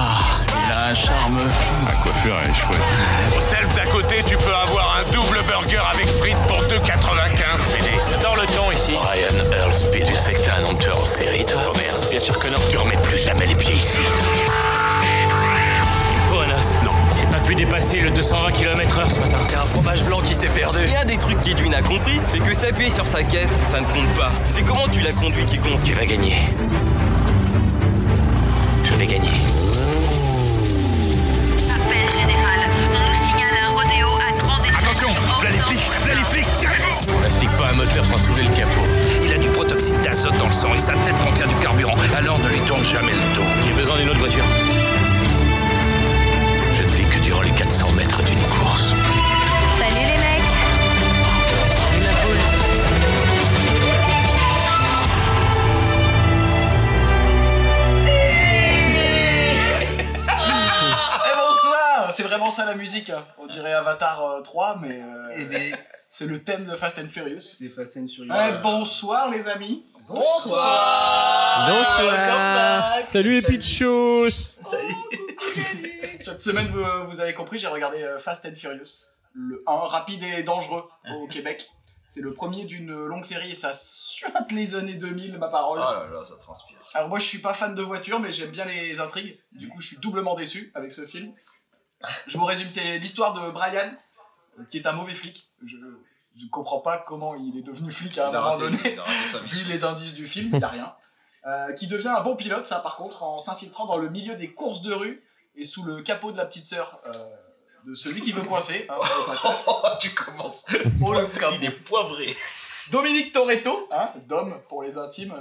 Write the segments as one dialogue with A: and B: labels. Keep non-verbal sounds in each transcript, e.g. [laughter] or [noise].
A: a un charme fou.
B: La coiffure, elle est chouette.
C: Au self d'à côté, tu peux avoir un double burger avec frites pour 2,95 PD.
D: J'adore le ton ici.
E: Ryan Earlsby, tu sais que t'es un menteur en série, toi
D: Oh merde, bien sûr que non.
E: Tu remets plus jamais les pieds ici.
D: Faut un os.
E: Non.
D: J'ai pas pu dépasser le 220 km/h ce matin.
F: T'as un fromage blanc qui s'est perdu.
G: Il y a des trucs qu'Edwin a compris, c'est que s'appuyer sur sa caisse, ça ne compte pas. C'est comment tu l'as conduit qui compte.
D: Tu vas gagner. Je vais gagner.
H: Appel général. On nous signale un rodéo à grande
C: Attention, là les flics, là les flics, tirez-vous
D: On n'astique pas un moteur sans soulever le capot.
I: Il a du protoxyde d'azote dans le sang et sa tête contient du carburant. Alors ne lui tourne jamais le dos.
D: J'ai besoin d'une autre voiture.
E: Je ne vis que durant les 400 mètres d'une course.
H: Salut les mecs.
J: Eh bonsoir C'est vraiment ça la musique, hein. on dirait Avatar euh, 3, mais, euh, c'est le thème de Fast and Furious.
F: Eh ben, C'est Fast and Furious.
J: Eh, bonsoir les amis
K: Bonsoir Salut les pitchous
J: Cette semaine, vous, vous avez compris, j'ai regardé euh, Fast and Furious, le 1, rapide et dangereux au Québec. C'est le premier d'une longue série et ça suinte les années 2000, ma parole.
I: Ah
F: là là, ça transpire.
J: Alors moi je suis pas fan de voitures mais j'aime bien les intrigues. Du coup je suis doublement déçu avec ce film. Je vous résume, c'est l'histoire de Brian euh, qui est un mauvais flic. Je ne comprends pas comment il est devenu flic à un
F: Il a
J: moment
F: raté-
J: donné. [laughs]
F: il a raté sa
J: Vu
F: mission.
J: les indices du film, il a rien. Euh, qui devient un bon pilote, ça par contre, en s'infiltrant dans le milieu des courses de rue et sous le capot de la petite sœur euh, de celui qui veut coincer. hein, au passage.
I: Oh, tu commences.
J: Oh, le
I: [laughs] Il est poivré.
J: Dominique Toretto, hein, Dom pour les intimes,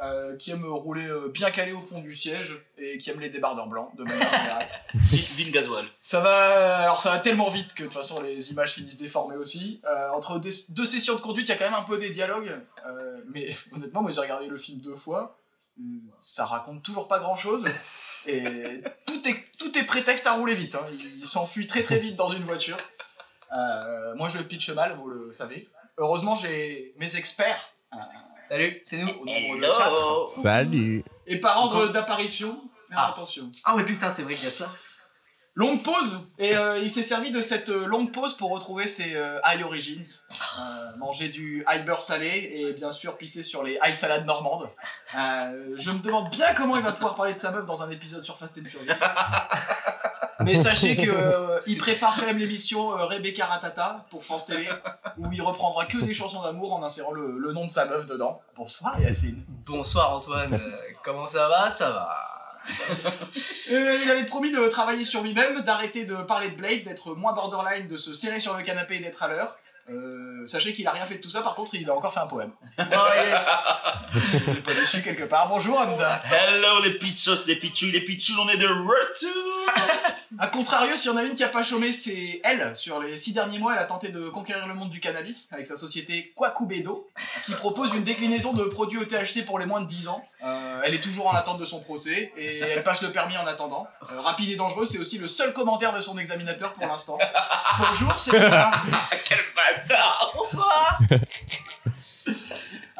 J: euh, qui aime rouler euh, bien calé au fond du siège et qui aime les débardeurs blancs de manière générale.
I: Vite, vite gasoil.
J: Ça va, alors ça va tellement vite que de toute façon les images finissent déformées aussi. Euh, entre des- deux sessions de conduite, il y a quand même un peu des dialogues, euh, mais [laughs] honnêtement, moi j'ai regardé le film deux fois, euh, ça raconte toujours pas grand chose. Et tout est, tout est prétexte à rouler vite. hein. Il, il s'enfuit très très vite dans une voiture. Euh, moi je le pitch mal, vous le savez. Heureusement, j'ai mes experts.
F: Salut, c'est nous.
J: au nombre de quatre.
I: Hello
K: Salut
J: Et par ordre d'apparition, alors attention.
F: Ah ouais, putain, c'est vrai qu'il y a ça.
J: Longue pause Et euh, il s'est servi de cette euh, longue pause pour retrouver ses euh, high origins. Euh, manger du high beurre salé et bien sûr pisser sur les high salades normandes. Euh, je me demande bien comment il va pouvoir parler de sa meuf dans un épisode sur Fast and Furious. Mais sachez que euh, il prépare quand même l'émission euh, Rebecca Ratata pour France Télé où il reprendra que des chansons d'amour en insérant le, le nom de sa meuf dedans. Bonsoir Yacine.
F: Bonsoir Antoine, Euh, comment ça va Ça va.
J: Euh, il avait promis de travailler sur lui-même, d'arrêter de parler de Blade, d'être moins borderline, de se serrer sur le canapé et d'être à l'heure. Euh, sachez qu'il a rien fait de tout ça, par contre il a encore fait un poème.
F: Oh, yes.
J: Il est déçu quelque part. Bonjour Hamza
I: Hello les pitchos, les pitchouls, les pitchouls, on est de retour
J: A contrario, s'il y en a une qui a pas chômé, c'est elle. Sur les six derniers mois, elle a tenté de conquérir le monde du cannabis avec sa société Quacubedo, qui propose une déclinaison de produits E au THC pour les moins de 10 ans. Euh, elle est toujours en attente de son procès et elle passe le permis en attendant. Euh, rapide et dangereux, c'est aussi le seul commentaire de son examinateur pour l'instant. Bonjour, c'est Nicolas.
I: Quel bâtard
J: Bonsoir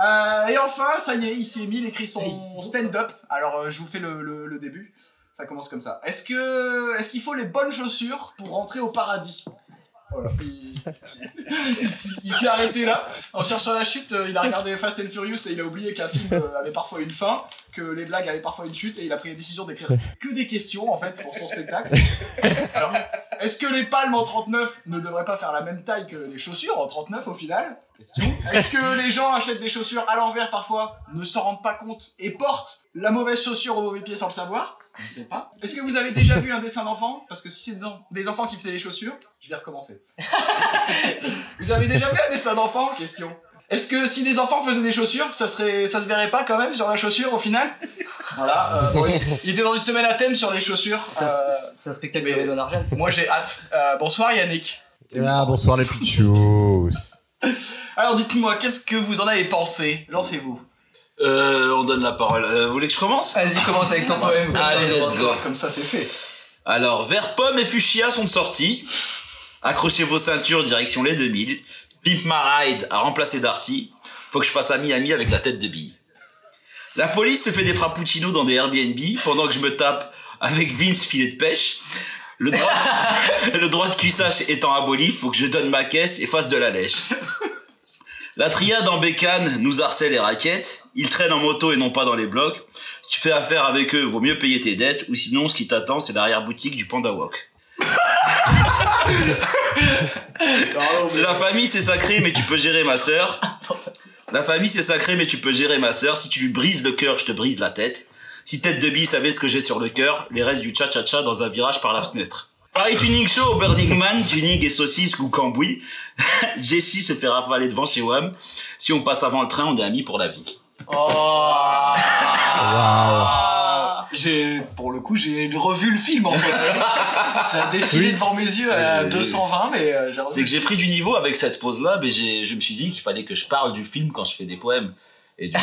J: Euh, Et enfin, ça y est, il s'est mis, il écrit son stand-up. Alors, euh, je vous fais le, le- le début. Ça commence comme ça. Est-ce que, est-ce qu'il faut les bonnes chaussures pour rentrer au paradis Voilà. Il, il s- il s'est arrêté là. En cherchant la chute, euh, il a regardé Fast and Furious et il a oublié qu'un film euh, avait parfois une fin, que les blagues avaient parfois une chute et il a pris la décision d'écrire que des questions en fait pour son spectacle. Alors, est-ce que les palmes en 39 ne devraient pas faire la même taille que les chaussures en 39 au final Question. Est-ce que les gens achètent des chaussures à l'envers parfois, ne s'en rendent pas compte et portent la mauvaise chaussure au mauvais pied sans le savoir Je ne sais pas. Est-ce que vous avez déjà vu un dessin d'enfant Parce que si c'est des, en- des enfants qui faisaient les chaussures, je vais recommencer. vous avez déjà vu un dessin d'enfant Question. Est-ce que si des enfants faisaient des chaussures, ça serait, ça se verrait pas quand même sur la chaussure au final Voilà. euh, oui. Il était dans une semaine à thème sur les chaussures.
F: C'est un,
J: euh,
F: c'est un spectacle
J: mais-
F: de Redon Argent, c'est
J: moi j'ai hâte. Euh, bonsoir Yannick.
K: Ah, bonsoir les pitchous
J: Alors dites-moi, qu'est-ce que vous en avez pensé Lancez-vous.
I: Euh, on donne la parole. Euh, vous voulez que je commence
F: Vas-y, commence avec ton poème.
E: Ah,
I: Allez, let's go
J: Comme ça c'est fait.
I: Alors, vert pomme et fuchsia sont de sortie. Accrochez vos ceintures, direction les 2000. Pimp My Ride a remplacé Darty. Faut que je fasse ami-ami avec la tête de bille. La police se fait des frappuccinos dans des Airbnb pendant que je me tape
E: avec Vince filet de pêche. Le droit, [laughs] le droit de cuissage étant aboli, faut que je donne ma caisse et fasse de la lèche. La triade en bécane nous harcèle et raquette. Ils traînent en moto et non pas dans les blocs. Si tu fais affaire avec eux, vaut mieux payer tes dettes ou sinon ce qui t'attend c'est l'arrière-boutique du Panda Walk. La famille c'est sacré mais tu peux gérer ma sœur. La famille c'est sacré mais tu peux gérer ma sœur. Si tu lui brises le cœur, je te brise la tête. Si tête de bille savait ce que j'ai sur le cœur, les restes du cha-cha-cha dans un virage par la fenêtre. Paris Tuning Show au Burning Man, tuning et saucisses ou cambouis. [laughs] Jessie se fait rafaler devant chez Wam. Si on passe avant le train, on est amis pour la vie.
A: Oh
J: J'ai, pour le coup, j'ai revu le film en [laughs] fait. Ça a défilé
K: Oui,
J: devant mes yeux à
E: c'est-
J: 220, mais euh, j'ai
E: C'est
J: revu.
E: que j'ai pris du niveau avec cette pause-là, mais j'ai- je me suis dit qu'il fallait que je parle du film quand je fais des poèmes. Et du,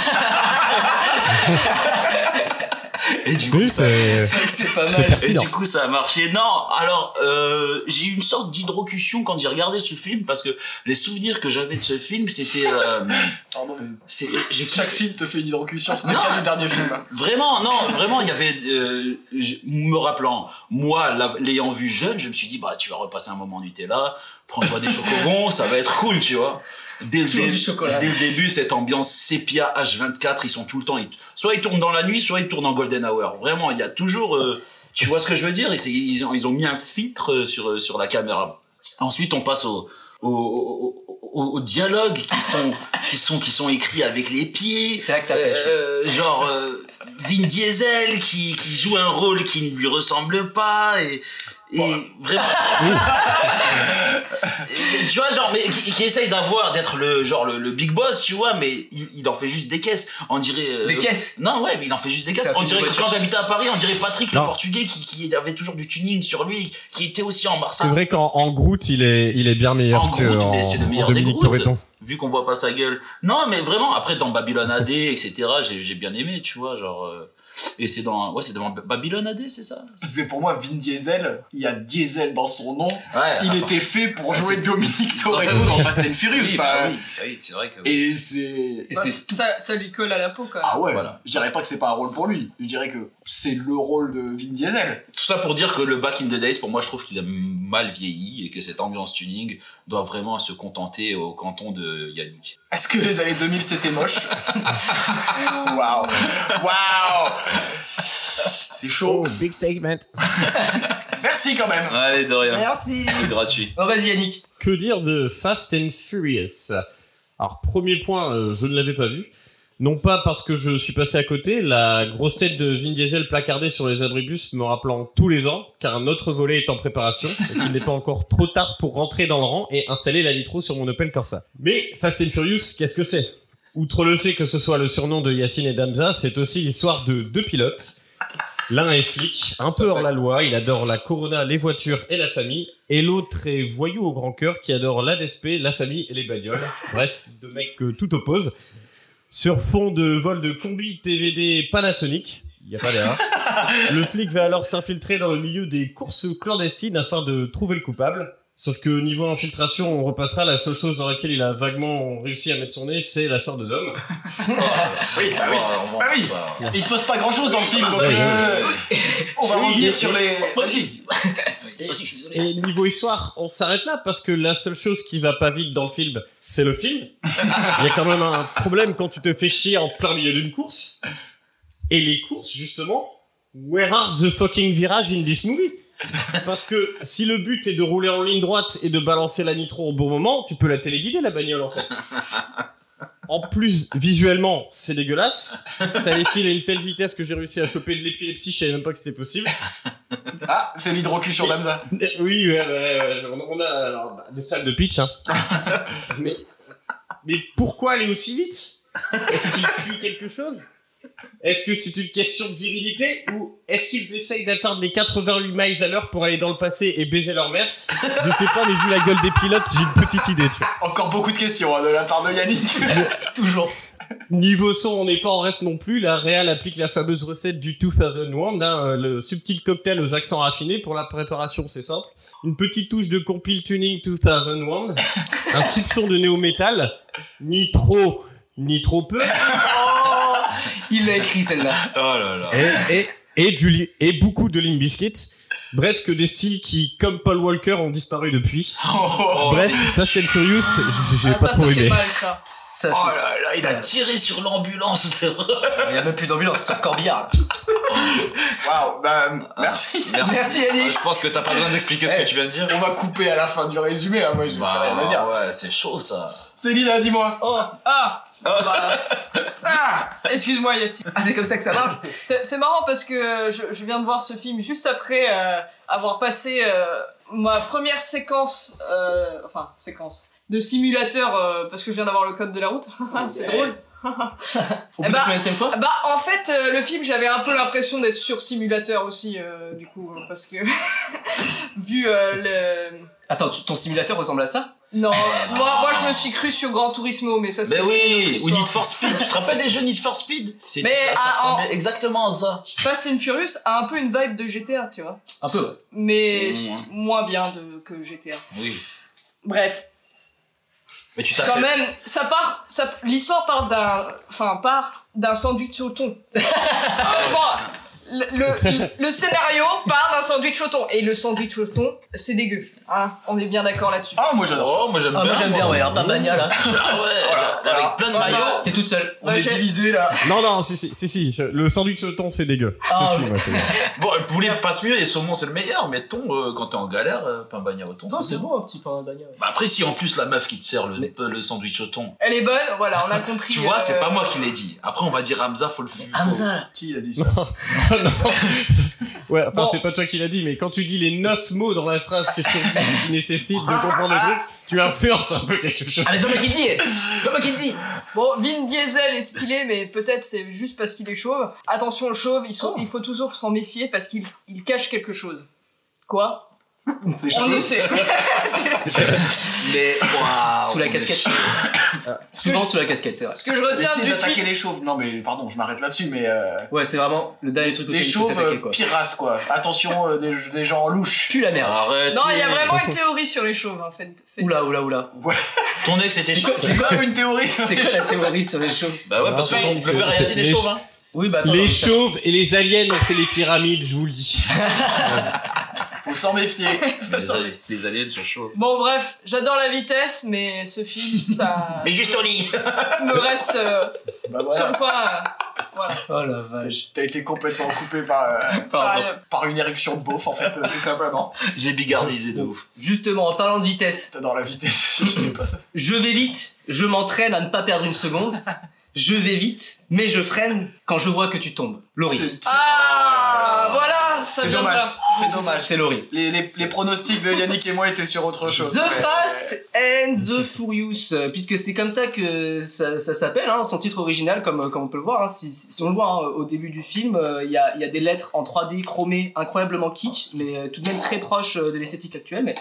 E: et du coup,
K: Oui, c'est.
A: C'est vrai que c'est pas
K: c'est
A: mal.
E: Et
K: pertinent.
E: du coup, ça a marché. Non, alors, euh, j'ai eu une sorte d'hydrocution quand j'ai regardé ce film, parce que les souvenirs que j'avais de ce film, c'était... euh,
J: Pardon, mais
E: c'est- j'ai
J: chaque
E: kiffé.
J: film te fait une hydrocution, c'était le
E: Non.
J: cas du dernier film.
E: Vraiment, non, vraiment, il y avait... euh, je- me rappelant, moi, la- l'ayant vu jeune, je me suis dit, bah, tu vas repasser un moment Nutella, prends-toi des chocobons, ça va être cool, tu vois. Dès le,
A: Toujours
E: début,
A: du chocolat.
E: dès le début, cette ambiance sépia H24, ils sont tout le temps... ils- soit ils tournent dans la nuit, soit ils tournent en golden hour. Vraiment, il y a toujours... euh, tu vois ce que je veux dire ils, ils, ont, ils ont mis un filtre euh, sur, euh, sur la caméra. Ensuite, on passe au au- au- au- aux dialogues qui sont qui sont qui sont écrits avec les pieds
A: C'est là que ça pêche.
E: Euh, genre euh, Vin Diesel qui, qui joue un rôle qui ne lui ressemble pas et et vraiment [laughs] Et, tu vois genre mais qui, qui essaye d'avoir d'être le genre le, le big boss tu vois mais il, il en fait juste des caisses on dirait euh,
A: Des caisses.
E: non, ouais, mais il en fait juste des casses.
A: Ça fait
E: On dirait
A: une
E: que
A: voiture.
E: quand j'habitais à Paris, on dirait Patrick,
K: Non.
E: le portugais, qui, qui avait toujours du tuning sur lui, qui était aussi en
K: C'est
E: Marseille.
K: vrai qu'en en Groot, il est, il est bien meilleur
E: En
K: que
E: Groot,
K: en,
E: mais c'est le meilleur
K: en
E: des
K: Dominique
E: Groots.
K: Toretton.
E: Vu qu'on voit pas sa gueule. Non, mais vraiment, après, dans Babylone AD, etc., j'ai j'ai bien aimé, tu vois, genre. euh, Et c'est dans, ouais, c'est dans Babylone AD, c'est ça
J: Parce que pour moi, Vin Diesel, il y a Diesel dans son nom.
E: Ouais.
J: Il était fait pour
A: Ah,
J: jouer
A: c'est-
J: Dominique Toretto dans Fast and Furious.
A: Oui,
J: enfin,
E: hein.
A: bah oui.
E: c'est vrai que.
J: Et c'est.
A: Et
J: bah,
A: c'est-
J: c'est-
A: ça, ça lui colle à la peau quand même.
J: Ah ouais,
E: Voilà.
J: je dirais pas que c'est pas un rôle pour lui. Je dirais que c'est le rôle de Vin Diesel.
E: Tout ça pour dire que le Back in the Days, pour moi, je trouve qu'il a mal vieilli et que cette ambiance tuning doit vraiment se contenter au canton de Yannick.
J: Est-ce que les années 2000 c'était moche [laughs] Waouh Waouh C'est chaud.
K: Oh, big segment.
J: Merci quand même
E: Allez, de rien.
A: Merci.
E: C'est gratuit.
A: Bon, vas-y, Yannick.
K: Que dire de Fast and Furious Alors, premier point, euh, je ne l'avais pas vu. Non pas parce que je suis passé à côté, la grosse tête de Vin Diesel placardée sur les abribus me rappelant tous les ans qu'un autre volet est en préparation et qu'il n'est pas encore trop tard pour rentrer dans le rang et installer la nitro sur mon Opel Corsa. Mais Fast and Furious, qu'est-ce que c'est Outre le fait que ce soit le surnom de Yacine et d'Amza, c'est aussi l'histoire de deux pilotes. L'un est flic, un peu hors la loi, il adore la Corona, les voitures et la famille. Et l'autre est voyou au grand cœur qui adore l'ADSP, la famille et les bagnoles. Bref, deux mecs que tout oppose. Sur fond de vol de combi TVD Panasonic, il n'y a pas d'erreur. le flic va alors s'infiltrer dans le milieu des courses clandestines afin de trouver le coupable. Sauf que niveau infiltration, on repassera, la seule chose dans laquelle il a vaguement réussi à mettre son nez, c'est la sœur de Dom.
J: Oui, bah oui
E: Bon,
J: Bah oui.
E: on va-
J: Il se passe pas grand chose dans le film, donc
K: Oui,
J: euh, on va
E: Oui,
J: revenir
E: oui.
J: sur les.
E: Vas-y.
K: Et- Et niveau histoire, on s'arrête là parce que la seule chose qui va pas vite dans le film, c'est le film. Il y a quand même un problème quand tu te fais chier en plein milieu d'une course. Et les courses, justement, where are the fucking virage in this movie Parce que si le but est de rouler en ligne droite et de balancer la nitro au bon moment, tu peux la téléguider la bagnole en fait. En plus, visuellement, c'est dégueulasse. Ça défile à une telle vitesse que j'ai réussi à choper de l'épilepsie, je savais même pas que c'était possible.
J: Ah, c'est l'hydrocution d'Amza.
K: [laughs] Oui, ouais, ouais, ouais, on on a alors, bah, des salles de pitch. Hein. mais, mais pourquoi aller aussi vite Est-ce qu'il fuit quelque chose Est-ce que c'est une question de virilité Ou est-ce qu'ils essayent d'atteindre les 88 miles à l'heure pour aller dans le passé et baiser leur mère Je sais pas, mais vu la gueule des pilotes, j'ai une petite idée, tu vois.
J: Encore beaucoup de questions hein, de la part de
K: [laughs]
J: Yannick.
A: Toujours.
K: Niveau son, on n'est pas en reste non plus. La Real applique la fameuse recette du 2001, hein, euh, le subtil cocktail aux accents raffinés. Pour la préparation, c'est simple. Une petite touche de compile tuning 2001, un soupçon de néo-métal, ni trop, ni trop peu.
A: Oh Il l'a écrit celle-là.
E: Oh là là.
K: Et, et, et, du li- et beaucoup de Limp Bizkit. Bref, que des styles qui, comme Paul Walker, ont disparu depuis. Bref, Fast and Furious, j- j'ai
F: Oh, Ah,
K: pas
F: ça,
K: trop
F: ça fait
K: aimé.
F: mal, ça. Ça
E: Oh
F: fait-
E: là là, il a tiré sur l'ambulance.
F: Il y a même plus d'ambulance, c'est un corbillard.
J: Waouh, bah, merci.
F: Merci, Yannick.
E: je pense que t'as pas besoin d'expliquer
J: Eh.
E: tu viens de dire.
J: On va couper à la fin du résumé, hein, moi, je
K: Bah.
J: rien à dire.
E: ouais, c'est chaud ça.
J: Céline, hein, dis-moi.
F: Oh, ah Bah, Ah Excuse-moi, Yassine. Ah, c'est comme ça que ça marche
A: C'est c'est marrant parce que euh, je, je viens de voir ce film juste après euh, avoir passé euh, ma première séquence, euh, enfin séquence, de simulateur euh, parce que je viens d'avoir le code de la route. [laughs] c'est drôle.
F: Au
A: Eh
F: bout de
A: bah-
F: combien de fois
A: Bah en fait euh, le film j'avais un peu l'impression d'être sur simulateur aussi euh, du coup euh, parce que [laughs] vu euh, le...
F: Attends, tu- ton simulateur ressemble à ça
A: Non, moi, moi je me suis cru sur Gran Turismo mais ça c'est...
E: Mais
A: c'est une autre
E: oui, ou
A: histoire.
E: Need for Speed. Tu te rappelles des jeux Need for Speed C'est-
A: Mais,
E: ça, ça
A: ah,
E: ressemblait exactement à ça.
A: Fast and Furious a un peu une vibe de GTA tu vois.
F: Un peu.
A: mais c'est moins bien de, que GTA.
E: Oui.
A: Bref,
E: Mais tu
A: quand
E: t'appelles.
A: même, ça part, ça, l'histoire part d'un, enfin part d'un sandwich au thon. Franchement, le, le, le scénario part d'un sandwich au thon et le sandwich au thon, c'est dégueu. hein, on est bien d'accord là-dessus.
J: Ah, moi, j'adore ça.
E: Oh, moi j'aime
F: Ah,
E: bien.
F: moi j'aime bien, ouais, un pabagna là.
E: Ah ouais, avec plein de maillots.
F: T'es toute seule.
J: On est
A: Bah, j'ai-
J: divisé là.
K: Non, non, si, si, si, si, je- le sandwich au thon, c'est dégueu. Je te
F: Ah,
K: suis, moi, c'est bon.
E: Bon, le poulet passe mieux et saumon c'est le meilleur, mais ton, euh, quand t'es en galère, euh, pain bagna au thon.
F: Non, c'est
E: bien.
F: bon, un petit hein, pain bagna. ouais.
E: Bah après, si en plus la meuf qui te sert le,
F: Mais-
E: le sandwich au thon,
A: Elle est bonne, voilà, on a compris.
E: tu vois, c'est
A: euh,
E: pas moi qui l'ai dit. Après, on va dire Hamza, faut le faire.
F: Hamza là.
J: Qui a dit ça
K: Ouais, enfin,
A: Bon.
K: c'est pas toi qui l'as dit, mais quand tu dis les neuf mots dans la phrase qui, sont dits, qui nécessitent de comprendre le truc, tu influences un peu quelque chose.
F: Ah, mais c'est pas moi qui le dis C'est pas moi qui le dis
A: Bon, Vin Diesel est stylé, mais peut-être c'est juste parce qu'il est chauve. Attention, le chauve, il, sont- il faut toujours s'en méfier parce qu'il il cache quelque chose. Quoi
J: Des
A: On le
J: cheveux.
A: sait.
E: Mais waouh,
F: Sous la
E: on est
F: casquette.
E: chaud.
F: Souvent sous la casquette, c'est vrai.
A: Ce que je retiens
J: Essayez
A: du
J: d'attaquer
A: film,
J: les chauves. Non, mais pardon, je m'arrête là-dessus, mais. euh,
F: Ouais, c'est vraiment le dernier truc
J: Les
F: auquel il faut
J: chauves,
F: s'attaquer
J: euh,
F: quoi.
J: pire race, quoi. Attention, euh, des, des gens louches.
F: Pue la merde.
E: Arrête.
A: Non, il y a vraiment une théorie sur les chauves, en fait. Faites-
F: Oula, oula, oula.
E: Ton ex était
F: C'est
E: chaud.
F: quoi, c'est quoi-
J: une théorie
F: c'est quoi la théorie sur les chauves
E: Bah ouais, parce que
K: Non,
E: son-
K: c'est-
E: le père
K: c'est-
E: Yassine est
K: les-
E: chauve, hein.
F: Oui, bah attends.
K: Les
F: non, ça-
K: chauves et les aliens ont fait les pyramides, je vous le dis.
J: [laughs] Faut s'en méfier.
E: [laughs] Les, ali- les aliens sont chauds.
A: Bon, bref, j'adore la vitesse, mais ce film,
J: [laughs]
A: ça
E: Mais juste au lit.
A: me reste euh,
J: Bah
A: sur
J: voilà.
A: le point. euh, voilà.
F: Oh la vache.
J: T'as été complètement coupé par, euh,
F: [laughs] Pardon.
A: Par-
J: par une érection de beauf, en fait, euh,
F: [laughs]
J: tout simplement.
E: [laughs] J'ai bigardisé de ouf.
F: Justement, en parlant de vitesse,
J: T'adores la vitesse, je sais pas ça.
F: je vais vite, je m'entraîne à ne pas perdre une seconde. Je vais vite, mais je freine quand je vois que tu tombes. Laurie.
J: C'est- c'est-
A: Ah, voilà, ça
J: C'est
A: vient de
J: dommage.
A: là.
J: C'est dommage.
F: C'est Laurie.
J: Les, les, les pronostics de Yannick et moi étaient sur autre chose.
F: The
J: Ouais.
F: Fast and the Furious, euh, puisque c'est comme ça que ça, ça s'appelle, hein, son titre original, comme, euh, comme on peut le voir. hein. si, si- si on le voit hein, au début du film, euh, il y, a, il y a des lettres en 3D chromées, incroyablement kitsch, mais euh, tout de même très proche euh, de l'esthétique actuelle. Mais,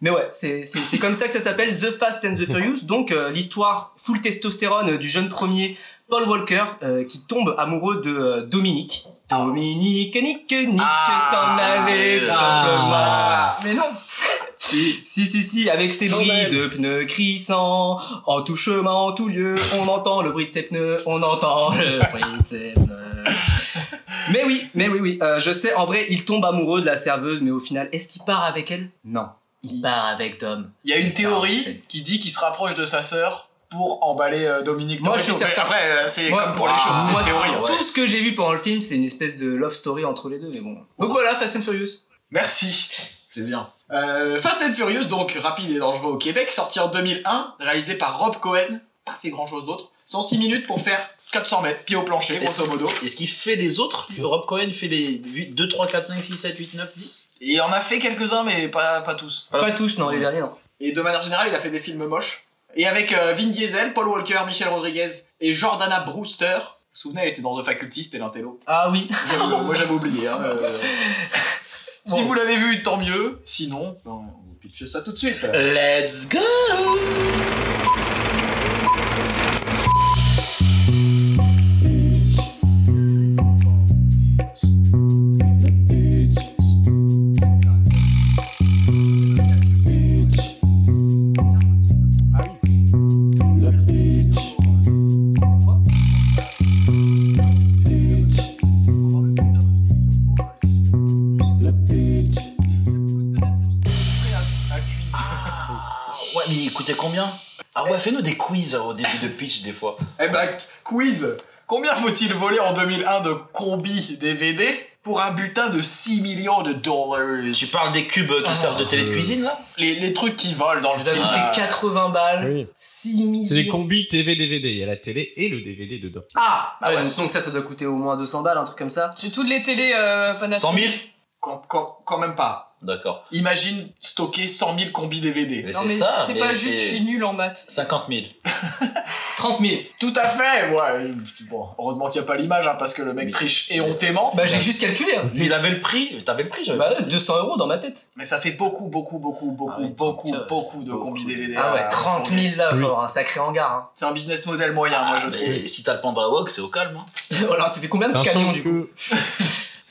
F: mais ouais, c'est c'est- c'est comme ça que ça s'appelle The Fast and the Furious. Donc euh, l'histoire full testostérone euh, du jeune premier Paul Walker euh, qui tombe amoureux de euh, Dominique. Dominique, Nick, Nick,
B: Ah,
F: s'en allait simplement.
K: Ah.
F: Mais non si, si, si, avec ses bruits de pneus crissants, en tout chemin, en tout lieu, on entend le bruit de ses pneus, on entend le bruit de ses pneus. Mais oui, mais oui, oui, euh, je sais, en vrai, il tombe amoureux de la serveuse, mais au final, est-ce qu'il part avec elle Non, il part avec Dom.
J: Il y a
F: Et
J: une
F: ça, c'est-
J: théorie qui dit qu'il se rapproche de sa sœur pour emballer euh, Dominique
F: Moi, je suis
J: Toretto. Mais
F: certain.
J: Après, euh, c'est
F: Moi-
J: comme pour les
F: Ah,
J: choses, c'est
F: moi,
J: une théorie. hein.
F: Tout ce que j'ai vu pendant le film, c'est une espèce de love story entre les deux, mais bon. Donc voilà, Fast and Furious.
J: Merci. C'est bien. Euh, Fast and Furious, donc rapide et dangereux au Québec, sorti en 2001, réalisé par Rob Cohen, pas fait grand chose d'autre. 106 minutes pour faire 400 mètres, pied au plancher, grosso modo.
E: Est-ce qu'il fait les autres Rob Cohen fait les 8, 2, 3, 4, 5, 6, 7, 8, 9, 10
J: Et il en a fait quelques-uns, mais pas, pas tous.
F: Pas tous, non, les derniers, non.
J: Et de manière générale, il a fait des films moches. Et avec euh, Vin Diesel, Paul Walker, Michel Rodriguez et Jordana Brewster. Vous vous souvenez, elle était dans The Faculty, c'était l'intello.
F: Ah oui.
J: J'avoue, Moi j'avais oublié. hein, euh. [laughs] Si vous l'avez vu, tant mieux. Sinon, ben, on vous pitche ça tout de suite.
E: Let's go Ah mais il coûtait combien Ah ouais, fais-nous des quiz euh, au début de pitch des fois.
J: Eh bah, quiz Combien faut-il voler en 2001 de combi DVD pour un butin de 6 millions de dollars Tu
E: parles des cubes qui servent de télé de cuisine, là
J: les, les trucs qui volent dans le
F: Ça
J: film. Ah.
F: coûtait 80 balles. 6 millions.
K: C'est les combis TV-DVD. Il y a la télé et le DVD dedans.
F: Ah, ah ouais, donc ça, ça doit coûter au moins 200 balles, un truc comme ça.
A: C'est toutes les télés euh, Panasonic.
E: 100 000
J: Quand, quand- quand même pas.
E: D'accord.
J: Imagine stocker 100 000 combi DVD.
E: Mais
A: Non,
E: c'est
A: mais
E: ça.
A: c'est
E: mais
A: pas juste, je suis nul en maths.
E: 50 000.
F: 30 000.
J: Tout à fait, ouais. Bon, heureusement qu'il n'y a pas l'image, hein, parce que le mec triche éhontément.
F: Bah, j'ai juste calculé. hein.
E: Lui, il avait le prix. T'avais le prix, j'avais
F: Bah, ouais, 200 euros dans ma tête.
J: Mais ça fait beaucoup, beaucoup, beaucoup, beaucoup,
E: Ah ouais,
J: beaucoup,
E: 30 000,
J: beaucoup de combi DVD.
F: Ah ouais,
J: à
F: 30
J: 100
F: 000 là, il va falloir un sacré hangar. [laughs] Hein.
J: C'est un business model moyen, moi, je
E: Ah,
J: trouve.
E: mais si t'as le Pandora Walk, c'est au calme. hein.
F: Alors, ça fait combien de
K: Sachant
F: camions du coup
K: que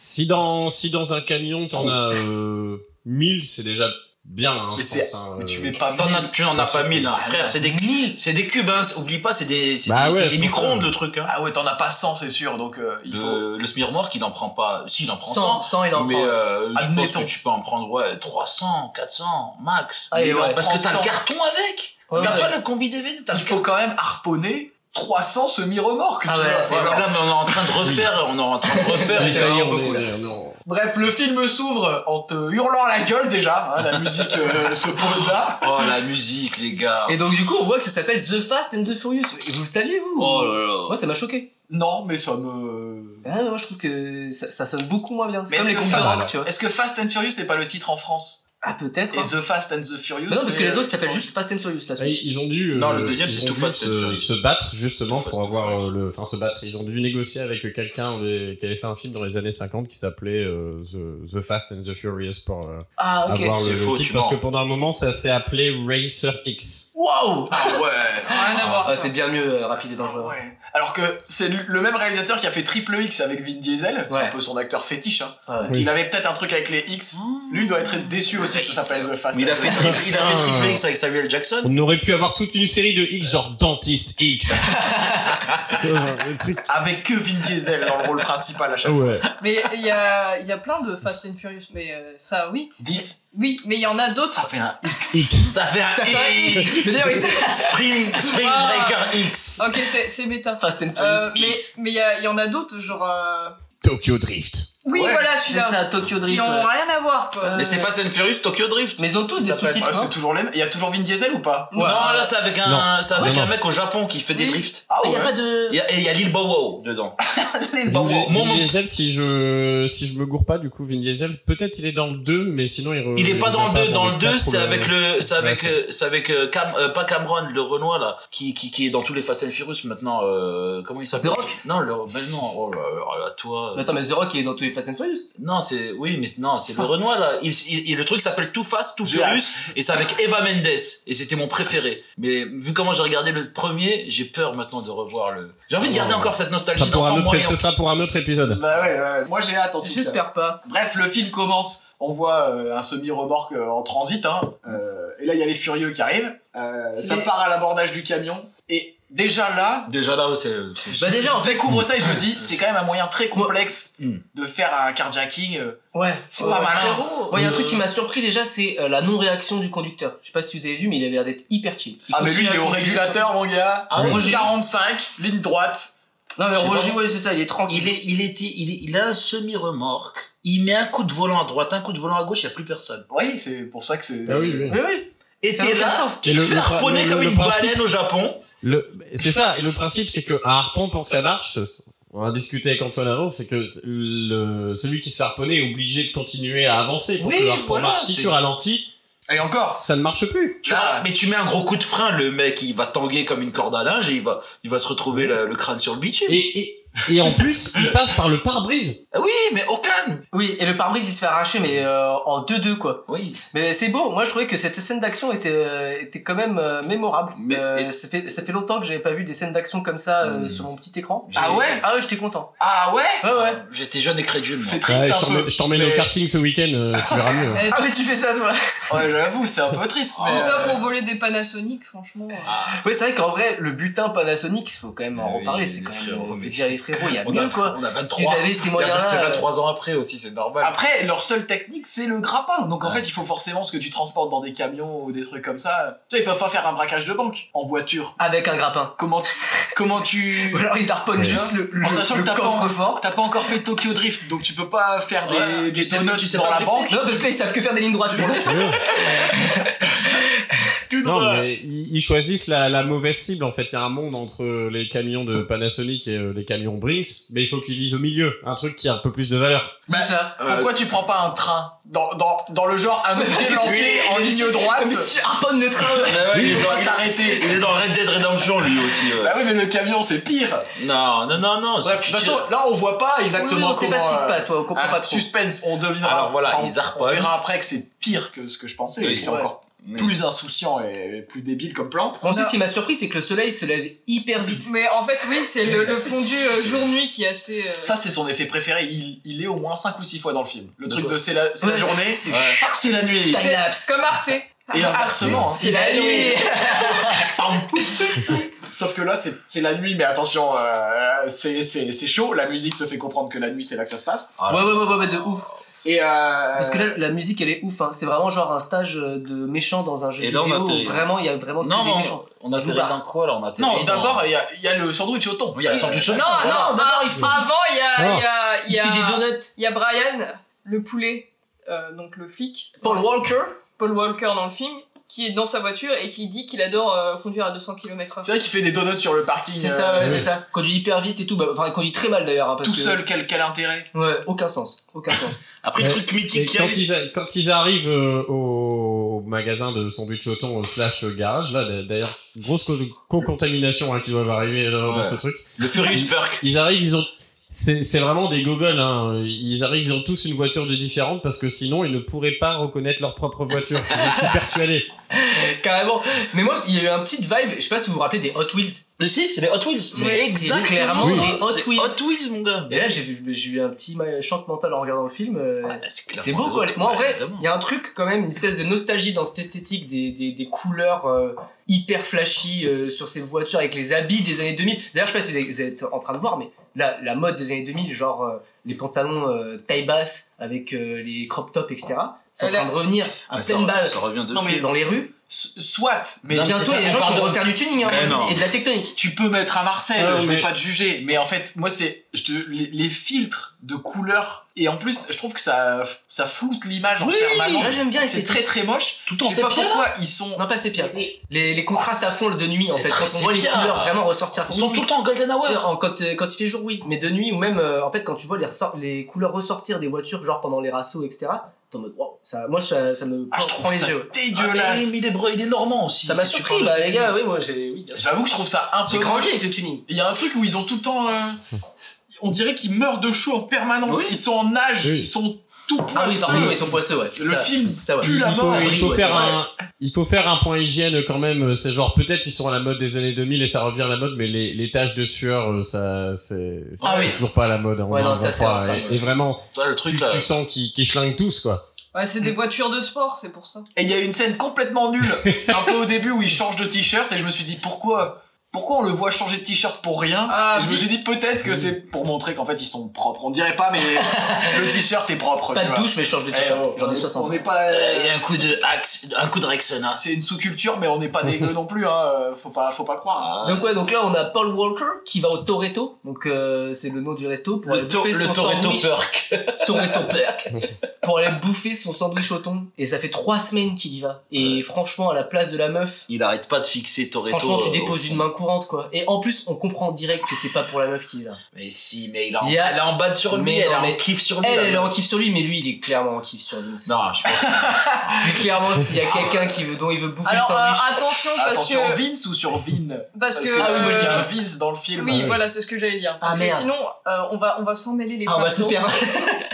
K: si dans, si dans un camion, t'en as euh, 1000, c'est déjà bien. hein,
J: Mais
K: je
J: c'est-
K: pense, hein,
J: Mais tu
K: euh,
J: mets pas
E: T'en as-
J: mille.
E: tu en as pas 1000, hein. frère. C'est des, c'est des cubes, hein. Oublie pas, c'est des, c'est
K: Bah
E: des-
K: ouais,
E: c'est
K: je
E: des
K: pense
E: micro-ondes,
K: ça.
E: le truc. Hein.
J: Ah ouais, t'en as pas 100, c'est sûr, donc euh, il faut.
E: Le, le Smirmorque, il en prend pas. Si, il en prend
F: 100,
E: 100.
F: 100, il en
E: mais
F: prend.
E: euh, je pense
J: Admettons.
E: que tu peux en prendre ouais, 300, 400, max.
F: Allez,
E: Mais non,
F: ouais,
E: parce que
J: 300.
E: t'as le carton avec.
F: Ouais,
E: t'as
F: ouais.
E: pas le combi DVD, t'as
J: Il
E: le
J: faut quand même harponner 300 semi-remorques.
F: Ah
J: tu
F: ouais,
J: vois.
F: là,
E: Ouais, voilà, mais on est en train de refaire, on est en train de refaire.
K: Mais
E: les-
K: ça y est,
F: vraiment
K: on est-
F: beaucoup,
K: on est- on est-
J: Bref, le film s'ouvre en te hurlant à la gueule déjà. hein, la musique
F: [laughs]
J: euh, se pose là.
E: [laughs] Oh la musique, les gars.
F: Et donc, du coup, on voit que ça s'appelle The Fast and the Furious. Et vous le saviez, vous
I: Oh là là.
F: Moi, ça m'a choqué.
J: Non, mais ça me.
F: Ah, moi, je trouve que ça, ça sonne beaucoup moins bien. C'est
J: Mais
F: comme
J: est-ce
F: les
J: que,
F: comptes de rock,
J: Fast...
F: tu vois.
J: est-ce que Fast and Furious n'est pas le titre en France
F: Ah, peut-être.
J: Et
F: hein.
J: The Fast and the Furious
F: Bah non, parce
J: c'est
F: que les
J: le
F: autres s'appellent
J: titre en-
F: juste Fast and Furious, la
K: Bah,
F: suite.
K: ils ont dû.
E: Non,
K: euh,
E: le deuxième,
K: ils
E: c'est
K: ont
E: Too
K: dû
E: Fast and
K: se,
E: Furious.
K: se battre justement
E: Too Fast
K: pour
E: and
K: avoir
E: Furious.
K: euh, le. Enfin, se battre. Ils ont dû négocier avec euh, quelqu'un euh, qui avait fait un film dans les années 50 qui s'appelait euh, The, The Fast and the Furious pour euh,
F: Ah, ok.
K: avoir le,
E: c'est
K: le
E: faux,
K: titre.
E: tu
K: Parce que
E: mens.
K: pendant un moment, ça s'est appelé Racer X.
F: Waouh
J: Ah ouais.
A: Rien à voir.
F: Ah, C'est bien mieux euh, rapide et
J: Ah
F: dangereux.
J: ouais. Alors que c'est le- le même réalisateur qui a fait Triple X avec Vin Diesel, c'est
F: Ouais.
J: un peu son acteur fétiche. Hein.
F: Ah ouais.
J: Donc
K: Oui.
J: Il avait peut-être un truc avec les X. Lui doit être déçu aussi que ça s'appelle The Fast.
E: Mais il a
J: and
E: fait
J: the-
E: triple, il a fait
K: Putain.
E: triple X avec Samuel Jackson.
K: On aurait pu avoir toute une série de X, genre
E: [laughs]
K: Dentiste X. Un truc.
J: avec que Vin Diesel dans le rôle principal à chaque fois.
K: Ouais.
A: Mais il y a, il y a plein de Fast and Furious, mais euh, ça, oui.
J: 10,
A: Oui, mais il y en a d'autres.
J: ça fait un X.
E: Ça fait un
F: Ça fait un
E: X.
F: X. Mais d'ailleurs, ils
E: Spring, Spring
A: Ah.
E: Breaker X.
A: Ok, c'est c'est méta.
F: Fast and Furious
A: Euh, mais
F: X.
A: mais il y, a- il y en a d'autres, genre. euh,
K: Tokyo Drift.
A: Oui,
F: Ouais,
A: voilà,
F: C'est
A: celui-là.
F: ça, Tokyo
A: Qui
F: Drift.
A: n'ont
F: ouais.
A: rien à voir, quoi.
E: Mais c'est Fast and Furious Tokyo Drift.
F: Mais ils ont tous des
E: Ça peut être-
J: Ouais,
F: sous-titres.
J: Ah, c'est
F: hein.
J: toujours les mêmes. Il y a toujours Vin Diesel ou pas
F: Ouais.
E: Non, là, c'est avec un, c'est avec
K: Non,
E: un
K: non.
E: mec au Japon qui fait des
A: Oui.
E: drifts.
J: Ah
F: Il
J: ouais.
F: y a pas de.
E: Il y a, et il y a Lil Bow Wow dedans.
K: Ah,
J: les
K: Vin,
J: bambous.
K: Vin
E: Mon-
K: Diesel, si je, si je me gourre pas, du coup, Vin Diesel, peut-être il est dans le 2, mais sinon il. re-
E: Il est pas dans le 2,
K: revient
E: dans le 2
K: quatre ou
E: c'est avec le c'est
K: Ouais,
E: avec
K: c'est-
E: euh, c'est avec euh, Cam euh, pas Cameron le Renoir là qui, qui qui est dans tous les Fast and Furious maintenant euh, comment il s'appelle
F: The Rock
E: Non, le mais non, oh là là, là, toi. euh,
F: Mais Attends, mais The Rock, il est dans tous les Fast and Furious.
E: Non, c'est oui, mais non, c'est le Renoir là, il, il- il- le truc s'appelle Too Fast Too Furious et c'est avec Eva Mendes et c'était mon préféré. Mais vu comment j'ai regardé le premier, j'ai peur maintenant de revoir le J'ai envie de garder
K: Ouais.
E: encore cette
K: Ce sera
E: nostalgie
K: Oh. pour un
E: d'enfant
K: autre,
E: moyen.
K: ce sera pour un autre
J: [laughs]
K: épisode.
J: Bah ouais, ouais. moi j'ai hâte en tout cas.
F: J'espère pas.
J: Bref, le film commence. On voit euh, un semi-remorque euh, en transit. hein. Euh, et là, il y a les furieux qui arrivent. Euh, ça
F: C'est-
J: part à l'abordage du camion. Et déjà là,
E: Déjà là, c'est c'est
J: bah déjà, on découvre ça et je me dis, c'est quand même un moyen très complexe
E: Mm.
F: Hmm.
J: de faire un carjacking. euh,
F: Ouais.
J: C'est
F: Ouais,
J: pas
F: Oh, ouais.
J: malin.
F: Moi, il y a un truc qui m'a surpris déjà, c'est euh, la non-réaction du conducteur. Je sais pas si vous avez vu, mais il avait l'air d'être hyper chill. Il
J: Ah, mais
F: continue
J: lui, il
F: à
J: est au
F: conduire.
J: régulateur, mon gars.
E: Ah oui.
J: Roger 45, ligne droite.
F: Non, mais
E: Je sais
F: Roger,
E: pas.
F: ouais, c'est ça, il est tranquille.
E: Il est, il était, il, est- il a un semi-remorque. Il met un coup de volant à droite, un coup de volant à gauche, il n'y a plus personne.
J: Oui, c'est pour ça que c'est.
K: Ah oui, oui.
F: Oui, oui.
E: Et
F: Ça
E: t'es
F: n'a
E: là,
F: aucun sens.
E: tu
K: Et
E: te
K: le-
E: fais
K: le-
E: harponner
K: le-
E: comme
K: le
E: une
K: principe-
E: baleine au Japon.
K: Le, c'est ça, et le principe, c'est que un harpon, pour que ça marche, on a discuté avec Antoine avant, c'est que le, celui qui se fait harponner est obligé de continuer à avancer. Pour
E: Oui,
K: que le harpon
E: voilà,
K: marche, si
E: c'est-
K: tu ralentis,
J: Et encore
K: ça ne marche plus.
E: Tu vois, mais tu mets un gros coup de frein, le mec, il va tanguer comme une corde à linge et il va, il va se retrouver le, le crâne sur le bitume.
K: Et, et, et en plus, il passe par le pare-brise.
E: Ah Oui, mais au calme.
F: Oui, et le pare-brise, il se fait arracher, mais euh, en 2-2, quoi.
E: Oui.
F: Mais c'est beau, moi, je trouvais que cette scène d'action était, euh, était quand même euh, mémorable.
E: Mais-
F: Euh,
E: et-
F: ça, fait, ça fait longtemps que j'avais pas vu des scènes d'action comme ça euh, sur mon petit écran.
J: Hmm. Ah ouais
F: Ah ouais, j'étais content.
J: Ah ouais
F: Ouais, ouais.
E: J'étais jeune et crédule, moi.
J: C'est triste
K: Ouais, je
J: un
K: t'emmène-
J: peu.
K: je t'emmène
J: mais-
K: au karting ce week-end, euh, tu
J: [laughs]
K: verras mieux.
A: Eh,
F: Ah, mais tu fais ça, toi
J: Ouais, j'avoue, c'est un peu triste.
A: Tout
J: mais,
A: ça
J: euh,
A: pour voler des Panasonic, franchement. euh.
F: Oui, c'est vrai qu'en vrai, le butin Panasonic, il faut quand même en
E: Oui,
F: reparler, c'est
E: les
F: quand même,
E: frérots,
F: on peut
E: mais-
F: dire les
B: frérot, il y a
E: [laughs] On
B: mieux
E: a-
B: quoi.
E: On a 23
B: Si vous avez ces moyens-là,
E: C'est
B: euh,
E: 23 ans après aussi, c'est normal.
J: Après, leur seule technique, c'est le grappin. Donc en fait, il faut forcément ce que tu transportes dans des camions ou des trucs comme ça. Tu sais, ils peuvent pas faire un braquage de banque en voiture.
B: Avec un grappin.
J: Comment tu. Comment tu...
B: Ou alors ils harponnent
J: Tu
B: juste
J: vois
B: le, le-
J: en sachant
B: le
J: que t'as pas, en-
B: coffre-fort.
J: t'as pas encore fait Tokyo Drift, donc tu peux pas faire des,
E: Ouais,
J: des
E: tu sais-
J: donuts
E: tu sais
J: dans
E: pas
J: la
E: drifter.
J: banque.
B: Non, parce que là, ils savent que faire des lignes droites [laughs] pour l'instant.
J: Tout
K: Ah Non,
J: droit.
K: mais ils ils choisissent la, la mauvaise cible en fait. Il y a un monde entre euh, les camions de Panasonic et euh, les camions Brinks, mais il faut qu'ils visent au milieu, un truc qui a un peu plus de valeur.
J: Bah,
B: C'est [laughs]
E: Euh,
B: ça.
J: Pourquoi tu prends pas un train dans, dans, dans le genre un
B: [laughs]
J: objet lancé en ligne droite
B: Mais si tu harponnes le train,
J: Il doit s'arrêter.
E: Il est dans Red Dead Redemption lui aussi. ouais.
J: Bah oui, mais le camion c'est pire.
E: Non, non, non, non.
J: Bref, de
E: si
J: toute
E: tu
J: façon,
E: tires-
J: là on voit pas
B: Oui,
J: exactement.
B: on sait pas ce qui
J: comment,
B: se
J: euh,
B: passe, ouais, on comprend
J: un
B: pas trop.
J: suspense, on devinera.
E: Alors voilà,
J: enfin,
E: ils
J: on,
E: harponnent.
J: verra après que c'est pire que ce que je pensais.
E: Oui,
J: et c'est
E: ouais.
J: encore
E: Mais-
J: plus insouciant et plus débile comme plan.
B: Bon, c'est ce qui m'a surpris, c'est que le soleil se lève hyper vite.
A: Mais en fait, oui, c'est le, le fondu euh, jour-nuit qui est assez. euh,
J: Ça, c'est son effet préféré. Il, il est au moins 5 ou 6 fois dans le film. Le truc
E: quoi
J: de c'est la, c'est la
B: [laughs] Ouais.
J: journée, et hop, c'est la nuit.
A: c'est-
B: Synapse.
A: Comme Arte.
J: Et inversement. hein.
B: C'est la
J: [laughs]
B: nuit.
J: Sauf que là, c'est c'est la nuit, mais attention, euh, c'est c'est- c'est chaud. La musique te fait comprendre que la nuit, c'est là que ça se passe.
E: Ah.
B: Ouais, ouais, ouais, ouais, ouais, de ouf.
J: Et euh,
B: Parce que là, la musique, elle est ouf. Hein. C'est vraiment genre un stage euh, de méchant dans un jeu
E: Et là, on
B: vidéo.
E: atterrit.
B: où Vraiment, il y a vraiment
E: Non,
B: que des
E: mais
B: méchants.
E: on, on atterrit
B: Loupard.
E: dans quoi là On atterrit
J: non,
E: dans-
J: d'abord, il y a, il y a le sandwich au thon.
E: Oui, il y a le sandwich au
A: Non,
E: thon.
A: non, d'abord, il Avant, il y a. Il y a, il
B: Il
A: y a-
B: fait des donuts.
A: Il y a Brian, le poulet, euh, donc le flic.
B: Paul Walker.
A: Paul Walker dans le film, qui est dans sa voiture et qui dit qu'il adore euh, conduire à 200 km/h.
J: C'est vrai qu'il fait des donuts sur le parking.
B: C'est
J: euh,
B: ça, ouais,
K: oui.
B: c'est ça. Conduit hyper vite et tout. Bah, Enfin, il conduit très mal d'ailleurs. hein, parce
J: Tout
B: que-
J: seul, quel, quel intérêt
B: Ouais, aucun sens. Aucun sens. [laughs]
E: Après,
K: Ouais.
E: le truc
K: Et
E: mythique qu'il y a
K: quand,
E: eu-
K: ils a- quand ils arrivent euh, au magasin de sandwich au thon euh, slash euh, garage, là d'a- d'ailleurs grosse co- co-contamination hein, qui doit arriver euh, dans
E: Ouais.
K: ce truc.
E: Le Furious Perk.
K: Ils arrivent, ils ont. C'est c'est vraiment des gogoles, hein. Ils arrivent, ils ont tous une voiture de différente parce que sinon ils ne pourraient pas reconnaître leur propre
B: [laughs]
K: voiture. Je suis persuadé.
B: Carrément. Mais moi, il y a eu un petit vibe. Je sais pas si vous vous rappelez des Hot Wheels.
E: Si, c'est les Hot Wheels.
B: C'est exactement clairement
K: Oui.
B: les Hot
E: C'est
B: Wheels.
E: Hot Wheels, mon gars.
B: Et là, j'ai vu- j'ai eu un petit ma- choc mental en regardant le film. euh,
E: Ouais, c'est
B: C'est
E: clairement
B: beau
E: les
B: quoi.
E: Hot
B: Moi en
E: Wheels,
B: vrai,
E: évidemment.
B: il y a un truc quand même, une espèce de nostalgie dans cette esthétique des, des, des couleurs euh, hyper flashy euh, sur ces voitures avec les habits des années 2000. D'ailleurs, je sais pas si vous êtes- vous êtes en train de voir, mais la, la mode des années 2000, genre euh, les pantalons euh, taille basse avec euh, les crop tops, etc., c'est en
A: Elle a-
B: train de revenir à
E: Ah, ça
B: pleine
E: re-
B: balle
E: Ça revient de.
J: Non, mais-
B: dans les rues.
J: S- Soit, mais
B: Et
E: Non, mais c'est
B: bientôt, il y a des
E: ça, on
B: gens qui
E: parle
B: vont
E: de-
B: refaire du tuning hein,
E: Mais non.
B: et de la tectonique.
J: tu peux mettre à Marseille,
K: Ah,
J: je vais
K: mais-
J: pas te juger, mais en fait, moi c'est je te- les, les filtres de couleurs et en plus, je trouve que ça ça floute l'image
B: Oui,
J: en permanence.
B: là, j'aime bien,
J: c'est
B: c'est-
J: très très moche.
B: Tout
J: Je sais pas pourquoi ils sont
B: Non, pas sépia. Les, les contrastes à fond de nuit en
E: C'est
B: fait,
E: très
B: quand on voit les
E: sépia.
B: couleurs vraiment ressortir.
E: Ils sont tout le temps en Golden Hour. Ah,
B: Ouais, en- quand, euh, quand il fait jour, oui. Mais de nuit, ou même, euh, en fait, quand tu vois les, ressort- les couleurs ressortir des voitures, genre pendant les rassos, etc., t'es en mode, waouh, ça, moi, ça, ça me
J: ah, je trouve
B: prend
J: ça
B: les yeux.
E: Ah,
J: dégueulasse.
E: mais il est bre- il est normand aussi.
B: Ça m'a
E: Tu
B: surpris,
E: parles-
B: bah, les gars, oui, moi, j'ai, oui.
J: J'avoue que je trouve ça un peu
B: J'ai grandi avec le tuning.
J: Il y a un truc où ils ont tout le temps euh, on dirait qu'ils meurent de chaud en permanence, ils sont en nage,
K: Oui.
J: ils sont tout
B: Ah oui,
J: poisseux.
B: pardon, ils sont poisseux, ouais.
J: le
B: Ça-
J: film
B: ça, ouais.
J: pue la
K: il faut,
J: mort.
K: il
B: brille,
K: faut
B: Ah ouais,
K: faire
B: c'est vrai.
K: un, il faut faire un point hygiène euh, quand même. C'est genre peut-être ils sont à la mode des années 2000 et ça revient à la mode, mais les, les taches de sueur, euh, ça c'est c'est
B: Ah oui.
K: toujours pas à la mode. hein,
B: Ouais,
K: on en
B: non, ça, c'est
K: voit pas.
B: infâme,
K: Et-
B: ouais.
K: et vraiment,
E: Toi, le truc
K: tu,
E: là.
K: tu sens qu'ils qu'ils schlinguent tous quoi.
A: Ouais, c'est des voitures de sport, c'est pour ça.
J: Et il y a une scène complètement nulle, un peu au début où il change de t-shirt et je me suis dit pourquoi pourquoi on le voit changer de t-shirt pour rien
A: Ah,
J: Et Je me
A: oui.
J: suis dit peut-être que c'est pour montrer qu'en fait ils sont propres. On
B: [laughs]
J: dirait pas mais le t-shirt est propre.
B: Pas
J: tu
B: de
J: vois.
B: douche, mais je change de
J: Eh,
B: t-shirt.
J: oh,
B: J'en
J: on
B: ai
J: est- On
B: 60.
J: n'est pas.
E: Euh, Il y a un coup de Axe, un coup de hein. Rexona.
J: C'est une sous-culture mais on n'est pas
B: [laughs]
J: dégueu non plus hein. euh, Faut pas faut pas croire. hein.
E: Ah,
B: Donc ouais, donc là on a Paul Walker qui va au Toretto, donc euh, c'est le nom du resto pour
E: Le,
B: aller
E: to-
B: bouffer
E: le
B: son
E: Toretto
B: sandwich.
E: Perk.
B: [laughs] Toretto Perk pour aller bouffer son sandwich au thon. Et ça fait trois semaines qu'il y va. Et franchement, à la place de la meuf,
E: Il arrête pas de fixer Toretto.
B: Franchement, tu
E: euh, au
B: déposes
E: fond.
B: une main courante, quoi. Et en plus, on comprend direct que c'est pas pour la meuf qui est là.
E: Mais si, mais il a en,
B: Il y a-
E: elle est en bad sur lui,
B: Mais
E: elle
B: non,
E: est en
B: mais-
E: kiff sur lui.
B: Elle,
E: là.
B: elle est en kiff sur lui, mais lui, il est clairement en kiff sur Vince.
E: bah, Non, je pense
B: Mais [laughs] clairement, s'il y a quelqu'un qui veut, dont il veut bouffer
A: Alors,
B: le sandwich.
A: euh, attention, parce
J: Attention Ah
A: que.
J: Vince ou sur Vin
A: Parce que.
J: ah, oui, moi, il y a
A: euh,
J: un Vince dans le film. Ah
A: oui, voilà, c'est ce que j'allais dire. Parce
B: Ah,
A: que
B: merde.
A: sinon, euh, on va, on va s'en mêler les
B: Ah, on va se
A: pinceaux.
B: perdre.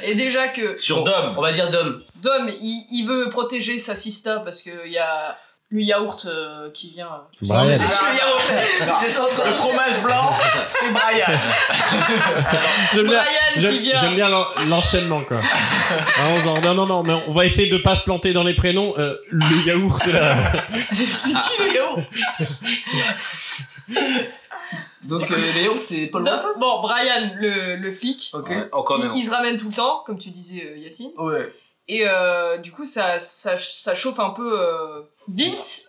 A: Et déjà que
E: que sur Dom.
B: On va dire Dom.
A: Dom, il, il veut protéger sa sista parce qu'il y a le yaourt euh, qui vient.
B: Bah,
K: Brian.
J: Ah,
B: Le yaourt.
J: non.
B: C'était genre en train
J: Le
B: de-
J: fromage blanc, c'est Brian.
K: J'aime
A: Brian
K: bien-
A: qui
K: J'aime
A: vient.
K: j'aime bien l'en- l'enchaînement
E: [laughs]
K: quoi. Vraiment, genre, non non non mais on va essayer de pas se planter dans les prénoms. Euh,
E: [laughs]
K: le yaourt là.
B: C'est qui le yaourt Donc, euh, les autres, c'est Paul Walker
A: Bon, Brian, le, le flic,
B: Ok.
E: Encore
A: il, il se ramène tout le temps, comme tu disais, euh, Yacine.
B: Ouais.
A: Et euh, du coup, ça, ça, ça chauffe un peu euh, Vince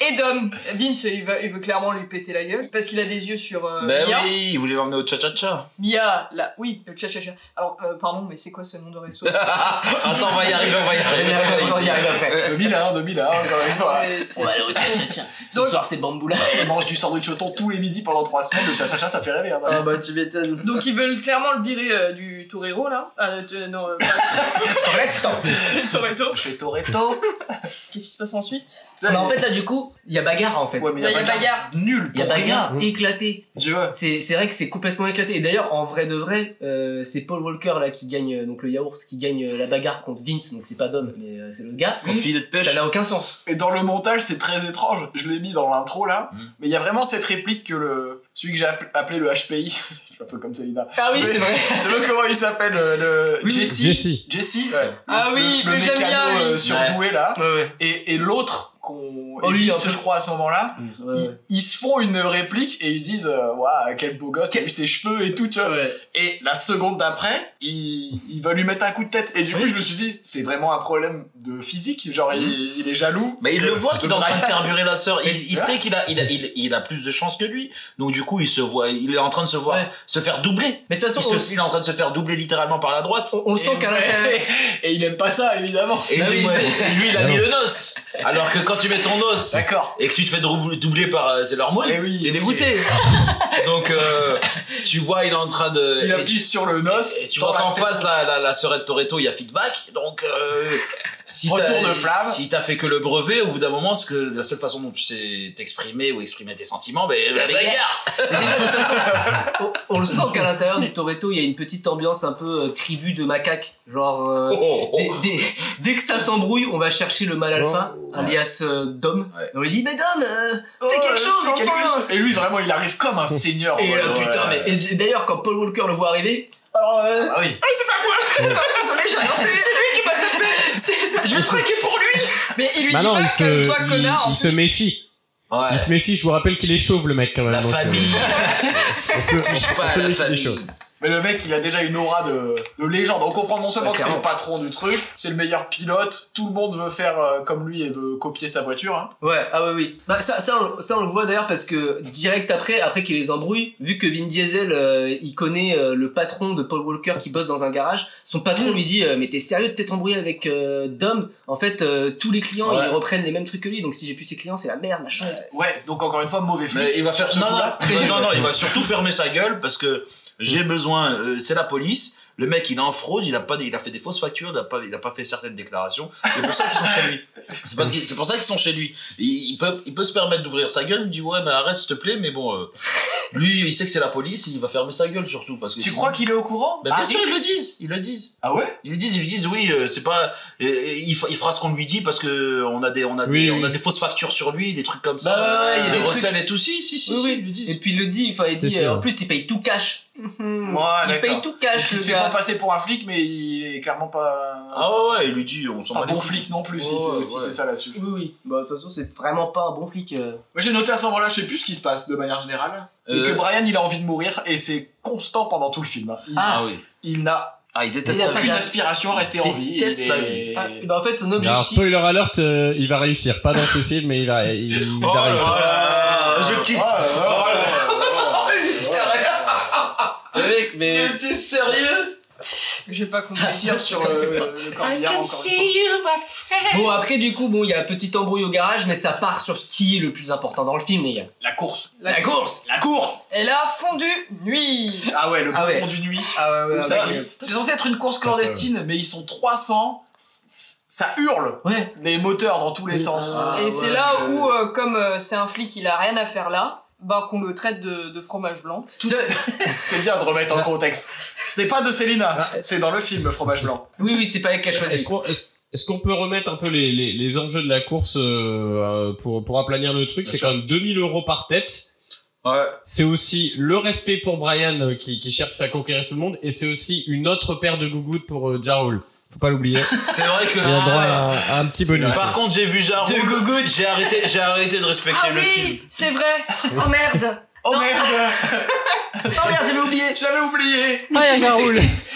A: et, et Dom. Vince, il, va, il veut clairement lui péter la gueule parce qu'il a des yeux sur euh,
E: Ben
A: Mia.
E: oui, il voulait l'emmener au cha-cha-cha.
A: Mia, là, oui, le tcha tcha tcha. Alors, euh, pardon, mais c'est quoi ce nom
E: [laughs]
A: de resto
E: Attends, on va y arriver, on va y
B: On y arrive, on y
E: arriver.
B: arrive après.
J: 2001, 2001, quand
B: [laughs]
J: même. voilà.
A: Et c'est-
B: On va aller au tcha tcha tcha. Ce
A: Donc-
B: soir, c'est Bamboula.
J: Elle mange du sandwich au thon tous les midis pendant 3 semaines, le cha-cha-cha, ça fait rêver. Hein,
B: Ah bah, tu m'étonnes.
A: Donc, ils veulent clairement le virer euh, du Torero, là. Ah, de- non, euh, pas- [laughs] Toretto.
J: Chez Toretto.
A: Qu'est-ce qui se passe ensuite
B: Bah, en fait, là, du coup, il y a bagarre en fait.
J: Ouais, mais
A: Il y a bagarre.
J: Nul.
B: Il y a
J: pour rien.
B: bagarre
E: Mmh.
B: éclatée.
J: Tu vois.
B: C'est c'est vrai que c'est complètement éclaté. Et d'ailleurs, en vrai de vrai, euh, c'est Paul Walker là qui gagne, euh, donc le yaourt qui gagne euh, la bagarre contre Vince. Donc c'est pas Dom, mais euh, c'est l'autre gars.
E: Une fille de pêche.
B: Ça n'a aucun sens.
J: Et dans le montage, c'est très étrange. Je l'ai mis dans l'intro là,
E: Mm.
J: mais il y a vraiment cette réplique que le celui que j'ai app- appelé le HPI, [laughs] je suis un peu comme Selina.
B: Ah
J: oui, c'est
B: vrai.
J: Tu vois comment il s'appelle euh, le
B: Oui.
J: Jesse
K: Jesse.
J: Jesse, ouais.
A: Ah
J: Le-
A: oui,
J: le,
A: mais j'aime
J: mécano
A: bien,
J: euh,
A: lui.
J: surdoué là.
B: Ouais, ouais.
J: Et, et l'autre qu'on
B: Oh, lui,
J: et
B: un
J: Vince,
B: peu.
J: je crois à ce moment-là,
B: Ouais, ouais.
J: ils, ils se font une réplique et ils disent euh, waouh quel beau gosse, t'as vu ses cheveux et tout, tu vois.
B: Ouais.
J: Et la seconde d'après, il, il va lui mettre un coup de tête. Et du coup, je me suis dit, c'est vraiment un problème de physique. Genre, il, il est jaloux.
E: Mhm. Mais il le voit qu'il est en train de carburer la sœur. Il, il
J: Ouais.
E: sait qu'il a, il a, il, il a plus de chance que lui. Donc du coup, il se voit, il est en train de se voir
B: Ouais.
E: se faire doubler.
B: Mais de toute
E: Il,
B: façon, on,
E: se, il est en train de se faire doubler littéralement par la droite.
B: on- on sent qu'à l'intérieur.
J: [laughs] Et il aime pas ça, évidemment.
E: Et
B: Ah
E: lui,
B: oui.
E: ouais, [laughs] lui, il a
K: Ah
E: mis le noce. Alors que quand tu mets ton os
J: D'accord.
E: et que tu te fais drou- doubler par euh, c'est leur moule,
J: Eh oui.
E: t'es dégoûté. [laughs] Donc euh, tu vois, il est en train de.
J: Il
E: et
J: appuie
E: tu-
J: sur le noce.
E: Et tu
J: dans
E: vois
J: la
E: qu'en
J: tête.
E: face, la, la, la sœur de Toretto, il y a feedback. Donc, euh, si
J: Retour
E: t'as-
J: de flamme.
E: Si t'as fait que le brevet, au bout d'un moment, ce que la seule façon dont tu sais t'exprimer ou exprimer tes sentiments, ben, bah, bagarre.
B: on, on le sent qu'à l'intérieur du Toretto, il y a une petite ambiance un peu euh, tribu de macaques. Genre, euh,
E: Oh, oh,
B: dès,
E: oh.
B: dès- dès que ça s'embrouille, on va chercher le mal alpha, alias euh, Dom.
E: Ouais.
B: Et On lui dit, mais Dom, euh,
J: Oh,
B: fais
J: euh,
B: quelque chose,
J: fais quelque
B: enfin
J: chose. Et lui, vraiment, il arrive comme un seigneur.
B: Et
J: Ouais,
B: euh,
J: ouais.
B: putain, mais et d'ailleurs, quand Paul Walker le voit arriver, [laughs] alors euh,
J: Ah oui.
A: [laughs]
B: désolé, j'ai rien fait.
A: Je vais traquer pour lui Mais il lui
K: Bah
A: dit
K: non,
A: pas
K: il
A: que
K: se,
A: toi,
K: il-
A: connard,
K: il,
A: en
K: se
A: plus.
K: méfie.
E: Ouais.
K: Il se méfie, je vous rappelle qu'il est chauve le mec quand même.
E: La
K: donc, euh,
E: famille.
K: on
E: [laughs]
K: se-
E: Touche pas
K: on se
E: à la
K: méfie des
E: famille.
K: choses.
J: Mais le mec, il a déjà une aura de, de légende. On comprend non seulement
B: Ouais,
J: que c'est le
B: clairement.
J: patron du truc, c'est le meilleur pilote, tout le monde veut faire euh, comme lui et veut copier sa voiture. Hein.
B: Ouais, ah oui, oui. Bah, ça, ça, on, le- ça, on le voit d'ailleurs parce que direct après, après qu'il les embrouille, vu que Vin Diesel, euh, il connaît euh, le patron de Paul Walker qui bosse dans un garage, son patron lui dit euh, Mais t'es sérieux de t'être embrouillé avec euh, Dom En fait, euh, tous les clients,
E: Ouais.
B: ils reprennent les mêmes trucs que lui, donc si j'ai plus ses clients, c'est la merde, machin.
J: Ouais, donc encore une fois, mauvais flic.
E: Mais il va faire
J: Ce
E: non, non,
J: coup-là,
E: non, non, il va surtout fermer sa gueule parce que j'ai besoin. euh, c'est la police. Le mec, il est en fraude. Il a pas, il a fait des fausses factures. Il a pas, il a pas fait certaines déclarations. C'est pour ça qu'ils sont chez lui. C'est parce qu'il- c'est pour ça qu'ils sont chez lui. Il, il peut, il peut se permettre d'ouvrir sa gueule. Il me dit ouais, mais arrête, s'il te plaît. Mais bon, euh, lui, il sait que c'est la police. Il va fermer sa gueule surtout parce que.
J: Tu crois qu'il est au courant
E: Bah, bien sûr, ils le disent. Ils le disent.
J: Ah ouais
E: Ils lui disent, ils lui disent, oui, euh, c'est pas, euh, il, fa- il fera ce qu'on lui dit parce que on a des, on a des,
K: Oui, oui.
E: on a des fausses factures sur lui, des trucs comme ça.
B: Bah ouais, ouais, il y a
E: des
B: des trucs.
E: recels et tout, si, si, si,
B: Oui,
E: si,
B: oui.
E: ils lui disent.
B: Et puis il le dit, enfin, il dit
K: C'est
B: euh,
K: ça.
B: En plus, il paye tout cash.
A: Hmm.
J: Ouais,
B: il
J: d'accord.
B: paye tout
J: Il
B: cash,
J: se
B: le
J: fait pas
B: gars.
J: passer pour un flic, mais il est clairement pas.
E: Ah ouais, ouais, il lui dit, on s'en
J: Pas
E: bat les
J: Ah, bon
E: couilles.
J: flic non plus, si
E: Ouais,
J: c'est
E: ouais.
J: si c'est ça la suite.
B: Oui, oui. Bah, de toute façon, c'est vraiment pas un bon flic. euh.
J: Moi j'ai noté à ce moment-là, je sais plus ce qui se passe de manière générale. mais
E: Euh.
J: que Brian il a envie de mourir et c'est constant pendant tout le film. hein. Il-
E: Ah oui.
J: Il n'a
E: Ah, il déteste
B: Il a
E: la
B: pas
E: vie.
J: aucune aspiration à rester
E: Il
J: en vie.
E: déteste
J: il
E: la
J: est-
B: Ah, bah, en fait, son objectif.
K: Alors spoiler alert, euh, il va réussir. Pas dans ce film, mais il va, il, il va
E: Oh là
K: réussir.
E: là, je
J: Ouais,
E: quitte.
J: ouais,
E: Ah,
J: ouais, ouais.
B: Le mec, Ah, [laughs] mais.
E: Mais t'es sérieux?
A: J'ai pas
E: Ah,
A: compris.
J: Tire sur euh, le corbillard encore une fois.
B: Bon, après, du coup, bon, il y a un petit embrouille au garage, mais ça part sur ce qui est le plus important dans le film, les gars.
J: La course.
B: La course
J: La course
A: Et là, fondu, nuit
J: Ah ouais, le
B: Ah
J: bon
B: ouais.
J: fond du nuit.
B: Ah ouais, ouais,
J: Ça,
B: ouais.
J: C'est censé être une course clandestine, mais ils sont 300. c- c- Ça hurle
B: Ouais.
J: les moteurs dans tous les sens.
B: Ah,
A: Et
B: ouais,
A: c'est là où, euh, comme euh, c'est un flic, il a rien à faire là, bah qu'on le traite de, de fromage blanc.
J: C'est bien de remettre en contexte. Ce n'est pas de Célina, c'est dans le film Fromage Blanc.
B: Oui, oui, c'est pas elle qui a
K: Est-ce
B: choisi.
K: qu'on est-ce- est-ce qu'on peut remettre un peu les, les, les enjeux de la course euh, euh, pour, pour aplanir le truc
E: Bien
K: C'est
E: sûr.
K: quand même 2000 euros par tête.
E: Ouais.
K: C'est aussi le respect pour Brian euh, qui, qui cherche à conquérir tout le monde. Et c'est aussi une autre paire de gougouttes pour euh, Ja Rule. Faut pas l'oublier.
E: C'est vrai que.
K: [laughs] Il a droit à un, à un petit bonus.
E: Par contre, j'ai vu Jarro. J'ai arrêté, j'ai arrêté de respecter
A: Ah
E: le film.
A: oui, c'est vrai. Oh merde.
J: Oh
A: [laughs]
J: merde
B: Oh merde, j'avais oublié
J: J'avais oublié
B: Mais sexiste.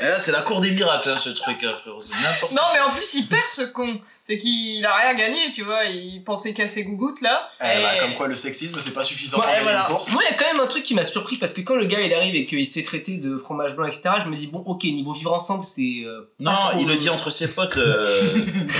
E: Et là, c'est la cour des miracles, hein, ce truc, hein, frérot. C'est n'importe
A: Non, mais en plus, il perd ce con. C'est qu'il a rien gagné, tu vois. Il pensait qu'à ses gougouttes là.
J: Eh bah, comme quoi le sexisme c'est pas suffisant
A: Ouais,
J: pour gagner
A: voilà.
J: une course.
B: Moi, il y a quand même un truc qui m'a surpris parce que quand le gars il arrive et qu'il se fait traiter de fromage blanc, etc., je me dis, bon, ok, niveau vivre ensemble, c'est. euh, pas
E: Non,
B: trop-
E: il le dit entre ses potes, euh,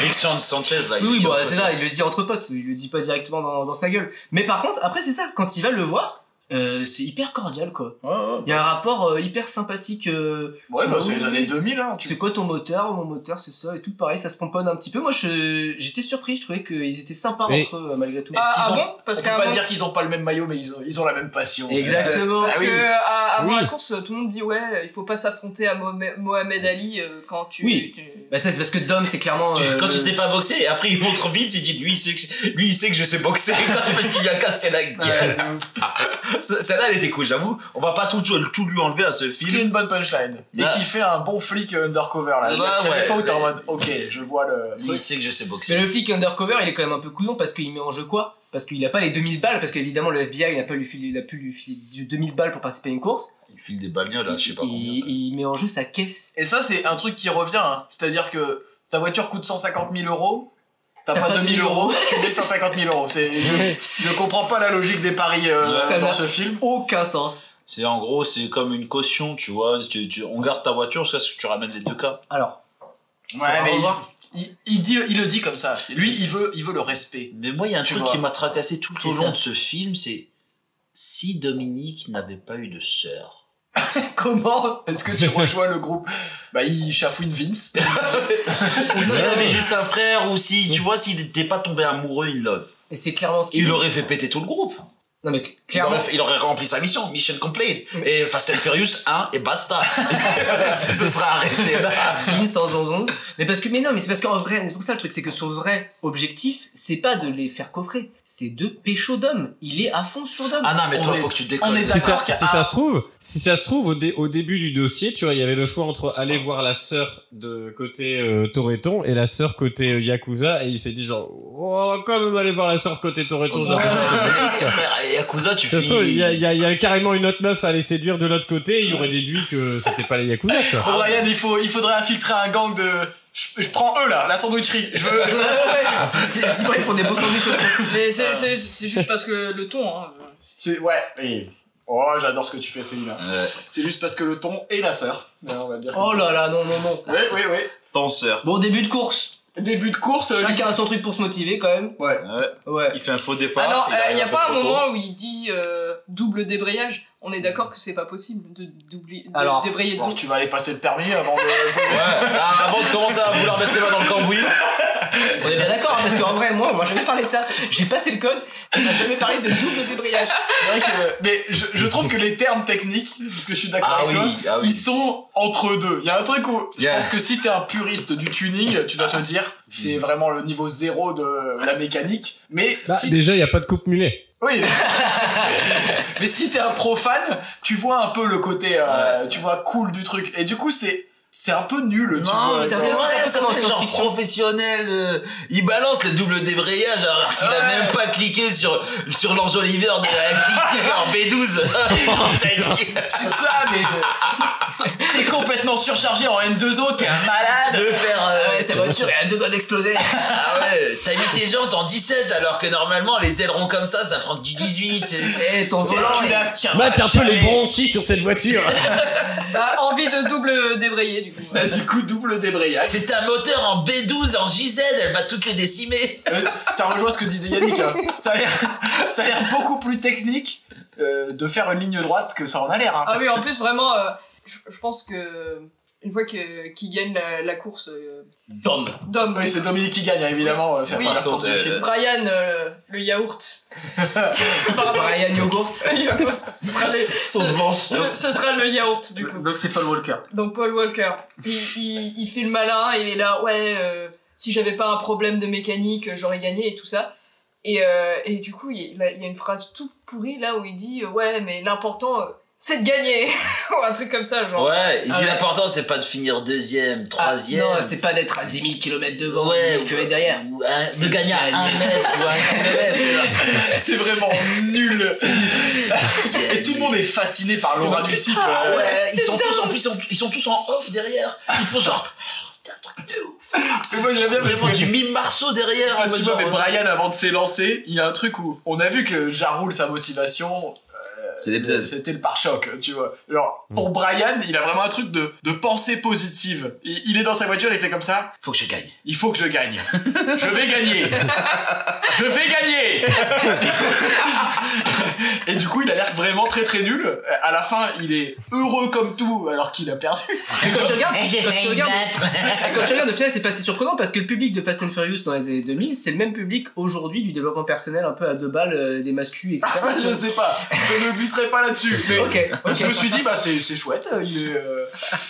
E: Rick Chance Sanchez, là. il
B: Oui, oui,
E: dit
B: bon,
E: entre
B: c'est
E: ses-
B: ça, il le dit entre potes, il le dit pas directement dans, dans sa gueule. Mais par contre, après, c'est ça, quand il va le voir, euh, c'est hyper cordial quoi.
E: Ouais, ouais.
B: Il y a un rapport euh, hyper sympathique. euh,
J: Ouais,
B: sur-
J: bah c'est les années 2000 hein.
B: Tu
J: Tu...
B: fais quoi ton moteur Mon moteur, c'est ça, et tout pareil, ça se pomponne un petit peu. Moi, je- j'étais surpris, je trouvais qu'ils étaient sympas
K: Et-
B: entre eux euh, malgré tout.
A: Ah, ah
J: qu'ils ont-
A: bon Parce
J: On peut
A: qu'à un
J: pas
A: moment-
J: dire qu'ils ont pas le même maillot mais ils ont, ils ont la même passion.
E: Euh,
B: Exactement.
A: Parce
J: Ah oui.
A: que à- avant
K: Oui.
A: la course, tout le monde dit ouais, il faut pas s'affronter à Mohamed, Mohamed Ali euh, quand tu.
B: Oui.
A: tu-
B: Bah, ça, c'est parce que Dom, c'est clairement.
E: Tu-
B: euh,
E: Quand
B: le-
E: tu sais pas boxer, et après il montre vite, il dit lui il sait que je, lui, il sait que je sais boxer [laughs] parce qu'il lui a cassé la gueule. [laughs] Ce- Celle-là elle était cool, j'avoue. On va pas tout, tout, tout lui enlever à ce
J: Qui est
E: film.
J: une bonne punchline. Et
E: Ah.
J: qui fait un bon flic euh, undercover là. Il y a-
E: Ah
J: il y a des
E: ouais,
J: fois où t'es en
E: mais-
J: mode ok je vois le
E: Lui, il
J: truc.
E: sait que je sais boxer.
B: Mais le flic undercover, il est quand même un peu couillon parce qu'il met en jeu quoi Parce qu'il a pas les 2000 balles, parce qu'évidemment le FBI il a, pas lui filé, il a pu lui filer 2000 balles pour participer à une course.
E: Il file des bagnoles, là, Bah, je sais pas
B: il,
E: combien.
B: il met en jeu sa caisse.
J: Et ça c'est un truc qui revient. hein. C'est-à-dire que ta voiture coûte 150 000 euros. T'as pas 2000 euros, tu mets 150 000 euros. C'est- Je, je comprends pas la logique des paris euh,
B: Ça
J: dans
B: n'a-
J: ce film.
B: Aucun sens.
E: C'est en gros, c'est comme une caution, tu vois. Tu, tu- on garde ta voiture jusqu'à ce que tu ramènes les deux cas.
B: Alors,
J: Ouais, mais
B: au
J: il,
B: revoir.
J: il, il dit, il le dit comme ça. Lui, il veut, il veut le respect. [laughs]
E: Mais moi, il y a un
J: Tu
E: truc
J: vois.
E: qui m'a tracassé tout
B: C'est
E: au long
B: ça.
E: de ce film, c'est si Dominique n'avait pas eu de
B: [laughs]
E: sœur.
J: Comment est-ce que tu rejoins le groupe Bah, il chafouine Vince.
E: Ou s'il avait juste un frère, ou si, tu vois, s'il n'était pas tombé amoureux in love,
B: et c'est clairement ce qu'il.
E: il aurait fait péter tout le groupe.
B: Non mais cl-
E: Il
B: clairement.
E: aurait, il aurait rempli sa mission, Mission Complete. Et Fast and Furious 1 et basta. [laughs] Ça se sera arrêté là.
B: In [laughs] sans zonzon. Mais parce que, mais non, mais c'est parce qu'en vrai, c'est pour ça le truc, c'est que son vrai objectif, c'est pas de les faire coffrer, c'est de pécho d'homme. Il est à fond sur d'homme.
E: Ah non, mais toi,
J: On est-
E: faut que tu déconnes.
J: on est
K: Si ça,
J: D'accord, qu'il y a
K: si ça se trouve, si ça se trouve au, dé- au début du dossier, tu vois, il y avait le choix entre aller voir la sœur de côté euh, Toretton et la sœur côté euh, Yakuza, et il s'est dit genre, oh, on va quand même aller voir la sœur côté Toretton.
E: [laughs]
K: genre,
E: Frère, et Yakuza, tu
K: ça se trouve,
E: finis.
K: il y a, il y a- il y a carrément une autre meuf à aller séduire de l'autre côté, et il aurait déduit que c'était pas les Yakuza. quoi.
E: Ah,
J: Bon, Ryan, il, faut, il faudrait infiltrer un gang de. Je, je prends eux là, la sandwicherie. Je veux, je veux la
B: [laughs]
J: sandwicherie.
B: C'est c'est pas, ils font des beaux sandwichs.
A: Mais c'est- c'est c'est juste parce que le ton.
J: [laughs]
A: Hein.
J: C'est- Ouais. et- Oh, j'adore ce que tu fais, Céline.
E: Euh,
J: C'est juste parce que le ton et la sœur. Ouais, On va le dire comme
B: Oh
J: ça.
B: là là, non, non, non.
J: Oui, oui, oui.
E: ton sœur.
B: Bon, début de course.
J: Début de course. euh,
B: Chacun a son truc pour se motiver quand même.
J: Ouais.
E: Ouais,
B: Ouais.
E: il fait un faux départ.
A: Ah non, il
E: arrive
A: n'y a
E: peu
A: pas un
E: trop tôt.
A: moment où il dit euh, double débrayage. On est d'accord que c'est pas possible de, doubler, de
B: Alors,
A: débrayer
J: Mm. Bon,
A: deux-
J: tu vas aller passer le permis avant de. [laughs]
E: Ouais, Ah, avant de commencer à vouloir mettre les mains dans le cambouis.
B: On est bien d'accord, hein, parce qu'en vrai, moi, on m'a jamais parlé de ça. J'ai passé le code, on m'a jamais parlé de double débrayage.
J: C'est vrai que. Mais je, je trouve que les termes techniques, parce que je suis d'accord
E: Ah
J: avec toi,
E: oui, ah oui.
J: ils sont entre deux. Il y a un truc où je
E: Yeah.
J: pense que si t'es un puriste du tuning, tu dois te dire c'est
E: Mm.
J: vraiment le niveau zéro de la mécanique. Mais
K: Bah,
J: si
K: déjà, il n'y a pas de coupe mulet.
J: oui. [laughs] mais si t'es un profane, tu vois un peu le côté, euh, tu vois cool du truc. Et du coup c'est c'est un peu nul. tu
E: Non,
J: vois,
E: mais c'est
J: genre.
E: vrai,
B: ça fait
E: ça
B: comme en
E: fait genre
B: science-fiction.
E: professionnel. euh, il balance le double débrayage alors qu'il a
J: Ouais.
E: même pas cliqué sur, sur l'enjoliveur de [laughs] la en B12.
J: Je sais pas, mais euh, t'es complètement surchargé en N2O, t'es un malade.
E: Le faire. euh,
B: Ouais, sa voiture est à deux doigts d'exploser.
E: ah ouais, t'as mis tes jantes en 17 alors que normalement les ailerons comme ça, ça prend que du
J: [laughs]
E: 18.
B: Eh, ton
J: C'est
B: volant, il
J: dégueulasse, tiens.
K: Mate un peu les
J: jamais.
K: bronchis sur cette voiture.
A: Bah, envie de double débrayer du coup.
J: Bah, du coup, double débrayage.
E: C'est un moteur en B12 en JZ, elle va toutes les décimer.
J: Euh, ça rejoint ce que disait Yannick. hein. Ça a l'air, ça a l'air beaucoup plus technique euh, de faire une ligne droite que ça en a l'air. hein.
A: Ah oui, en plus, vraiment, euh, je je pense que. Une fois que- qu'il gagne la, la course, euh,
E: Dom.
A: Dom,
J: Oui, c'est Dominique qui gagne, hein, évidemment. euh, C'est
A: Oui.
J: la première course du
E: Euh,
J: film.
A: Brian, euh,
B: [laughs]
A: le yaourt.
B: Brian
A: [laughs]
B: Yogourt.
A: Ce sera, les-
E: Sauce blanche.
A: ce- ce sera le yaourt du coup.
B: Donc c'est Paul Walker.
A: Donc Paul Walker, il, il, il fait le malin, il est là, ouais, euh, si j'avais pas un problème de mécanique, euh, j'aurais gagné et tout ça. Et, euh, et du coup, il y, a, il y a une phrase tout pourrie là où il dit, euh, ouais, mais l'important, euh, c'est de gagner [laughs] ou un truc comme ça genre.
E: Ouais, Ah, il
A: Ah
E: dit
A: ouais.
E: l'important c'est pas de finir deuxième, troisième.
H: non, c'est pas d'être à 10 000 km devant
E: Ouais,
H: ou que être derrière.
E: de gagner à un mètre ou à un [laughs] kilomètre.
J: C'est vraiment nul. Et tout le monde est fasciné par l'aura du type. euh,
E: Ah Ouais, ils sont, tous en, ils, sont, ils sont tous en off derrière. Ils font genre.
J: Ah, Mais moi j'aime bien
E: Vraiment du mime Marceau derrière.
J: Ah,
E: en mode
J: tu vois, mais
E: genre,
J: Brian avant de s'élancer, il y a un truc où on a vu que Ja Rule, sa motivation. euh,
E: C'est les bzaises.
J: C'était le pare-choc, tu vois. Genre, pour Brian, il a vraiment un truc de, de pensée positive. Il, il est dans sa voiture, il fait comme ça.
E: Faut que je gagne.
J: Il faut que je gagne. [laughs] je vais gagner. je vais gagner. [laughs] Et du coup, il a l'air vraiment très très nul. À la fin, il est heureux comme tout alors qu'il a perdu.
B: Mais quand tu regardes,
H: J'ai
B: quand
H: failli
B: tu regardes,
H: battre.
B: quand tu regardes, au final, c'est pas si surprenant parce que le public de Fast and Furious dans les années 2000, c'est le même public aujourd'hui du développement personnel un peu à deux balles, euh, des mascus, etc.
J: Ah, ça, je sais pas. Je ne glisserai pas là-dessus. Mais
B: Ok, ok.
J: je me suis dit, bah, c'est c'est chouette. euh, Il est, euh,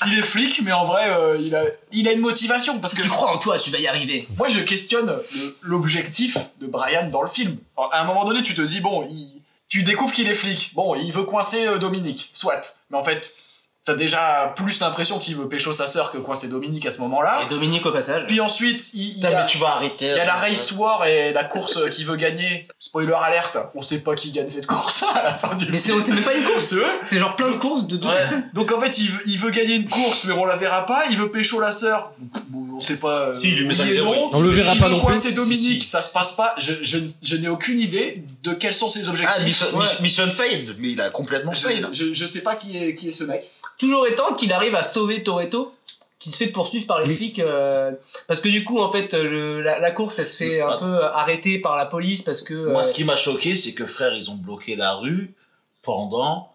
J: il est flic, mais en vrai, euh, il, a, il a une motivation. Parce
H: Si
J: que
H: tu crois en toi, tu vas y arriver.
J: moi, je questionne le- l'objectif de Brian dans le film. Alors, À un moment donné, tu te dis, bon, il- tu découvres qu'il est flic. Bon, il veut coincer euh, Dominique, soit. Mais en fait, t'as déjà plus l'impression qu'il veut pécho sa sœur que coincer Dominique à ce moment-là.
B: Et Dominique au passage.
J: Puis ensuite, il, il
E: Putain,
J: a-
E: Ah. mais tu vas arrêter.
J: il y a la race war et la course euh, qui veut gagner. Spoiler alerte, on sait pas qui gagne cette course [laughs] à la fin du
B: Mais c'est c'est même pas une course,
J: eux.
B: c'est genre plein de courses de deux
J: Ouais.
B: personnes.
J: [laughs] Donc en fait, il veut, il veut gagner une course, mais on la verra pas. Il veut pécho la sœur. Bon, on sait pas. euh,
L: Si, il lui met
J: oui et
L: 5-0,
J: non.
K: On le verra
J: Il
K: pas
J: veut
K: non plus.
J: coincer Dominique, ça se passe pas. Je, je, je n'ai aucune idée de quels sont ses
E: Ah,
J: objectifs.
E: mission,
J: Ouais.
E: mission failed. Mais il a complètement fail.
J: Je, je, je sais pas qui est, qui est ce mec.
B: Toujours étant qu'il arrive à sauver Toretto, qui se fait poursuivre par les
K: Oui.
B: flics, euh, parce que du coup, en fait, le- la, la course, elle se fait un
E: Ah.
B: peu euh, arrêter par la police parce que. euh,
E: Moi, ce qui m'a choqué, c'est que frère, ils ont bloqué la rue pendant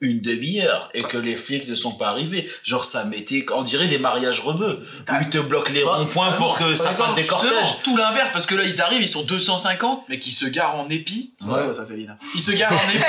E: une demi-heure et que les flics ne sont pas arrivés. Genre, ça mettait, on dirait les mariages rebeux. Où ils te bloquent les ronds-points pour que ça
J: bah,
E: fasse des cortèges.
J: Tout l'inverse, parce que là, ils arrivent, ils sont 250, mais qui se garent en épi. C'est pas toi, ça, Céline. Ils se garent en épi.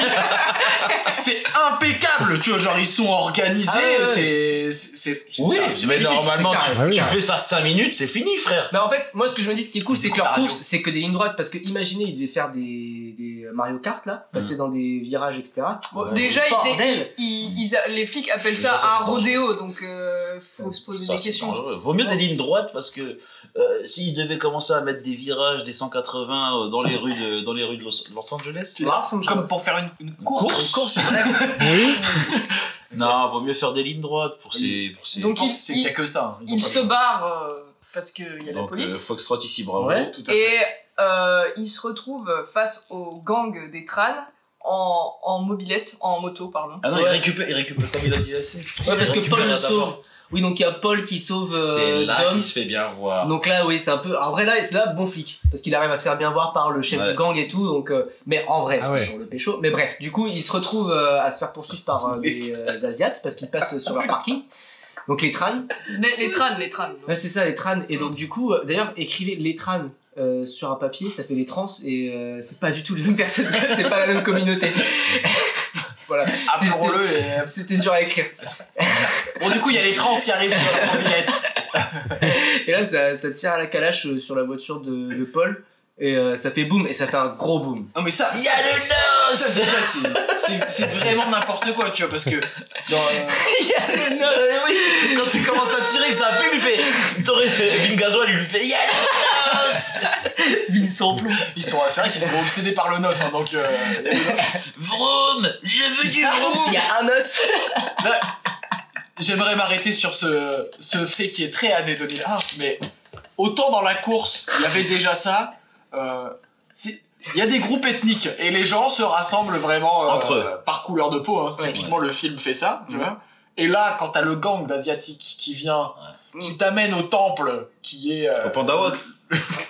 J: c'est impeccable, tu vois. Genre, ils sont organisés.
B: Ah ouais, ouais.
J: c'est- c'est- c'est- c'est-
E: Oui,
J: c'est magnifique,
E: mais
J: c'est
E: normalement,
J: carré.
E: tu,
K: Ah oui.
E: tu fais ça 5 minutes, c'est fini, frère.
B: Mais Bah, en fait, moi, ce que je me dis, ce qui est cool, c'est que
J: la
B: leur
J: radio.
B: course, c'est que des lignes droites. Parce que imaginez, ils devaient faire des, des Mario Kart, là,
E: Mm.
B: passer dans des virages, etc.
A: Bon, déjà, ils-
B: Bordel.
A: ils- ils- ils- les flics appellent ça,
E: Ça, ça,
A: un
E: c'est
A: rodéo, donc euh, faut se poser
E: Ça,
A: des
E: c'est
A: questions.
E: dangereux. Vaut mieux des lignes droites parce que euh, s'ils devaient commencer à mettre des virages, des 180 euh, dans les rues de, dans les rues de Los, Los Angeles.
J: Tu vois, Comme pour faire une, une
E: Course,
J: course.
E: course, [laughs] Non, vaut mieux faire des lignes droites pour ces. Pour ces...
J: Donc,
A: Donc,
J: il,
A: ils-
J: c'est qu'il y a que ça. hein. Ils ont
A: Ils
J: pas
A: se
J: le-
A: barrent euh, parce qu'il y a la
E: Donc, euh,
A: police.
E: Foxtrot ici, bravo.
B: Ouais.
J: Tout à fait.
A: Et euh, ils se retrouvent face au gang des crânes en, en mobilette, en moto, pardon.
E: Ah non, il
B: Ouais.
E: récupère, il récupère comme il a dit assez.
B: Ouais, parce
E: Il
B: que
E: récupère
B: Paul le
E: la d'abord.
B: sauve. Oui, donc il y a Paul qui sauve
E: C'est
B: euh,
E: là
B: Dom.
E: qu'il se fait bien voir.
B: Donc là, oui, c'est un peu. En vrai, là, c'est là, bon flic. Parce qu'il arrive à se faire bien voir par le chef
E: Ouais.
B: du gang et tout. Donc, euh, mais en vrai,
K: Ah
B: c'est
K: ouais.
B: pour le pécho. Mais bref, du coup, il se retrouve euh, à se faire poursuivre
E: [laughs]
B: par euh, des euh, Asiates parce qu'ils passent sur leur parking. Donc les tranes.
A: Les, les crânes, les crânes.
B: Ouais, c'est ça, les tranes. Et donc, du coup, euh, d'ailleurs, écrivez les tranes euh, sur un papier, ça fait les trans, et euh, c'est pas du tout les mêmes personnes, [laughs] c'est pas la même communauté. [laughs] voilà.
J: Ah,
B: C'était-
J: Apprends-le et-
B: c'était- C'était dur à écrire.
J: euh, Bon, du coup, il y a les trans qui arrivent sur la mobilette.
B: Et là, ça, ça tire à la calache euh, sur la voiture de, de Paul, et euh, ça fait boum, et ça fait un gros boum.
J: Non, mais ça.
E: Il y a le nose
J: ça, déjà, c'est- c'est- c'est vraiment n'importe quoi, tu vois, parce que. dans, euh,
E: Euh, oui, Quand il commence à tirer, que ça fume, il fait. Torre- Vin Gasoil, il lui fait. Il y a le nose
B: Vincent
J: ils sont, c'est vrai qu'ils sont obsédés par le noce, hein, donc. euh, il y a le noce.
E: Vroom J'ai vu du vroom
B: Il y a un os
J: J'aimerais m'arrêter sur ce, ce fait qui est très année 2001, mais autant dans la course, il y avait déjà ça. euh, c'est- il y a des groupes ethniques et les gens se rassemblent vraiment euh,
E: Entre eux. Mhm.
J: par couleur de peau. hein.
B: Ouais.
J: Typiquement, le film fait ça. tu vois. Et là, quand t'as le gang d'asiatiques qui vient, qui t'amène au temple, qui est. euh,
E: Au Panda Walk.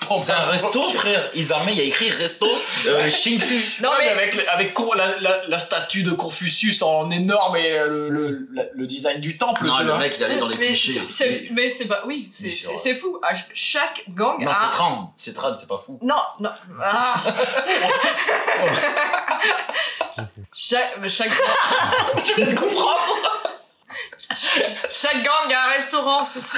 J: Panda
E: C'est un
J: Walk.
E: resto, frère. Ils amènent, il y a écrit resto euh, Shinfu.
J: Non, mais, avec, le- avec con- la, la- la statue de Confucius en énorme et euh, le, le- la- le design du temple,
E: Non,
J: tu
E: le
J: vois.
E: mec, il allait dans les
A: mais
E: clichés. hein.
A: c'est- c'est- mais c'est pas. Oui, c'est-
E: Mais genre-
A: c'est c'est fou. À ch- chaque gang
E: Non,
A: a.
E: c'est Tran. C'est Tran, c'est pas fou.
A: Non, non. Ah. chaque, chaque,
E: [laughs] Je ne comprends pas.
A: chaque gang a un restaurant, c'est fou.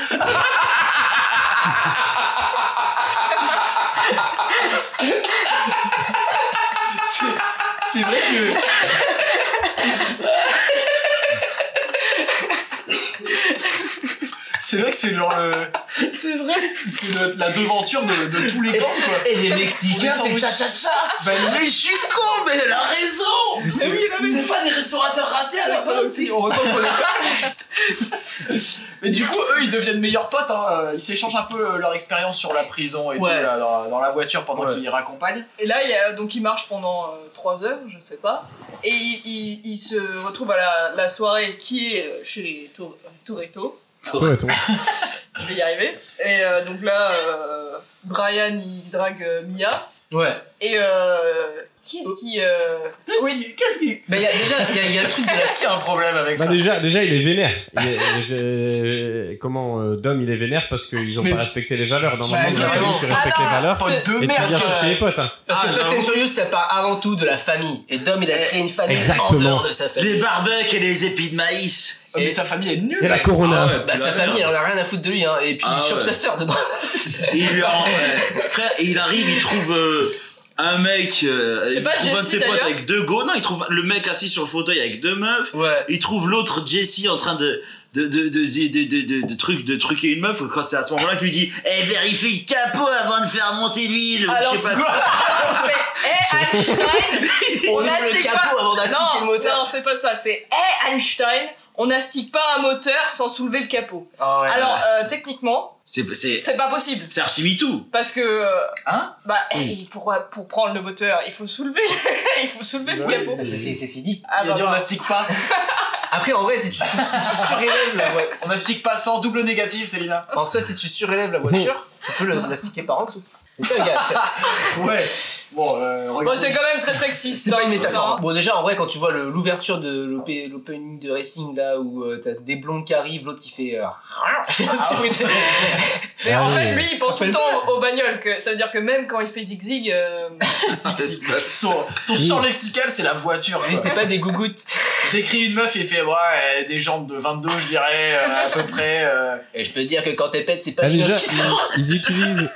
J: C'est vrai que. c'est genre le. C'est vrai. C'est le- la devanture de, de tous les camps, quoi.
E: Et les Mexicains, c'est cha-cha-cha.
J: Ben,
E: Mais je suis con, mais elle a raison.
J: Mais c'est-
E: Mais oui, non, mais c'est pas des restaurateurs ratés à la base.
J: Si, heureusement qu'on est pas. Mais du coup, eux, ils deviennent meilleurs potes. hein. Euh, Ils s'échangent un peu euh, leur expérience sur la prison et
A: Ouais.
J: tout, là, dans, dans la voiture pendant qu'ils raccompagnent.
A: Et là, il y a- donc il marche pendant 3 heures, je sais pas. Et il, il- il se retrouve à la, la soirée qui est euh, chez les Tour- Toretto.
K: Bah,
A: Je vais y arriver. Et euh, donc là, euh, Brian, il drague euh, Mia.
B: Ouais.
A: Et euh, qui est-ce qui... euh,
J: Oui, qu'est-ce qui...
B: Bah, y a, déjà, il y a, y a le truc de la- est-ce qu'il y a un problème avec
K: Bah
B: ça.
K: déjà, déjà, il est vénère. Il est- il est- euh, comment euh, Dom, il est vénère parce qu'ils ont
B: Mais-
K: pas respecté les valeurs. Normalement,
B: Bah,
K: il y a
B: évidemment.
K: qui respecte les valeurs.
B: Pote de
K: et tu
B: merde,
K: viens
B: ça.
K: chercher les potes. hein.
B: Parce
E: Ah,
B: que Fast and
E: j'avoue.
B: Furious, ça part avant tout de la famille. Et Dom, il a créé une famille en
K: Exactement.
B: dehors de sa famille.
E: Les barbecues et les épis de maïs.
J: Ah, Mais sa famille est nulle.
K: Et la Corona.
E: Ah ouais,
B: Bah,
E: tu
B: sa
E: l'as
B: famille,
E: bien.
B: elle en a rien à foutre de lui, hein. Et puis,
E: Ah
B: il chope
E: ouais.
B: sa sœur dedans.
A: hein.
E: Il lui rend, ouais. frère, et il arrive, il trouve euh, un mec, euh,
A: C'est
E: il
A: pas
E: trouve un de
A: Jesse,
E: ses potes
A: d'ailleurs
E: avec deux go, non, il trouve le mec assis sur le fauteuil avec deux meufs,
B: Ouais.
E: il trouve l'autre Jesse en train de de de de de de, de, de, de truc de truquer une meuf quand c'est à ce moment-là qu'il lui dit eh vérifie le capot avant de faire monter l'huile
A: Alors,
E: je sais
A: c'est-
E: pas
A: c'est Hey [laughs] Einstein
B: On
A: a
B: ouvre le capot avant d'astiquer le moteur.
A: Non, c'est pas ça, c'est Hey Einstein, on n'astique pas un moteur sans soulever le capot.
B: Ah ouais.
A: Alors, euh, techniquement,
E: c'est c'est
A: c'est pas possible.
E: c'est archimitou
A: Parce que. euh,
B: Hein
A: Bah, hey, pour, pour prendre le moteur, il faut soulever, [laughs] il faut soulever le capot.
B: Bah, C'est c'est- c'est ce qu'il dit.
A: Ah,
J: il a
A: bah,
J: dit on
A: bah.
J: mastique pas.
B: Après, en vrai, si tu, si tu surélèves la voiture.
J: On mastique pas sans double négatif, Célina.
B: En soi, si tu surélèves la voiture, tu peux la l'astiquer par en dessous. C'est ça, le gars. c'est-
J: Ouais. Bon, euh,
A: Bon,
J: regarde.
A: c'est quand même très sexiste.
B: C'est pas
A: hein,
B: une
A: tout ça,
B: métaphore.
A: hein.
B: Bon, déjà, en vrai, quand tu vois le- l'ouverture de l'op- l'opening de Racing, là, où euh, t'as des blondes qui arrivent, l'autre qui fait. euh, [laughs] fait un
E: Ah,
B: petit bruit de- [laughs]
A: Mais
K: Ah
A: en
K: oui.
A: fait, lui, il pense tout le temps aux bagnoles. Que, ça veut dire que même quand il fait zig-zig, euh,
J: Son, son champ lexical, c'est la voiture.
B: Lui,
J: quoi.
B: c'est pas des gougouttes.
J: T'écris une meuf et il fait ouais, elle a des jambes de 22, je dirais, euh, à peu près. euh.
B: Et je peux te dire que quand t'es pète, c'est pas
K: Ah,
B: des
K: déjà,
B: gosses qui sortent.
K: ils, ils utilisent,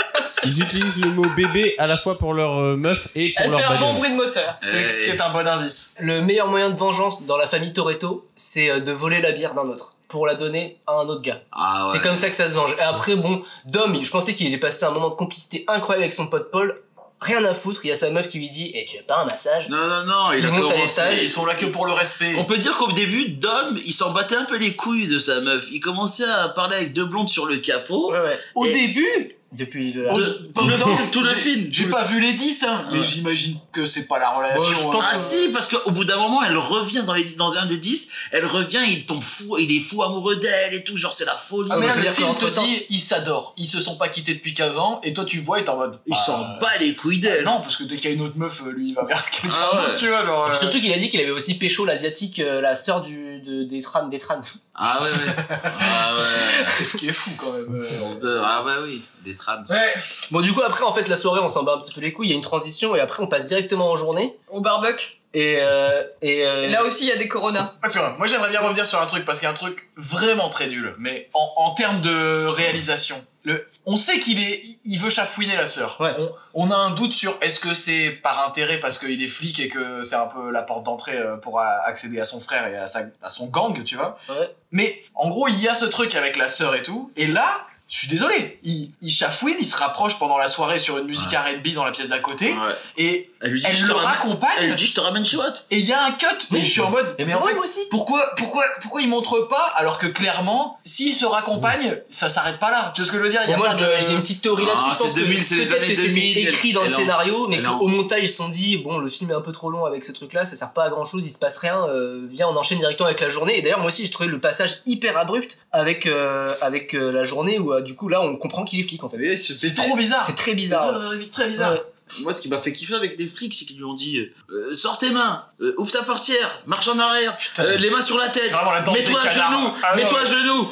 K: ils utilisent le mot bébé à la fois pour leur euh, meuf et pour
A: elle fait
K: leur
A: un bon
K: bagnole.
A: bruit de moteur.
J: C'est ce qui est un bon indice.
B: Le meilleur moyen de vengeance dans la famille Toretto, c'est euh, de voler la bière d'un autre pour la donner à un autre gars.
E: ah ouais
B: C'est comme ça que ça se venge. Et après, bon, Dom, il- je pensais qu'il allait passer un moment de complicité incroyable avec son pote Paul. Rien à foutre, il y a sa meuf qui lui dit Eh, tu veux pas un massage
E: non non non il
B: Il
E: a
B: monte à
E: commencé
B: l'étage,
J: Ils sont là que pour le respect.
E: On peut dire qu'au début, Dom, il s'en battait un peu les couilles de sa meuf. Il commençait à parler avec deux blondes sur le capot.
B: ouais.
J: Au
E: Et-
J: début,
B: Depuis le.
E: De- tout, le
J: Autant-
E: film, tout le film.
J: j'ai pas vu les 10, hein, mais
E: Ouais.
J: j'imagine que c'est pas la relation.
B: Bon, je pense
J: hein.
E: Ah si, parce qu'au bout d'un moment, elle revient dans, les, dans un des dix, elle revient, il tombe fou, il est fou amoureux d'elle et tout, genre c'est la folie.
J: Ah, mais
B: Ah,
J: là,
B: ça veut
J: le
B: dire
J: film te
B: qu'entre-temps-
J: dit, ils s'adorent, ils se sont pas quittés depuis 15 ans, et toi tu vois, et t'es en mode.
E: il
J: bah,
E: s'en bat les couilles
J: euh,
E: d'elle.
J: Non, parce que dès qu'il y a une autre meuf, euh, lui il va vers quelqu'un
E: Ah ouais.
J: d'autre, tu vois, genre. euh,
B: Surtout qu'il a dit qu'il avait aussi pécho l'asiatique, euh, la sœur du, de- des tranes, des tranes.
E: Ah ouais, ouais. Ah ouais.
J: C'est ce qui est fou quand même. euh.
E: On se donne- Ah bah oui, des trans.
J: Ouais,
B: [laughs] Bon, du coup, après, en fait, la soirée, on s'en bat un petit peu les couilles, il y a une transition, et après, on passe directement en journée.
A: Au barbecue.
B: Et. euh, et euh,
A: Là aussi, il y a des coronas.
J: Ah, tu vois, moi j'aimerais bien revenir sur un truc parce qu'il y a un truc vraiment très nul, mais en, en termes de réalisation. Le, on sait qu'il est, il veut chafouiner la sœur.
B: Ouais.
J: On, on a un doute sur est-ce que c'est par intérêt parce qu'il est flic et que c'est un peu la porte d'entrée euh, pour a- accéder à son frère et à, sa- à son gang, tu vois.
B: Ouais.
J: Mais en gros, il y a ce truc avec la sœur et tout, et là. Je suis désolé, il, il chafouine, il se rapproche pendant la soirée sur une musique R&B dans la pièce d'à côté, et
E: Elle lui dit,
J: elle
E: je te
J: le
E: ramène. Elle
J: raccompagne,
E: lui dit, je te ramène chez Watt.
J: et il y a un cut, et je suis en mode,
B: Mais,
J: en
B: moi,
J: fait,
B: moi aussi
J: pourquoi, pourquoi, pourquoi il montre pas alors que clairement, s'il se raccompagne, ça s'arrête pas là. Tu vois ce que je veux dire Il y a
B: Bon, moi,
J: pas
B: je-
J: de-
B: j'ai une petite théorie là-dessus.
E: Ah,
B: je pense
E: c'est 2000,
B: que
E: c'est les
B: peut-être
E: années
B: que c'était
E: 2000,
B: écrit dans le
E: elle en-
B: scénario, mais
E: elle
B: qu'au
E: en-
B: montage, ils se sont dit bon, le film est un peu trop long avec ce truc-là, ça sert pas à grand-chose, il se passe rien. euh, viens, on enchaîne directement avec la journée. Et d'ailleurs, moi aussi, j'ai trouvé le passage hyper abrupt avec euh, avec euh, la journée où euh, du coup là, on comprend qu'il est flic en fait.
J: C'est trop bizarre.
B: C'est très
J: C'est
B: bizarre.
J: très, très bizarre.
B: Ouais.
E: Moi, ce qui m'a fait kiffer avec les flics, c'est qu'ils lui ont dit euh, Sors tes mains, euh, ouvre ta portière, marche en arrière, euh, les mains sur la tête,
J: Vraiment la danse
E: mets-toi
J: des
E: à
J: canards.
E: genoux,
J: Ah, non,
E: mets-toi à
J: mais-
E: genoux,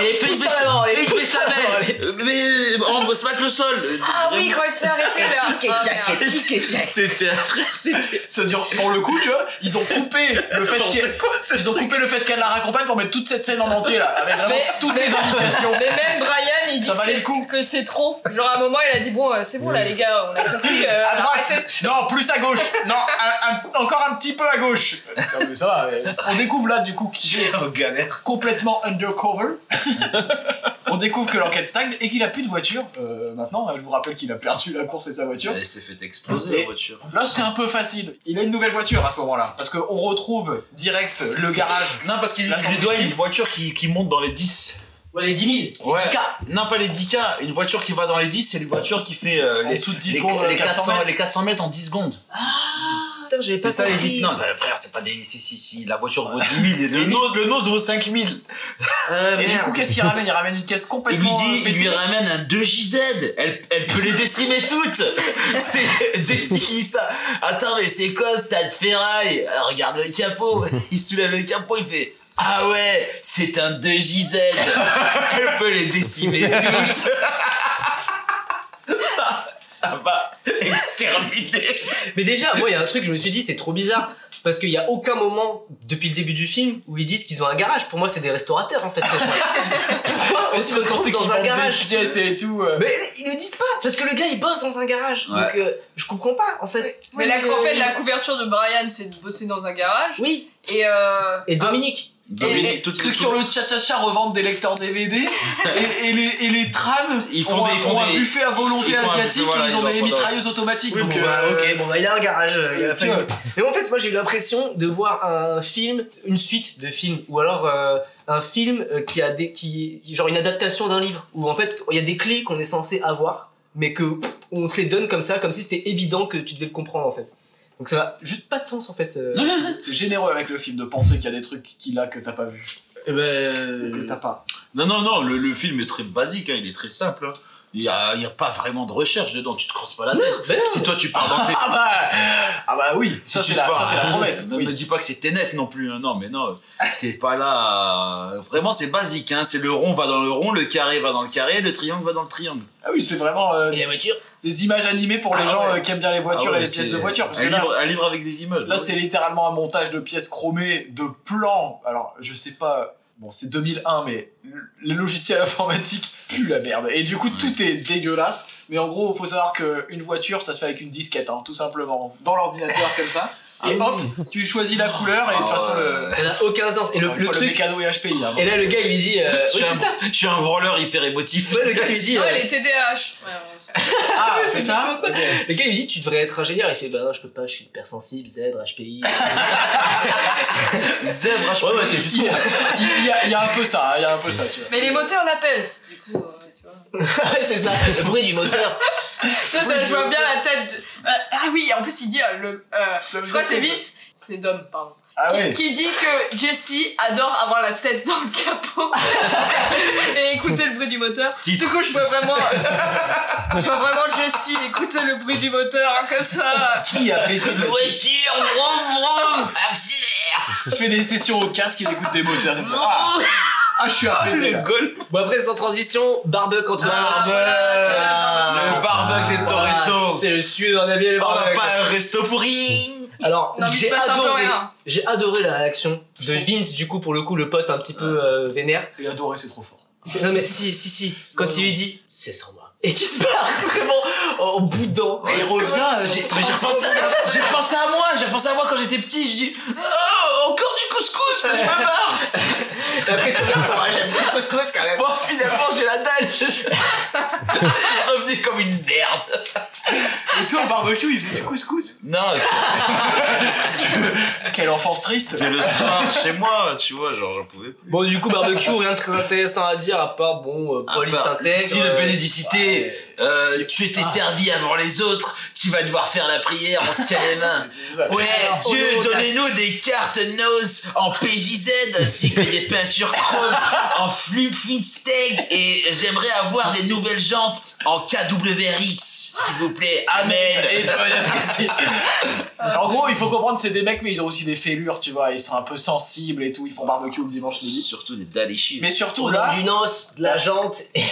B: Elle est
E: fais
B: plus
E: une
B: sur l'avant, elle est
E: béchamel, fais
B: plus
E: une
B: sur l'avant, elle est-
E: béchamel, euh, mais on se que le sol. Euh,
A: Ah oui,
E: vraiment,
A: quand elle se fait arrêter là. Ah, merde.
E: C'était un frère, c'était.
J: C'est-à-dire, pour le coup, tu vois, ils ont coupé le fait qu'elle, ils ont coupé le fait qu'elle la raccompagne pour mettre toute cette scène en entier là, avec vraiment
A: Mais-
J: toutes les indications.
A: Mais même Brian, il dit que c'est- que c'est trop. Genre à un moment, il a dit bon, euh, c'est bon là les gars, on a compris. euh,
J: [laughs] À droite.
A: arrêtez.
J: Non, plus à gauche. Non, un- un- encore un petit peu à gauche. Non, mais ça va, mais On découvre là, du coup, qu'il est complètement undercover. [laughs] On découvre que l'enquête stagne et qu'il a plus de voiture. Euh, maintenant, je vous rappelle qu'il a perdu la course et sa voiture.
E: Elle s'est fait exploser
J: Et
E: la voiture.
J: Là, c'est un peu facile. Il a une nouvelle voiture à ce moment-là. Parce qu'on retrouve direct le garage.
E: Non, parce qu'il
J: La
E: il lui doit une voiture qui, qui monte dans les 10.
B: Ouais, les 10 000.
E: Ouais. Non, pas les 10K. Une voiture qui va dans les 10, c'est une voiture qui fait euh, les,
J: dessous de 10
E: les-
J: secondes,
E: les
J: 400
E: 400, les 400 mètres en 10 secondes.
A: Putain, j'avais
E: C'est
A: pas
E: ça les
A: compris.
E: 10. Non, t'as- frère, c'est pas des. Si, si, si, la voiture vaut 10 000. et Le nose, le nose vaut 5 000.
J: Et du coup, qu'est-ce qu'il ramène Il ramène une caisse
E: Il
J: complètement.
E: lui dit,
J: euh,
E: il lui
J: pétée.
E: ramène un 2JZ. Elle, elle peut les décimer
J: [laughs]
E: toutes. C'est Jesse qui dit ça. Attends, mais c'est quoi ce tas de ferraille Ah, Regarde le
J: [laughs]
E: capot. Il soulève le capot, il fait. Ah ouais, c'est un
J: [laughs]
E: 2JZ. Elle peut les décimer toutes. ça, ça va exterminer.
B: Mais déjà, moi, il y a un truc, je me suis dit, c'est trop bizarre. Parce qu'il n'y a aucun moment, depuis le début du film, où ils disent qu'ils ont un garage. Pour moi, c'est des restaurateurs, en fait. ces gens-là.
J: [laughs]
B: Pourquoi on
J: Mais c'est parce
B: se
J: qu'on
B: retrouve
J: sait
B: dans un garage
J: Des pièces et tout. euh.
B: Mais ils le disent pas, parce que le gars, il bosse dans un garage.
J: Ouais.
B: Donc, euh, je comprends pas, en fait.
A: Mais la, en fait, la couverture de Brian, c'est de bosser dans un garage.
B: Oui.
A: Et, euh,
B: Et Dominique.
J: Et- et ceux qui ont le tcha-tcha-tcha revendent des lecteurs
E: [laughs]
J: DVD et, et les, et les tranes
E: Ils font
J: ont,
E: des-
J: un-
E: ils font
J: ont un
E: des-
J: buffet à volonté
E: ils font un
J: asiatique
E: buffet, voilà,
J: et ils
E: ils
J: ont
E: en
J: des
E: font un-
J: mitrailleuses automatiques.
B: Oui,
J: donc,
B: bon, bah,
J: euh,
B: ok, bon, bah, il a un garage. euh, il a
J: et
B: fallu-
J: puis,
B: Mais en fait, moi, j'ai eu l'impression de voir un film, une suite de films, ou alors euh, un film euh, qui a des, qui, qui- genre une adaptation d'un livre, où en fait, il y a des clés qu'on est censé avoir, mais que pff, on te les donne comme ça, comme si c'était évident que tu devais le comprendre en fait. Donc ça n'a juste pas de sens en fait. euh.
J: C'est généreux avec le film de penser qu'il y a des trucs qu'il a que t'as pas vu.
E: Eh ben,
B: euh,
J: Que t'as pas.
E: Non, non, non, le, le film est très basique, hein, il est très simple. hein. Il n'y a, il y a pas vraiment de recherche dedans, tu te crosses pas la tête. si toi tu pars dans tes.
J: Ah bah, ah bah oui,
E: Si
J: ça
E: tu
J: c'est la,
E: pars-
J: ça, c'est la
E: [laughs]
J: promesse.
E: Ne
J: oui.
E: me dis pas que c'est Tenet non plus, hein, non, mais non, t'es pas là. euh, Vraiment, c'est basique, hein, c'est le rond va dans le rond, le carré va dans le carré, le triangle va dans le triangle.
J: Ah oui, c'est vraiment euh,
B: Et la voiture
J: des images animées pour les
E: Ah
J: gens
E: ouais.
J: euh, qui aiment bien les voitures
E: Ah ouais,
J: et les
E: mais
J: pièces
E: c'est
J: de voiture. Parce
E: un,
J: que là,
E: livre, un livre avec des images.
J: Là,
E: bah
J: c'est
E: oui.
J: littéralement un montage de pièces chromées, de plans. Alors, je sais pas. Bon, c'est 2001, mais le- le logiciel [laughs] informatique pue la merde. Et du coup, tout est dégueulasse. Mais en gros, faut savoir qu'une voiture, ça se fait avec une disquette, hein, tout simplement. Dans l'ordinateur, comme ça. Et hop, tu choisis la couleur, et de toute façon, le,
B: Ça n'a aucun sens. Et le,
J: encore une
B: le
J: fois, le
B: truc.
J: mécano est HPI.
B: [laughs]
J: hein.
B: Et là, le gars, il lui dit. euh,
E: Je
B: oui,
E: suis un-
B: c'est ça.
E: Je suis un brawler hyper
J: [laughs]
E: émotif.
B: Ouais, le gars, il lui dit.
A: non,
B: euh,
A: elle est TDAH. Ouais, ouais.
J: Ah, c'est ça
B: ça. Le gars il lui dit tu devrais être ingénieur, il fait bah non je peux pas, je suis hypersensible, zèbre, [laughs] HPI.
E: Zèbre,
B: ouais ouais t'es juste con.
J: [laughs] Il y, a, il y a un peu ça, hein, il y a un peu ça, tu vois.
A: Mais les moteurs l'apaisent. Du coup, euh, tu vois.
B: [laughs] Ouais, c'est ça, le bruit du moteur.
A: Ça, ça, je vois bien la tête de... Euh, ah oui, en plus, il dit... euh, le, euh,
J: Ça me
A: je crois que c'est
J: dit-
A: Vince. C'est Dom, pardon.
J: Ah
A: qui,
J: ouais.
A: qui dit que Jesse adore avoir la tête dans le capot [laughs] et écouter le bruit du moteur. Du coup, je vois vraiment... Je vois vraiment Jesse écouter le bruit du moteur, hein, comme ça.
J: Qui a fait cette
E: Voiture, vroom, vroom,
J: Je fais des sessions au casque, il écoute des moteurs. il se dit, Ah, ah, je suis apaisé. là.
B: Bon après sans transition, barbuck entre Ah,
E: Barbuck. Le Ah, barbuck des Toretto.
B: C'est le sujet d'un ami le
E: On n'a
B: barbuck.
E: pas un resto pourri.
B: Alors
A: Non, mais il se
B: j'ai
A: passe un peu
B: adoré,
A: rien.
B: j'ai adoré la réaction de Vince du coup pour le coup le pote un petit peu euh, vénère.
J: Et adoré, c'est trop fort.
B: C'est- Non mais si si si quand
J: Non,
B: il lui dit c'est sans moi et qu'il se barre [laughs] vraiment en boudant.
J: Et il revient,
E: J'ai
J: j'ai-
E: mais j'ai repensé, à- j'ai repensé à moi, j'ai repensé à moi quand j'étais petit, je dis Oh, encore du couscous, mais je me
J: [laughs]
E: barre
B: Et après [laughs] tu regardes ouais, j'aime bien le couscous quand même.
E: Bon, finalement, j'ai la [laughs] dalle Je suis revenu comme une merde
J: Et toi, au barbecue, il faisait du couscous.
E: Non,
J: Quelle enfance triste.
E: c'était le soir chez moi, tu vois, genre j'en pouvais plus.
B: Bon, du coup, barbecue, rien de très intéressant à dire, à part, bon, euh, Paul, il s'intègre.
E: si le
B: euh,
E: bénédicité, euh, tu étais servi avant les autres, tu vas devoir faire la prière en se tient les mains. [laughs] Ouais,
B: Alors, au
E: Dieu,
B: nom de la-
E: donnez-nous des cartes nose en PJZ ainsi que des peintures chrome en Flugfinsteg et j'aimerais avoir des nouvelles jantes en KWRX, s'il vous plaît. Amen.
J: Et bon appétit. en gros, il faut comprendre, c'est des mecs, mais ils ont aussi des fêlures, tu vois. Ils sont un peu sensibles et tout. Ils font barbecue le dimanche midi.
E: Surtout des daléchis.
J: Mais surtout
B: Au
J: là,
B: nom du noce, de la jante et,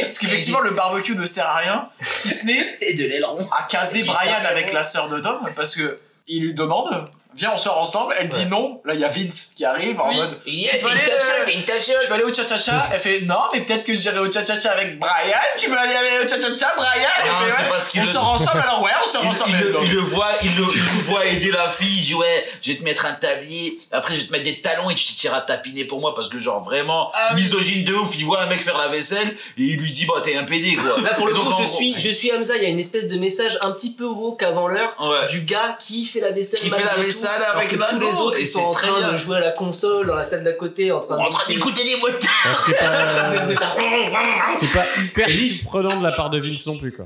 J: parce qu'effectivement, le barbecue ne sert à rien, si ce n'est
B: et de l'aileron.
J: à caser
B: Et
J: Brian
B: ça,
J: avec
B: ouais.
J: la sœur de Dom, parce que il lui demande viens, on sort ensemble. Elle dit non. Là, il y a Vince qui arrive en
B: Oui.
J: mode.
B: Yeah,
J: tu
B: t'es
J: peux
B: une
J: aller,
B: tafieule,
J: euh,
B: t'es une tafieule.
J: tu peux aller au [laughs] cha-cha-cha Elle fait non, mais peut-être que j'irai au cha-cha-cha avec Brian. Tu veux aller au cha-cha-cha, Brian Elle
E: Non,
J: fait,
E: c'est
J: ouais.
E: parce qu'il
J: On
E: le-
J: sort ensemble alors, ouais, on sort
E: il,
J: ensemble.
E: il le,
J: Donc,
E: il le voit, il le, il le voit aider la fille, il dit ouais, je vais te mettre un tablier, après je vais te mettre des talons et tu t'y tireras tapiner pour moi parce que genre vraiment, misogyne de ouf, il voit un mec faire la vaisselle et il lui dit bah t'es un PD quoi.
B: Là pour le
E: Et donc,
B: coup,
E: en
B: je
E: gros-
B: suis, je suis Hamza. Il y a une espèce de message un petit peu rauque avant l'heure du gars qui fait la vaisselle.
E: Qui fait la
B: malgré tout,
E: vaisselle
B: alors
E: avec
B: que
E: la
B: tous les
E: nôtre,
B: autres
E: et
B: ils sont
E: c'est
B: en
E: très
B: train
E: bien.
B: de jouer à la console dans la salle d'à côté, en train,
E: En train d'écouter les moteurs.
K: Parce
E: [laughs]
K: que c'est pas- c'est pas hyper surprenant de la part de Vince non plus, quoi.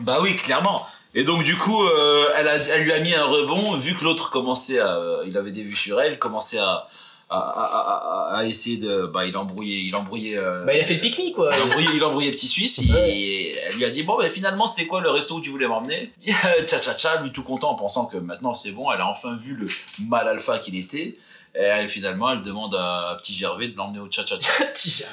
E: bah oui, clairement. Et donc du coup, euh, elle, a- elle lui a mis un rebond, vu que l'autre commençait à... euh, il avait des vues sur elle, commençait à... À, à- à- à essayer de bah il embrouillait il embrouillait euh,
B: Bah, il a fait le pique-nique, quoi. [laughs]
E: il embrouillait, il embrouillait petit suisse il- et elle lui a dit bon bah finalement c'était quoi le resto où tu voulais m'emmener [laughs] tcha tcha tcha lui tout content en pensant que maintenant c'est bon elle a enfin vu le mal alpha qu'il était et finalement elle demande à petit Gervais de l'emmener au tcha tcha
J: [laughs]
E: tcha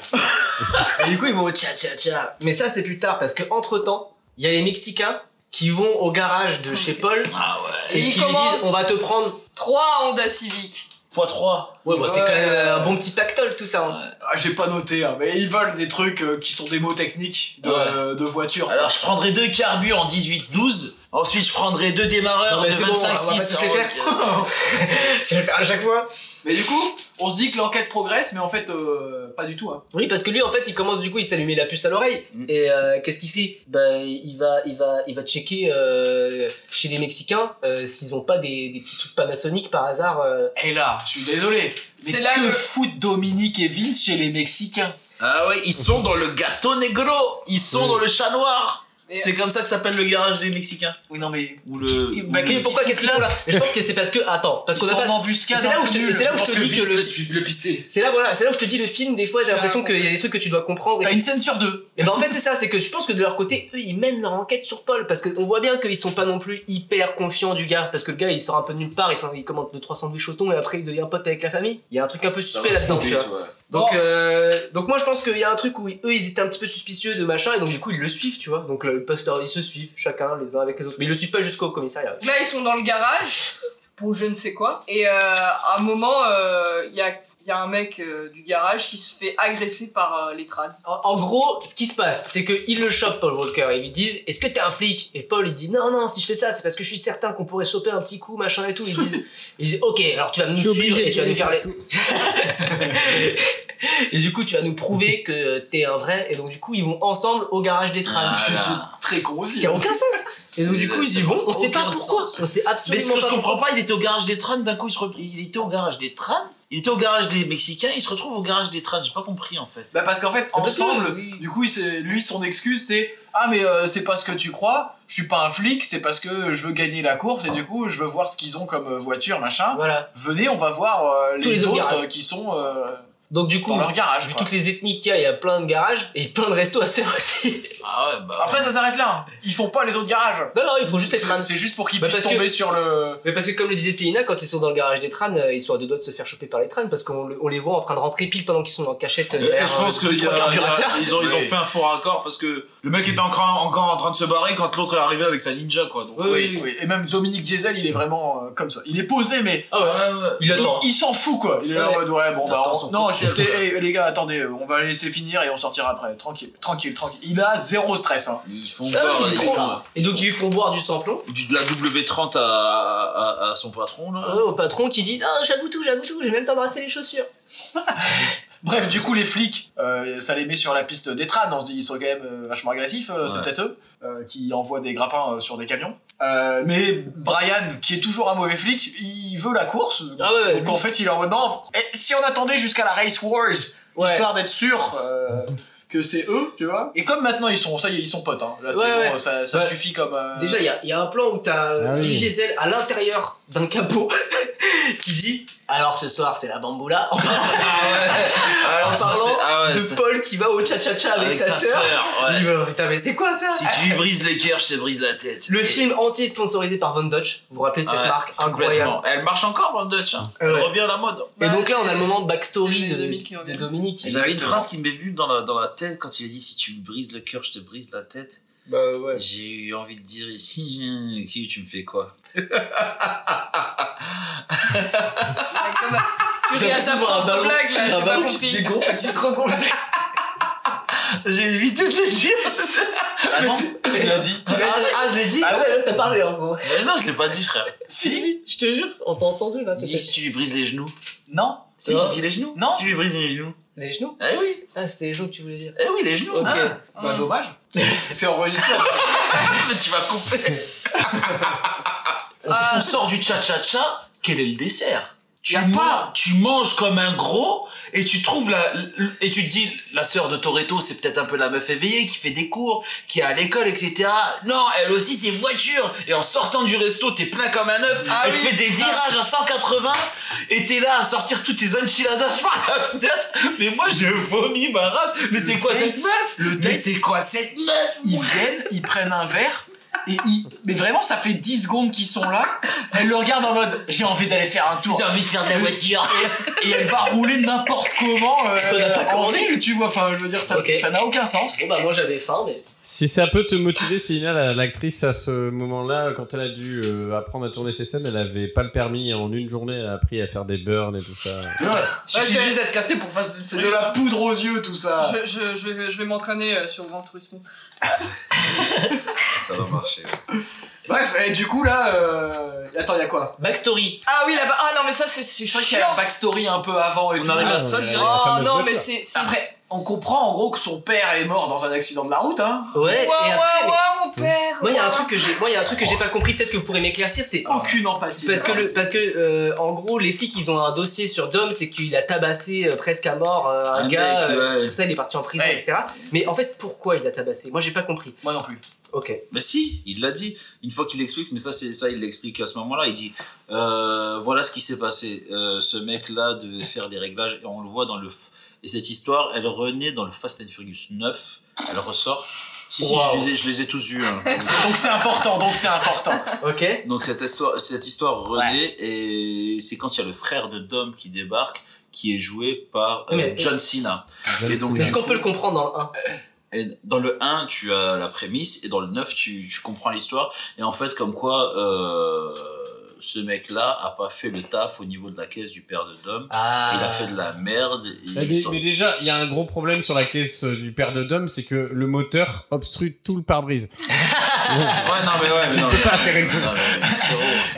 B: Et du coup, ils vont au tcha tcha tcha. Mais ça, c'est plus tard parce que entre temps, il y a les Mexicains qui vont au garage de chez Paul
E: Ah
B: et,
A: Et ils
B: qui lui
A: commandent-
B: disent on va te prendre.
A: 3 Honda Civic.
E: x 3
B: Ouais, bah, c'est
J: Ouais.
B: quand
E: euh,
B: même un bon petit pactole tout ça. hein.
J: Ah, j'ai pas noté, hein, mais ils veulent des trucs euh, qui sont des mots techniques de,
E: Ouais.
J: euh, de voiture.
E: Alors je prendrai deux carbus en 18-12, ensuite je prendrai deux démarreurs
A: Euh,
J: Non, mais
E: de
J: c'est bon, on va
E: 25-6.
J: pas tous les faire.
A: [laughs]
B: Je vais le faire à chaque fois.
J: Mais du coup, on se dit que l'enquête progresse, mais en fait, euh, pas du tout. Hein.
B: Oui, parce que lui, en fait, il commence du coup, il s'allumait la puce à l'oreille. Et euh, qu'est-ce qu'il fait Bah, il va, il va, il va checker euh, chez les Mexicains euh, s'ils ont pas des, des petits trucs Panasonic par hasard. euh.
J: Et là, je suis désolé. Mais
B: C'est là
J: que
B: le-
J: foutent Dominique et Vince chez les Mexicains
E: Ah ouais, ils sont dans le gâteau negro, ils
B: Mm.
E: sont dans le chat noir.
A: Mais- euh,
E: C'est comme ça que s'appelle le garage des Mexicains.
J: Oui, non, mais.
E: Ou le.
J: Euh,
B: Bah, qu'est-ce- pourquoi qu'est-ce qu'il faut là Mais Je pense que c'est parce que attends, parce
J: Ils
B: qu'on a
J: sont
B: pas.
J: en embuscade,
B: C'est là où je te,
J: nul.
B: c'est là où
J: Je
B: je te
J: pense que
B: dis que
J: Vince
B: le,
E: le pisté.
B: c'est là voilà, c'est là où je te dis le film. Des fois, j'ai l'impression qu'il y a des trucs que tu dois comprendre.
J: T'as une scène sur deux.
B: Et ben en fait c'est ça, c'est que je pense que de leur côté, eux ils mènent leur enquête sur Paul parce qu'on voit bien qu'ils sont pas non plus hyper confiants du gars parce que le gars il sort un peu de nulle part, il, sort- il commande le 300 du choton et après il devient pote avec la famille. Il y a un truc un peu suspect là-dedans, tu vois. Donc, euh, donc moi je pense qu'il y a un truc où ils- eux ils étaient un petit peu suspicieux de machin et donc du coup ils le suivent, tu vois. Donc le pasteur ils se suivent chacun les uns avec les autres, mais ils le suivent pas jusqu'au commissariat.
J: euh,
A: Là, ils sont dans le garage pour je ne sais quoi. Et euh, à un moment, euh, il y, a, il y a un mec euh, du garage qui se fait agresser par euh, les trades.
J: Ah.
B: En, en gros, ce qui se passe, c'est qu'ils le chopent, Paul Walker. Ils lui disent Est-ce que t'es un flic Et Paul, il dit Non, non, si je fais ça, c'est parce que je suis certain qu'on pourrait choper un petit coup, machin et tout. Ils
K: [laughs]
B: disent, ils disent Ok, alors tu vas nous
K: Je suis
B: suivre
K: obligé
B: et tu vas
K: de
B: nous faire
K: faire
B: les. [laughs] et du coup, tu vas nous prouver que t'es un vrai. Et donc, du coup, ils vont ensemble au garage des trains.
E: Voilà.
J: Très gros
B: [laughs]
J: aussi. hein.
B: Qui a aucun sens. Et donc,
E: C'est-
B: du coup, ils y
E: ça
B: vont. On
E: n'a
B: sait pas
E: aucun
B: pourquoi.
E: sens.
B: On sait
E: Mais
B: absolument
E: ce que
B: pas.
E: je comprends
B: pourquoi.
E: pas, il était au garage des trains, d'un coup il, se re- il était au garage des trains, il était au garage des Mexicains, il se retrouve au garage des trains, j'ai pas compris en fait.
J: Bah, parce qu'en fait,
B: parce que-
J: ensemble, du coup, il s'est- lui, son excuse, c'est Ah, mais euh, c'est pas ce que tu crois, je suis pas un flic, c'est parce que je veux gagner la course et du coup, je veux voir ce qu'ils ont comme euh, voiture, machin.
B: Voilà.
J: Venez, on va voir euh, les,
B: Tous les autres
J: autres
B: garages.
J: euh, qui sont euh,
B: Donc, du coup,
J: dans leur garage.
B: vu
J: quoi.
B: toutes les ethnies qu'il y a, il y a plein de garages et plein de restos à se faire aussi. [laughs]
E: Ah ouais, bah.
J: Après, ça s'arrête là. hein. Ils font pas les autres garages.
B: non, non, il faut juste les crânes.
J: C'est- C'est juste pour qu'ils
B: Bah,
J: puissent
B: parce que-
J: tomber sur le.
B: Mais parce que comme le disait Célina, quand ils sont dans le garage des crânes, euh, ils sont à deux doigts de se faire choper par les crânes parce qu'on le- on les voit en train de rentrer pile pendant qu'ils sont en cachette. euh,
E: Et
B: derrière,
E: je pense
B: euh,
E: qu'il y a-
B: trois carburateurs.
E: ils ont, ils ont fait un faux raccord parce que le mec était encore, encore en train de se barrer quand l'autre est arrivé avec sa ninja quoi. Donc,
B: Oui, oui,
J: Et même Dominique Diesel, il est vraiment euh, comme ça. Il est posé, mais
E: Ah ouais, ouais.
J: il, il s'en fout quoi. Il est là en
B: Ouais.
J: mode ouais, bon
E: Il
J: bah
E: attend
J: on-
E: son
J: Non,
E: coup de
J: j'étais-
E: gueule,
J: eh, les gars, attendez, euh, on va laisser finir et on sortira après. Tranquille, tranquille, tranquille. Il a zéro stress. Hein.
E: Ils font
B: Ah,
E: peur,
B: oui,
E: les
B: ils
E: gens.
B: font- Et donc ils lui font boire du sang-plomb.
E: Du- de la W30 à, à, à- à son patron là.
B: euh, au patron qui dit Ah, j'avoue tout, j'avoue tout, j'ai même t'embrasser les chaussures.
J: Bref, du coup, les flics, euh, ça les met sur la piste des trans. On se dit, ils sont quand même euh, vachement agressifs. euh, C'est
E: Ouais.
J: peut-être eux euh, qui envoient des grappins euh, sur des camions. Euh, mais Brian, qui est toujours un mauvais flic, il veut la course.
B: Ah ouais,
J: donc
B: lui-
J: en fait, il est en mode non. eh, si on attendait jusqu'à la Race Wars,
B: Ouais.
J: histoire d'être sûr euh, que c'est eux, tu vois. Et comme maintenant, ils sont, ça y est, ils sont potes. Hein. Là, c'est
B: Ouais,
J: bon,
B: ouais.
J: ça, ça
B: Ouais.
J: suffit comme. euh,
B: Déjà, il y a, il y a un plan où t'as euh,
K: Ah oui.
B: Vin Diesel à l'intérieur d'un capot [laughs] qui dit Alors ce soir, c'est la bamboula. En
E: Alors, ça,
B: parlant
E: c'est- ah ouais,
B: de
E: ça-
B: Paul qui va au cha-cha-cha avec, sa, sœur.
E: ouais.
B: Il dit Bah, Putain, mais c'est quoi ça
E: Si tu lui brises les cœurs, je te brise la tête.
B: Le
E: Et-
B: film entier est sponsorisé par Von Dutch. Vous vous rappelez cette
E: Ouais,
B: marque incroyable
E: Complètement. Elle marche encore, Van Dutch. hein.
B: Ouais.
E: Elle revient à la mode.
B: Et
A: Bah,
B: donc là, on a
A: c'est-
B: le moment de backstory
A: c'est les
B: de,
A: 2000 qui
B: de
A: reviennent.
B: Dominique.
E: J'avais une phrase qui m'est venue dans la, dans la tête quand il a dit Si tu me brises le cœur, je te brise la tête.
B: Bah ouais.
E: J'ai eu envie de dire ici, qui tu me fais quoi Ah,
A: Tu
B: J'ai
A: ris à
B: envie
A: sa
B: de voir un
A: propre
B: ballon-
A: blague là,
B: un
A: j'ai pas
B: ballon qui se
A: compris.
B: dégonfle et qui se regonfle.
E: [laughs]
B: J'ai évité de le dire.
E: Ah non, tu l'as dit.
B: Tu l'as
E: Ah,
B: dit.
E: ah, je l'ai dit.
B: Ah ouais, là, t'as parlé en gros.
E: Mais non, je l'ai pas dit, frère.
B: Si, je te jure, on t'a entendu là.
E: Dis si tu lui brises les genoux.
J: Non.
E: Si,
B: Non.
E: j'ai dit les genoux.
J: Non.
E: Si tu lui brises les genoux.
B: Les genoux
E: Eh oui.
B: Ah, c'était les genoux que tu voulais dire.
E: Eh oui, les genoux.
B: Ok.
E: Ah.
J: Bah, dommage.
B: C'est enregistré.
E: Mais tu vas couper. on, [laughs] on sort du cha-cha-cha. Quel est le dessert tu, pas, tu manges comme un gros et tu trouves la l- et tu te dis la sœur de Toretto c'est peut-être un peu la meuf éveillée qui fait des cours qui est à l'école etc non elle aussi c'est voiture et en sortant du resto t'es plein comme un œuf
A: Ah
E: elle te
A: oui.
E: fait des virages à 180 et t'es là à sortir toutes tes enchiladas [laughs] par la fenêtre mais moi je vomis ma race mais c'est quoi cette meuf
J: le
E: mais
J: date.
E: c'est quoi cette meuf
J: Ils viennent, ils prennent un verre. Et ils... Mais vraiment, ça fait 10 secondes qu'ils sont là. Elle le regarde en mode J'ai envie d'aller faire un tour.
E: j'ai envie de faire de la voiture
J: Et elle va rouler n'importe comment. euh,
B: On n'a pas
J: en
B: commandé.
J: ville, tu vois. Enfin, je veux dire, ça
B: Ok.
J: ça n'a aucun sens.
B: Bon bah moi j'avais faim mais.
K: Si ça peut te motiver, Célina, la- l'actrice, à ce moment-là, quand elle a dû euh, apprendre à tourner ses scènes, elle avait pas le permis. En une journée, elle a appris à faire des burns et tout ça.
E: Je suis juste d'être casté pour faire
J: C'est de la poudre aux yeux, tout ça.
A: Je, je, je vais, je vais m'entraîner euh, sur Grand Turismo.
E: ça va marcher
J: Bref, et du coup, là. euh, Attends, il y a quoi
B: Backstory.
A: Ah oui, là-bas. Ah non, mais ça, c'est c'est
J: Je crois qu'il y a
A: chiant.
J: la backstory un peu avant et
E: On
J: tout.
E: arrive à
K: Ah,
E: ça
K: ouais.
E: direct.
K: la
A: Oh
K: fameuse
A: non, mais
K: voiture.
A: c'est. c'est-
J: Après, on comprend en gros que son père est mort dans un accident de la route, hein.
B: Ouais.
A: Ouais,
B: et
A: ouais,
B: après, mais-
A: ouais, mon père.
B: Moi il y a un
A: ouais.
B: truc que j'ai, moi il y a un truc que j'ai pas compris. Peut-être que vous pourrez m'éclaircir. C'est
J: Aucune empathie.
B: Parce que, le, parce que euh, en gros, les flics, ils ont un dossier sur Dom, c'est qu'il a tabassé euh, presque à mort euh, un,
E: Un
B: gars,
E: mec,
B: euh,
E: ouais.
B: tout ça, il est parti en prison,
J: Ouais.
B: etc. Mais en fait, pourquoi il a tabassé Moi, j'ai pas compris.
J: Moi non plus.
B: Ok.
E: Mais si, il l'a dit. Une fois qu'il l'explique, mais ça, c'est ça, il l'explique à ce moment-là. Il dit euh, voilà ce qui s'est passé. Euh, ce mec-là devait faire des réglages et on le voit dans le. f- Et cette histoire, elle renaît dans le Fast and Furious 9. Elle ressort. Si, si,
B: Waouh.
E: je, les ai, je les ai tous vus. hein.
J: Donc c'est important, donc c'est important.
B: Ok.
E: Donc cette histoire, cette histoire renaît et c'est quand il y a le frère de Dom qui débarque, qui est joué par euh,
B: Mais-
E: John Cena. Et donc,
B: Est-ce
E: du
B: qu'on
E: coup-
B: peut le comprendre en un
E: Et dans le 1, tu as la prémisse, et dans le 9, tu, tu comprends l'histoire. Et en fait, comme quoi, euh, ce mec-là a pas fait le taf au niveau de la caisse du père de Dom.
B: Ah.
E: Il a fait de la merde. et
K: Mais,
E: il s'en-
K: mais déjà, il y a un gros problème sur la caisse euh, du père de Dom, c'est que le moteur obstrue tout le pare-brise.
E: Ouais, non, mais ouais, mais non. mais- non, mais-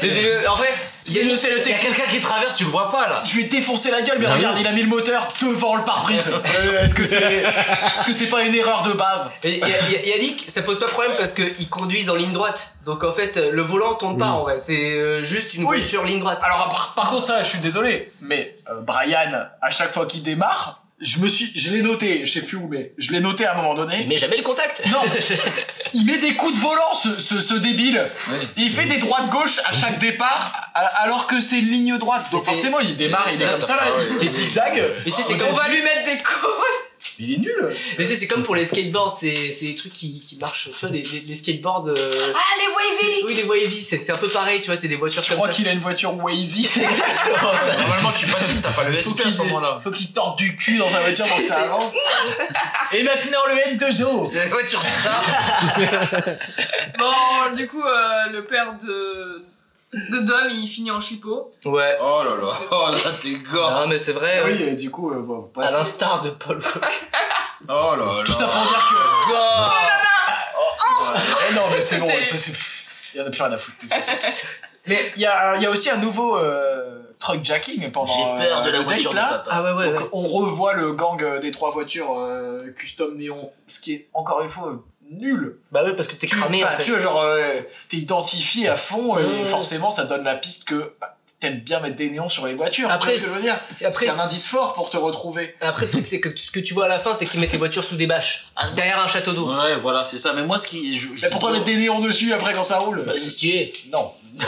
B: Mais- mais- mais en vrai, il y a
E: Il y a quelqu'un qui traverse, tu le vois pas là.
J: Ah, Je lui ai défoncé la gueule, mais regarde, il a mis le moteur devant le pare-brise. Euh, Est-ce que c'est est-ce que c'est pas une erreur de base
B: Et y a- y a- Yannick, ça pose pas problème parce qu'ils conduisent en ligne droite. Donc en fait, euh, le volant tombe pas en vrai. C'est euh, juste une
J: Mm. Oui.
B: voiture ligne droite.
J: Alors par, par contre ça, je suis désolé, mais euh, Brian, à chaque fois qu'il démarre, je me suis, je l'ai noté, je sais plus où, mais je l'ai noté à un moment donné.
B: il met jamais le contact.
J: Non, il met des coups de volant, ce, ce- ce débile. Il fait des droites gauche à chaque départ, a- alors que c'est une ligne droite. Donc
B: Mais c'est-
J: forcément, il démarre, il est comme ça là, il zigzague.
B: [laughs] Mais tu sais, c'est
A: On
B: comme,
A: va lui mettre des coups.
J: Il est nul.
B: mais tu sais, c'est comme pour les skateboards. C'est c'est des trucs qui, qui marchent. Tu vois, les, les- les skateboards. euh,
A: Ah, les wavy.
B: Oui, les wavy, c'est c'est un peu pareil, tu vois, c'est des voitures
J: Je
B: comme
J: crois
B: ça.
J: qu'il a une voiture wavy.
B: C'est exactement ça.
E: Normalement, tu patines, t'as pas le
J: Faut
E: SP
J: qu'il
E: à ce moment-là.
J: faut qu'il torde du cul dans sa voiture pour que
B: C'est-
J: ça avance. Et maintenant le N2O.
E: C'est la voiture Richard.
A: [laughs] Bon, du coup, euh, le père de. De Dom, il finit en chipot.
B: Ouais.
E: Oh là [laughs] là. Oh là, t'es gore.
B: Non, mais c'est vrai,
J: Oui, euh, du coup, euh, bon, bref.
B: à l'instar de Paul.
J: [laughs]
E: Oh là là.
J: Tout ça pour dire que.
E: gore.
B: Ah
J: Eh non, mais c'est bon,
A: C'était-
J: ça c'est. Il y en a plus rien à foutre. de toute façon. mais il y a, il y a aussi un nouveau euh, truck jacking pendant.
E: J'ai peur
J: euh,
E: de la
J: le
E: voiture
J: date,
E: de
J: là.
E: papa.
B: Ah ouais, ouais,
J: Donc,
B: ouais.
J: on revoit le gang euh, des trois voitures euh, custom néon, ce qui est encore une fois euh, nul.
B: Bah ouais, parce que t'es
J: Tu,
B: cramé en
J: enfin,
B: fait.
J: tu vois, genre, euh, t'es identifié à fond et
B: Ouais.
J: forcément ça donne la piste que bah, t'aimes bien mettre des néons sur les voitures.
B: Après,
J: Après, ce que je veux dire,
B: Après,
J: c'est un indice fort pour te retrouver.
B: après, le truc, c'est que ce que tu vois à la fin, c'est qu'ils mettent les voitures sous des bâches.
E: Ah non.
B: Derrière un château d'eau.
E: Ouais, voilà, c'est ça. Mais moi, ce qui. je- je-
J: Mais pourquoi mettre des néons dessus après quand ça roule Euh,
B: Bah, c'est stylé. [laughs]
J: Non. [laughs]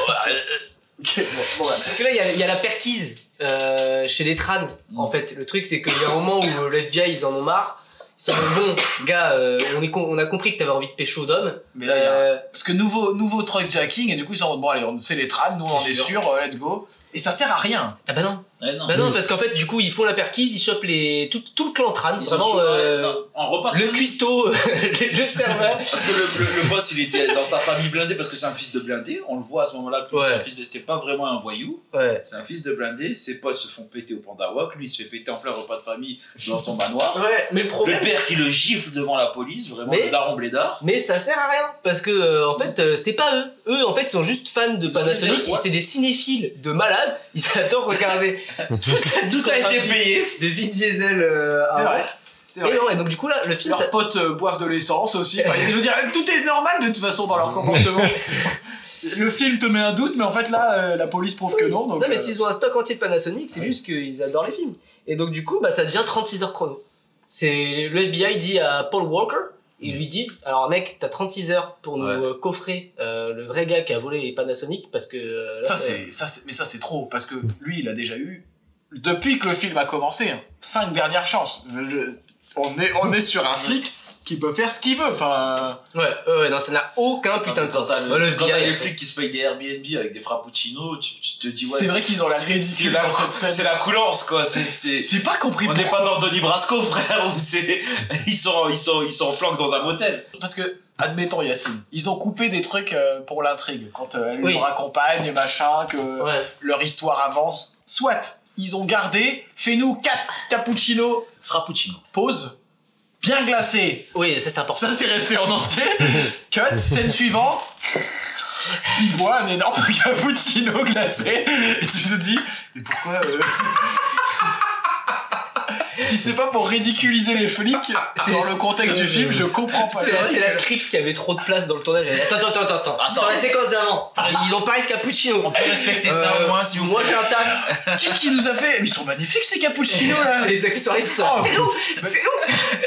J: Ok, bon, bon, voilà.
B: Parce que là, il y a- il y, a la perquise euh, chez les crânes,
E: Mm.
B: en fait. Le truc, c'est qu'il y a un moment où euh, le FBI, ils en ont marre. Ils sont bon, gars, euh, on, est con- on a compris que t'avais envie de pécho d'homme.
J: Mais là, il y a-
B: Euh,
J: Parce que nouveau, nouveau truck jacking, et du coup, ils sont en mode, bon, allez, on sait les trams, nous, on
E: C'est
J: est
E: sûr.
J: sûr, euh, let's go. Et ça sert à rien.
B: Ah bah non.
E: Ouais, Eh non.
B: Bah non, parce qu'en fait, du coup, ils font la perquise, ils chopent les, tout, tout le clan crâne.
E: Ils ont
B: vraiment.
E: su-
B: euh,
E: ouais, non. En repart.
B: Le cuistot, [laughs] le serveur.
E: Parce que le, le- le boss, il était dans sa famille blindée parce que c'est un fils de blindé. On le voit à ce moment-là que c'est un fils de. C'est pas vraiment un voyou. C'est un fils de blindé. Ses potes se font péter au Pandawak. Lui, il se fait péter en plein repas de famille dans son manoir.
B: Ouais, mais le problème-
E: père qui le gifle devant la police, vraiment
B: Mais-
E: le daron blédard.
B: Mais ça sert à rien parce que euh, en fait euh, c'est pas eux. Eux en fait sont juste fans de Panasonic.
E: juste des-
B: C'est des cinéphiles de malades. Ils adorent regarder. Tout a été payé. De Vin Diesel. euh,
J: C'est
B: avant.
J: vrai. C'est vrai.
B: Et non, et donc du coup là le film.
J: Leurs
B: ça-
J: potes euh, boivent de l'essence aussi.
B: [laughs]
J: Enfin, je veux dire, tout est normal de toute façon dans leur comportement. le film te met un doute, mais en fait là, euh, la police prouve que non. Donc,
B: non mais
J: euh,
B: s'ils ont un stock entier de Panasonic, c'est juste qu'ils adorent les films. Et donc du coup bah ça devient 36 heures chrono. C'est le FBI dit à Paul Walker. Ils lui disent, alors mec, t'as 36 heures pour nous euh, coffrer euh, le vrai gars qui a volé les Panasonic parce que. euh, là,
J: ça
B: ça-
J: c'est, ça c'est, mais ça c'est trop parce que lui, il a déjà eu depuis que le film a commencé hein, cinq dernières chances. Je- je- on est, on est sur [laughs] un flic qui peut faire ce qu'il veut. Enfin,
B: Ouais, ouais, ouais, non, ça n'a
J: Ah,
B: aucun putain de
E: Quand
B: sens.
E: t'as le-
B: Ouais, le
E: quand t'as
B: FBI,
E: les flics qui se payent des Airbnb avec des frappuccinos, tu, tu te dis ouais.
J: C'est vrai qu'ils ont la
E: c'est-
J: ridicule
E: c'est la-
J: dans cette scène.
E: C'est la coulance quoi. C'est, c'est-
J: j'ai pas compris.
E: On n'est pas dans Donnie Brasco [laughs] frère où c'est ils sont ils sont ils sont en planque dans un motel.
J: Parce que, admettons Yacine, ils ont coupé des trucs euh, pour l'intrigue. Quand euh, elle
B: Oui.
J: leur accompagne, machin, que
B: Ouais.
J: leur histoire avance. Soit, ils ont gardé, fais-nous 4 cappuccinos,
E: Frappuccino.
J: pause, bien glacé.
B: Oui, ça c'est important.
J: Ça, c'est resté
B: [laughs]
J: en entier. Cut, scène suivante. Il boit un énorme [laughs] cappuccino glacé. Et tu te dis, mais pourquoi... euh, [laughs] Si c'est pas pour ridiculiser les flics,
B: C'est-
J: dans le contexte du film, je comprends pas.
B: C'est la, c'est la script qui avait trop de place dans le tournage. Elle a dit, Attends, attends, attends, attends. Sur la séquence d'avant, ils ont parlé de cappuccino. On peut
E: respecter ça, au moins, si vous
B: Moi j'ai un taf.
J: Qu'est-ce qu'il nous a fait Mais ils sont magnifiques ces cappuccinos là
B: Les accessoires sont.
J: Oh.
B: C'est nous C'est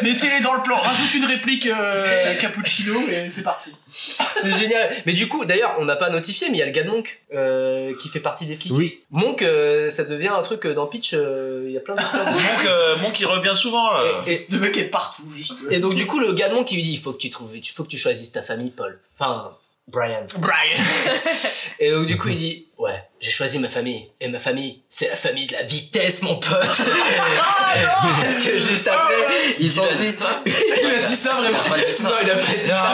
B: nous
J: Mettez-les dans le plan, rajoute une réplique euh, cappuccino et c'est parti.
B: [laughs] C'est génial. Mais du coup, d'ailleurs, on n'a pas notifié, mais il y a le gars de Monk euh, qui fait partie des flics.
K: Oui.
B: Monk, euh, ça devient un truc euh, dans Pitch. euh, Il y a plein de
E: Monk, euh, Monk, il revient souvent là.
B: Et- et-
J: Le mec est partout juste.
B: Et donc du coup, le gars de Monk il lui dit il faut que tu trouves, il faut que tu choisisses ta famille, Paul. Enfin, Brian.
J: Brian
B: Et donc du coup il dit ouais j'ai choisi ma famille et ma famille c'est la famille de la vitesse mon pote
A: Ah,
K: Eh,
B: parce que juste après ils
E: Il
B: ont
E: a dit
B: dit
E: ça
B: [laughs] il a dit ça vraiment non il a pas dit ça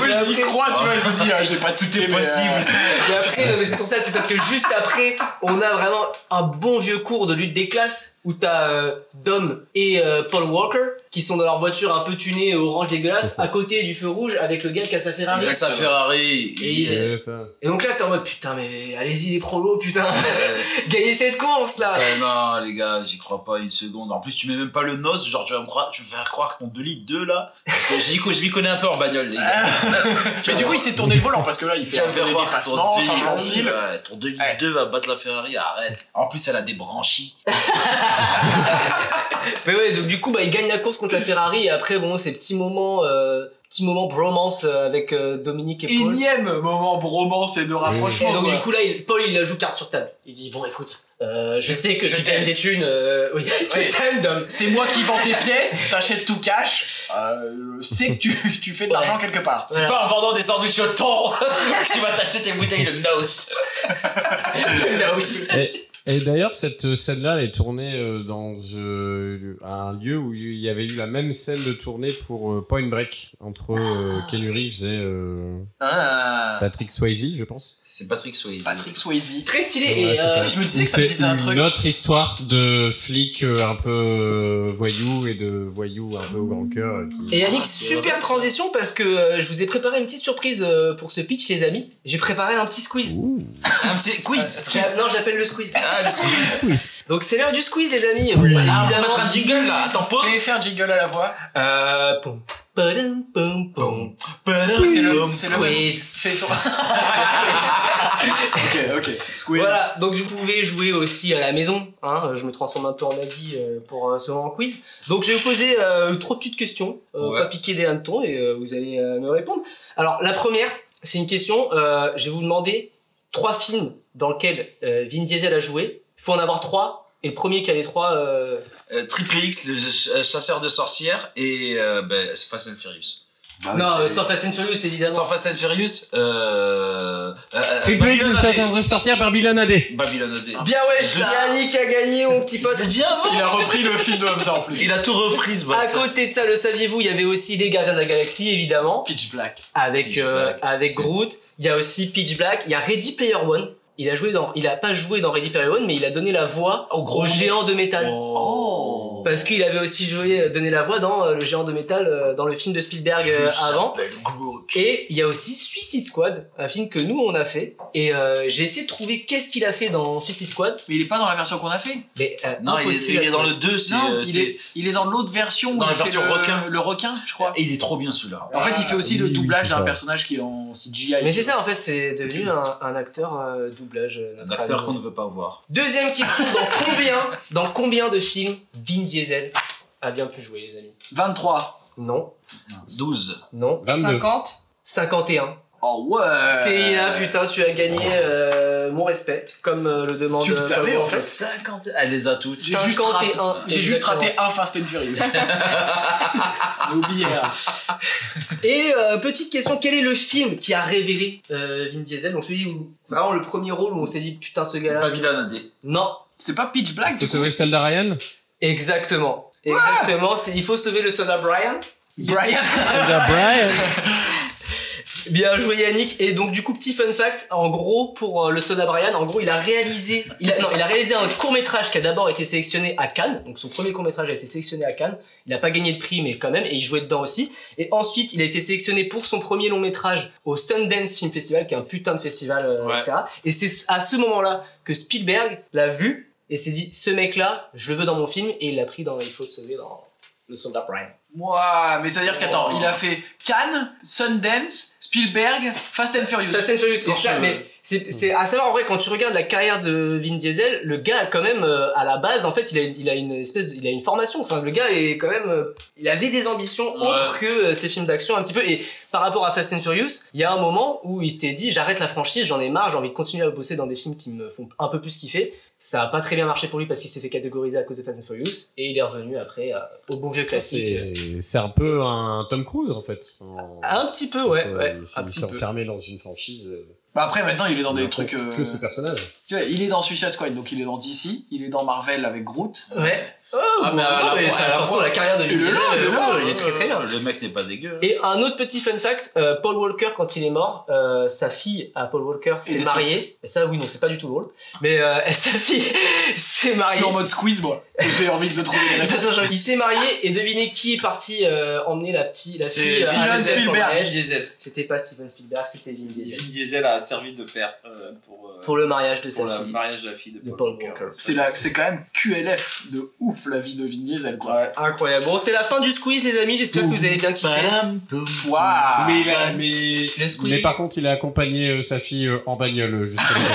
J: Oui, j'y crois, tu vois, il me dit, ah, j'ai pas euh, tout est
E: Possible.
B: et après non, mais c'est pour ça c'est parce que juste après on a vraiment un bon vieux cours de lutte des classes où t'as euh, Dom et euh, Paul Walker qui sont dans leur voiture un peu tunée orange dégueulasse à côté du feu rouge avec le gars qui a sa Ferrari
E: Jacques sa Ferrari.
B: Et
E: il-
B: il-
K: Ouais, ça.
B: et donc là t'es en mode putain mais allez-y les prolos putain [laughs] gagnez cette course là
E: Ça, non, les gars, j'y crois pas une seconde. En plus, tu mets même pas le noce, genre tu vas me croire, tu vas faire croire qu'on 2 litres 2 là. Parce que j'y co- je m'y connais un peu en bagnole, les
J: Ah,
E: gars.
J: Mais du coup, il s'est tourné le volant parce que là, il
E: Tu
J: fait
E: vas
J: un
E: me faire
J: peu
E: croire que
J: dépassement, changement
E: ton 2
J: de fil.
E: litres 2, ouais, ton 2 litres
J: Ouais.
E: 2 va battre la Ferrari, arrête. En plus, elle a des branchies.
B: Mais ouais, donc du coup, bah, il gagne la course contre la Ferrari et après, bon, ces petits moments, euh, petits moments bromance euh, avec euh, Dominique et Paul.
J: Énième moment bromance et de
K: bah,
J: rapprochement.
E: Oh,
B: Et donc
J: quoi.
B: du coup là, il- Paul il la joue carte sur table. Il dit bon écoute, euh, je sais que
E: je
B: tu
E: t'aime.
B: gagnes des thunes, euh,
E: [laughs]
B: oui,
J: Oui.
B: je t'aime Dom.
J: c'est moi qui vends tes pièces, t'achètes tout cash, euh, c'est que tu, [laughs] tu fais de l'argent quelque part.
E: C'est pas en vendant des sandwichs au thon [laughs] que tu vas t'acheter tes bouteilles de noce.
B: Là aussi.
K: Et, et d'ailleurs, cette scène-là, elle est tournée euh, dans euh, un lieu où il y avait eu la même scène de tournée pour euh, Point Break entre euh, Keanu Reeves et euh,
J: Ah.
K: Patrick Swayze, je pense.
E: C'est Patrick Swayze.
J: Patrick Swayze.
B: Très stylé
K: Ouais,
B: et
K: c'est
B: euh,
K: ça.
J: Je me disais que ça me
K: Où
J: disait un
K: c'est
J: truc.
K: une autre histoire de flic euh, un peu euh, voyou et de voyou un peu au grand cœur. euh, qui-
B: et Yannick,
E: Ah, c'est
B: super
E: vrai, ça.
B: transition parce que euh, je vous ai préparé une petite surprise euh, pour ce pitch, les amis. J'ai préparé un petit squeeze.
J: euh,
E: Un petit quiz.
B: J'ai- Non, je l'appelle le squeeze.
E: Ah, le squeeze.
B: Donc c'est l'heure du squeeze, les amis.
E: Ah, on va
B: Évidemment.
E: mettre un jingle là, attends, pause.
J: Et faire jingle à la voix.
B: Euh, pom, padam, pom, pom.
J: C'est le, c'est le même.
B: Squeeze.
J: Fais
E: [laughs]
J: ton. ok, ok. Squid.
B: Voilà, donc vous pouvez jouer aussi à la maison. hein, euh, je me transforme un peu en avis pour euh, ce moment quiz. Donc je vais vous poser euh, trois petites questions, euh,
E: Ouais.
B: pas piquer des hannetons, et euh, vous allez euh, me répondre. Alors la première, c'est une question. euh, je vais vous demander trois films dans lesquels euh, Vin Diesel a joué. Il faut en avoir trois. Et le premier qui a les trois, euh,
E: Euh, Triple X, le euh, chasseur de sorcières et euh, ben, Fast and Furious.
B: Non, euh, sans Fast and Furious, évidemment.
E: Sans Fast and Furious, euh. euh,
K: Triple X,
E: Babylon
K: c'est
E: AD.
K: un vrai sorcière par Babylon AD.
E: Babylon AD.
A: Bien ouais, je- Yannick a gagné, mon petit pote.
E: Il
J: a repris le film de Hamza en plus.
E: Il a tout repris ce
B: À côté de ça, le saviez-vous, il y avait aussi les Gardiens de la Galaxie, évidemment.
J: Pitch Black.
B: Avec, euh, avec Groot. Il y a aussi Pitch Black. Il y a Ready Player One. Il a joué dans, il a pas joué dans Ready Player One, mais il a donné la voix au
E: gros
B: géant de métal.
E: Oh.
B: Parce qu'il avait aussi joué, donné la voix dans euh, le géant de métal euh, dans le film de Spielberg euh,
E: Je
B: avant. Et il y a aussi Suicide Squad, un film que nous on a fait. Et euh, j'ai essayé de trouver qu'est-ce qu'il a fait dans Suicide Squad.
J: Mais il est pas dans la version qu'on a fait.
B: Mais euh,
E: Non, il est,
B: impossible
E: il
B: à
E: est dans
B: trouver.
E: le 2, c'est.
J: Non,
E: euh,
J: il
E: c'est-
J: est, il est dans l'autre version où
E: Dans la
J: il fait
E: version
J: le,
E: requin.
J: le requin, je crois.
E: Et il est trop bien celui-là.
J: en fait, il fait aussi le doublage
E: c'est
J: d'un
E: ça.
J: personnage qui est en CGI.
B: Mais c'est ça en fait, c'est devenu un, un acteur euh, doublage. euh,
E: Un
B: notre
E: acteur
B: ami.
E: qu'on ne veut pas voir.
B: Deuxième question, dans combien, dans combien de films Vin Diesel a bien pu jouer, les amis
J: 23.
B: Non.
E: 12.
B: Non.
A: 50
B: 51.
J: Oh ouais
B: C'est là, putain, tu as gagné euh, mon respect, comme euh, le demande.
E: Tu le savais,
B: Fabien.
E: en fait, 50. Elle les a toutes.
J: J'ai juste raté,
B: 51,
J: j'ai juste
B: exactement.
J: raté un Fast and Furious.
B: [laughs]
J: J'ai oublié. hein.
B: Et euh, petite question, quel est le film qui a révélé euh, Vin Diesel Donc celui où vraiment le premier rôle où on s'est dit putain ce gars-là. c'est-
E: Babylon AD.
B: Non,
J: C'est pas Pitch Black
K: Faut
J: du coup
K: sauver le soldat Ryan
B: exactement. Exactement, c'est il faut sauver le soldat Brian.
J: Brian
K: Soldat Brian
B: Eh Bien joué Yannick. Et donc du coup petit fun fact, en gros pour euh, le soldat Brian, en gros il a réalisé, il a, non, il a réalisé un court métrage qui a d'abord été sélectionné à Cannes. Donc son premier court métrage a été sélectionné à Cannes. Il n'a pas gagné de prix mais quand même et il jouait dedans aussi. Et ensuite il a été sélectionné pour son premier long métrage au Sundance Film Festival qui est un putain de festival euh,
E: Ouais.
B: etc. Et c'est à ce moment là que Spielberg l'a vu et s'est dit ce mec là je le veux dans mon film et il l'a pris dans Il faut le sauver dans le soldat Brian.
J: Moi, mais c'est-à-dire qu'attends, il a fait Cannes, Sundance, Spielberg, Fast and Furious.
B: Fast and Furious,
E: Sans
B: c'est ça,
E: cheveux.
B: mais c'est c'est à savoir en vrai quand tu regardes la carrière de Vin Diesel, le gars a quand même euh, à la base en fait il a, il a une espèce de, il a une formation, enfin le gars est quand même euh, il avait des ambitions autres que euh, ses films d'action un petit peu et par rapport à Fast and Furious, il y a un moment où il s'était dit j'arrête la franchise, j'en ai marre, j'ai envie de continuer à bosser dans des films qui me font un peu plus kiffer. Ça a pas très bien marché pour lui parce qu'il s'est fait catégoriser à cause de Fast and Furious et il est revenu après euh, au bon vieux classique.
K: C'est c'est un peu un Tom Cruise en fait. En-
J: Ah,
B: Un petit peu euh, ouais,
K: Il faut-
B: ouais,
K: il s'est-
B: un
K: il
B: petit
K: s'est
B: peu.
K: enfermé dans une franchise. euh,
J: Bah après, maintenant, il est dans
K: il
J: des
K: n'en
J: trucs.
K: pense
J: euh,
K: Que ce personnage.
J: Tu vois, il est dans Suicide Squad, donc il est dans DC, il est dans Marvel avec Groot.
B: Ouais.
E: Ah, mais à la-
B: de toute
E: à la
B: façon,
E: fois-
B: la carrière de Vin
J: Oh, Il est
B: Diesel,
J: là, il est
B: euh,
J: là,
B: il est très très bien.
E: Le mec n'est pas dégueu.
B: Et un autre petit fun fact, euh, Paul Walker quand il est mort, euh, sa fille à Paul Walker
J: Il
B: s'est
J: est
B: mariée. Et ça oui non c'est pas du tout drôle, mais euh, [laughs] sa fille s'est
J: Je
B: mariée.
J: suis en mode squeeze, moi. J'ai envie de trouver [laughs] des
B: [laughs]
J: réponses.
B: Attends, attends, il s'est marié et devinez qui est parti euh, emmener la petite la
E: C'est
B: fille. euh, à
J: Steven
B: la fête pour le
J: Spielberg.
B: mariage.
E: Diesel.
B: C'était pas Steven Spielberg, c'était Vin Diesel
E: Vin Diesel a servi de père euh, pour, euh,
B: pour le mariage de
E: pour
B: sa
E: le
B: fille.
E: mariage de la fille de
B: De
E: Paul,
B: Paul
E: Walker.
B: Walker.
J: C'est la- c'est quand même QLF de ouf la vie de Vin Diesel, quoi.
B: Incroyable. Bon c'est la fin du squeeze les amis, j'espère que vous avez bien kiffé.
E: Badam, boum.
J: Waouh
K: Mais, il a- mais, mais par contre, il a accompagné euh, sa fille euh, en bagnole,
J: [laughs]
K: euh, justement.
B: [laughs]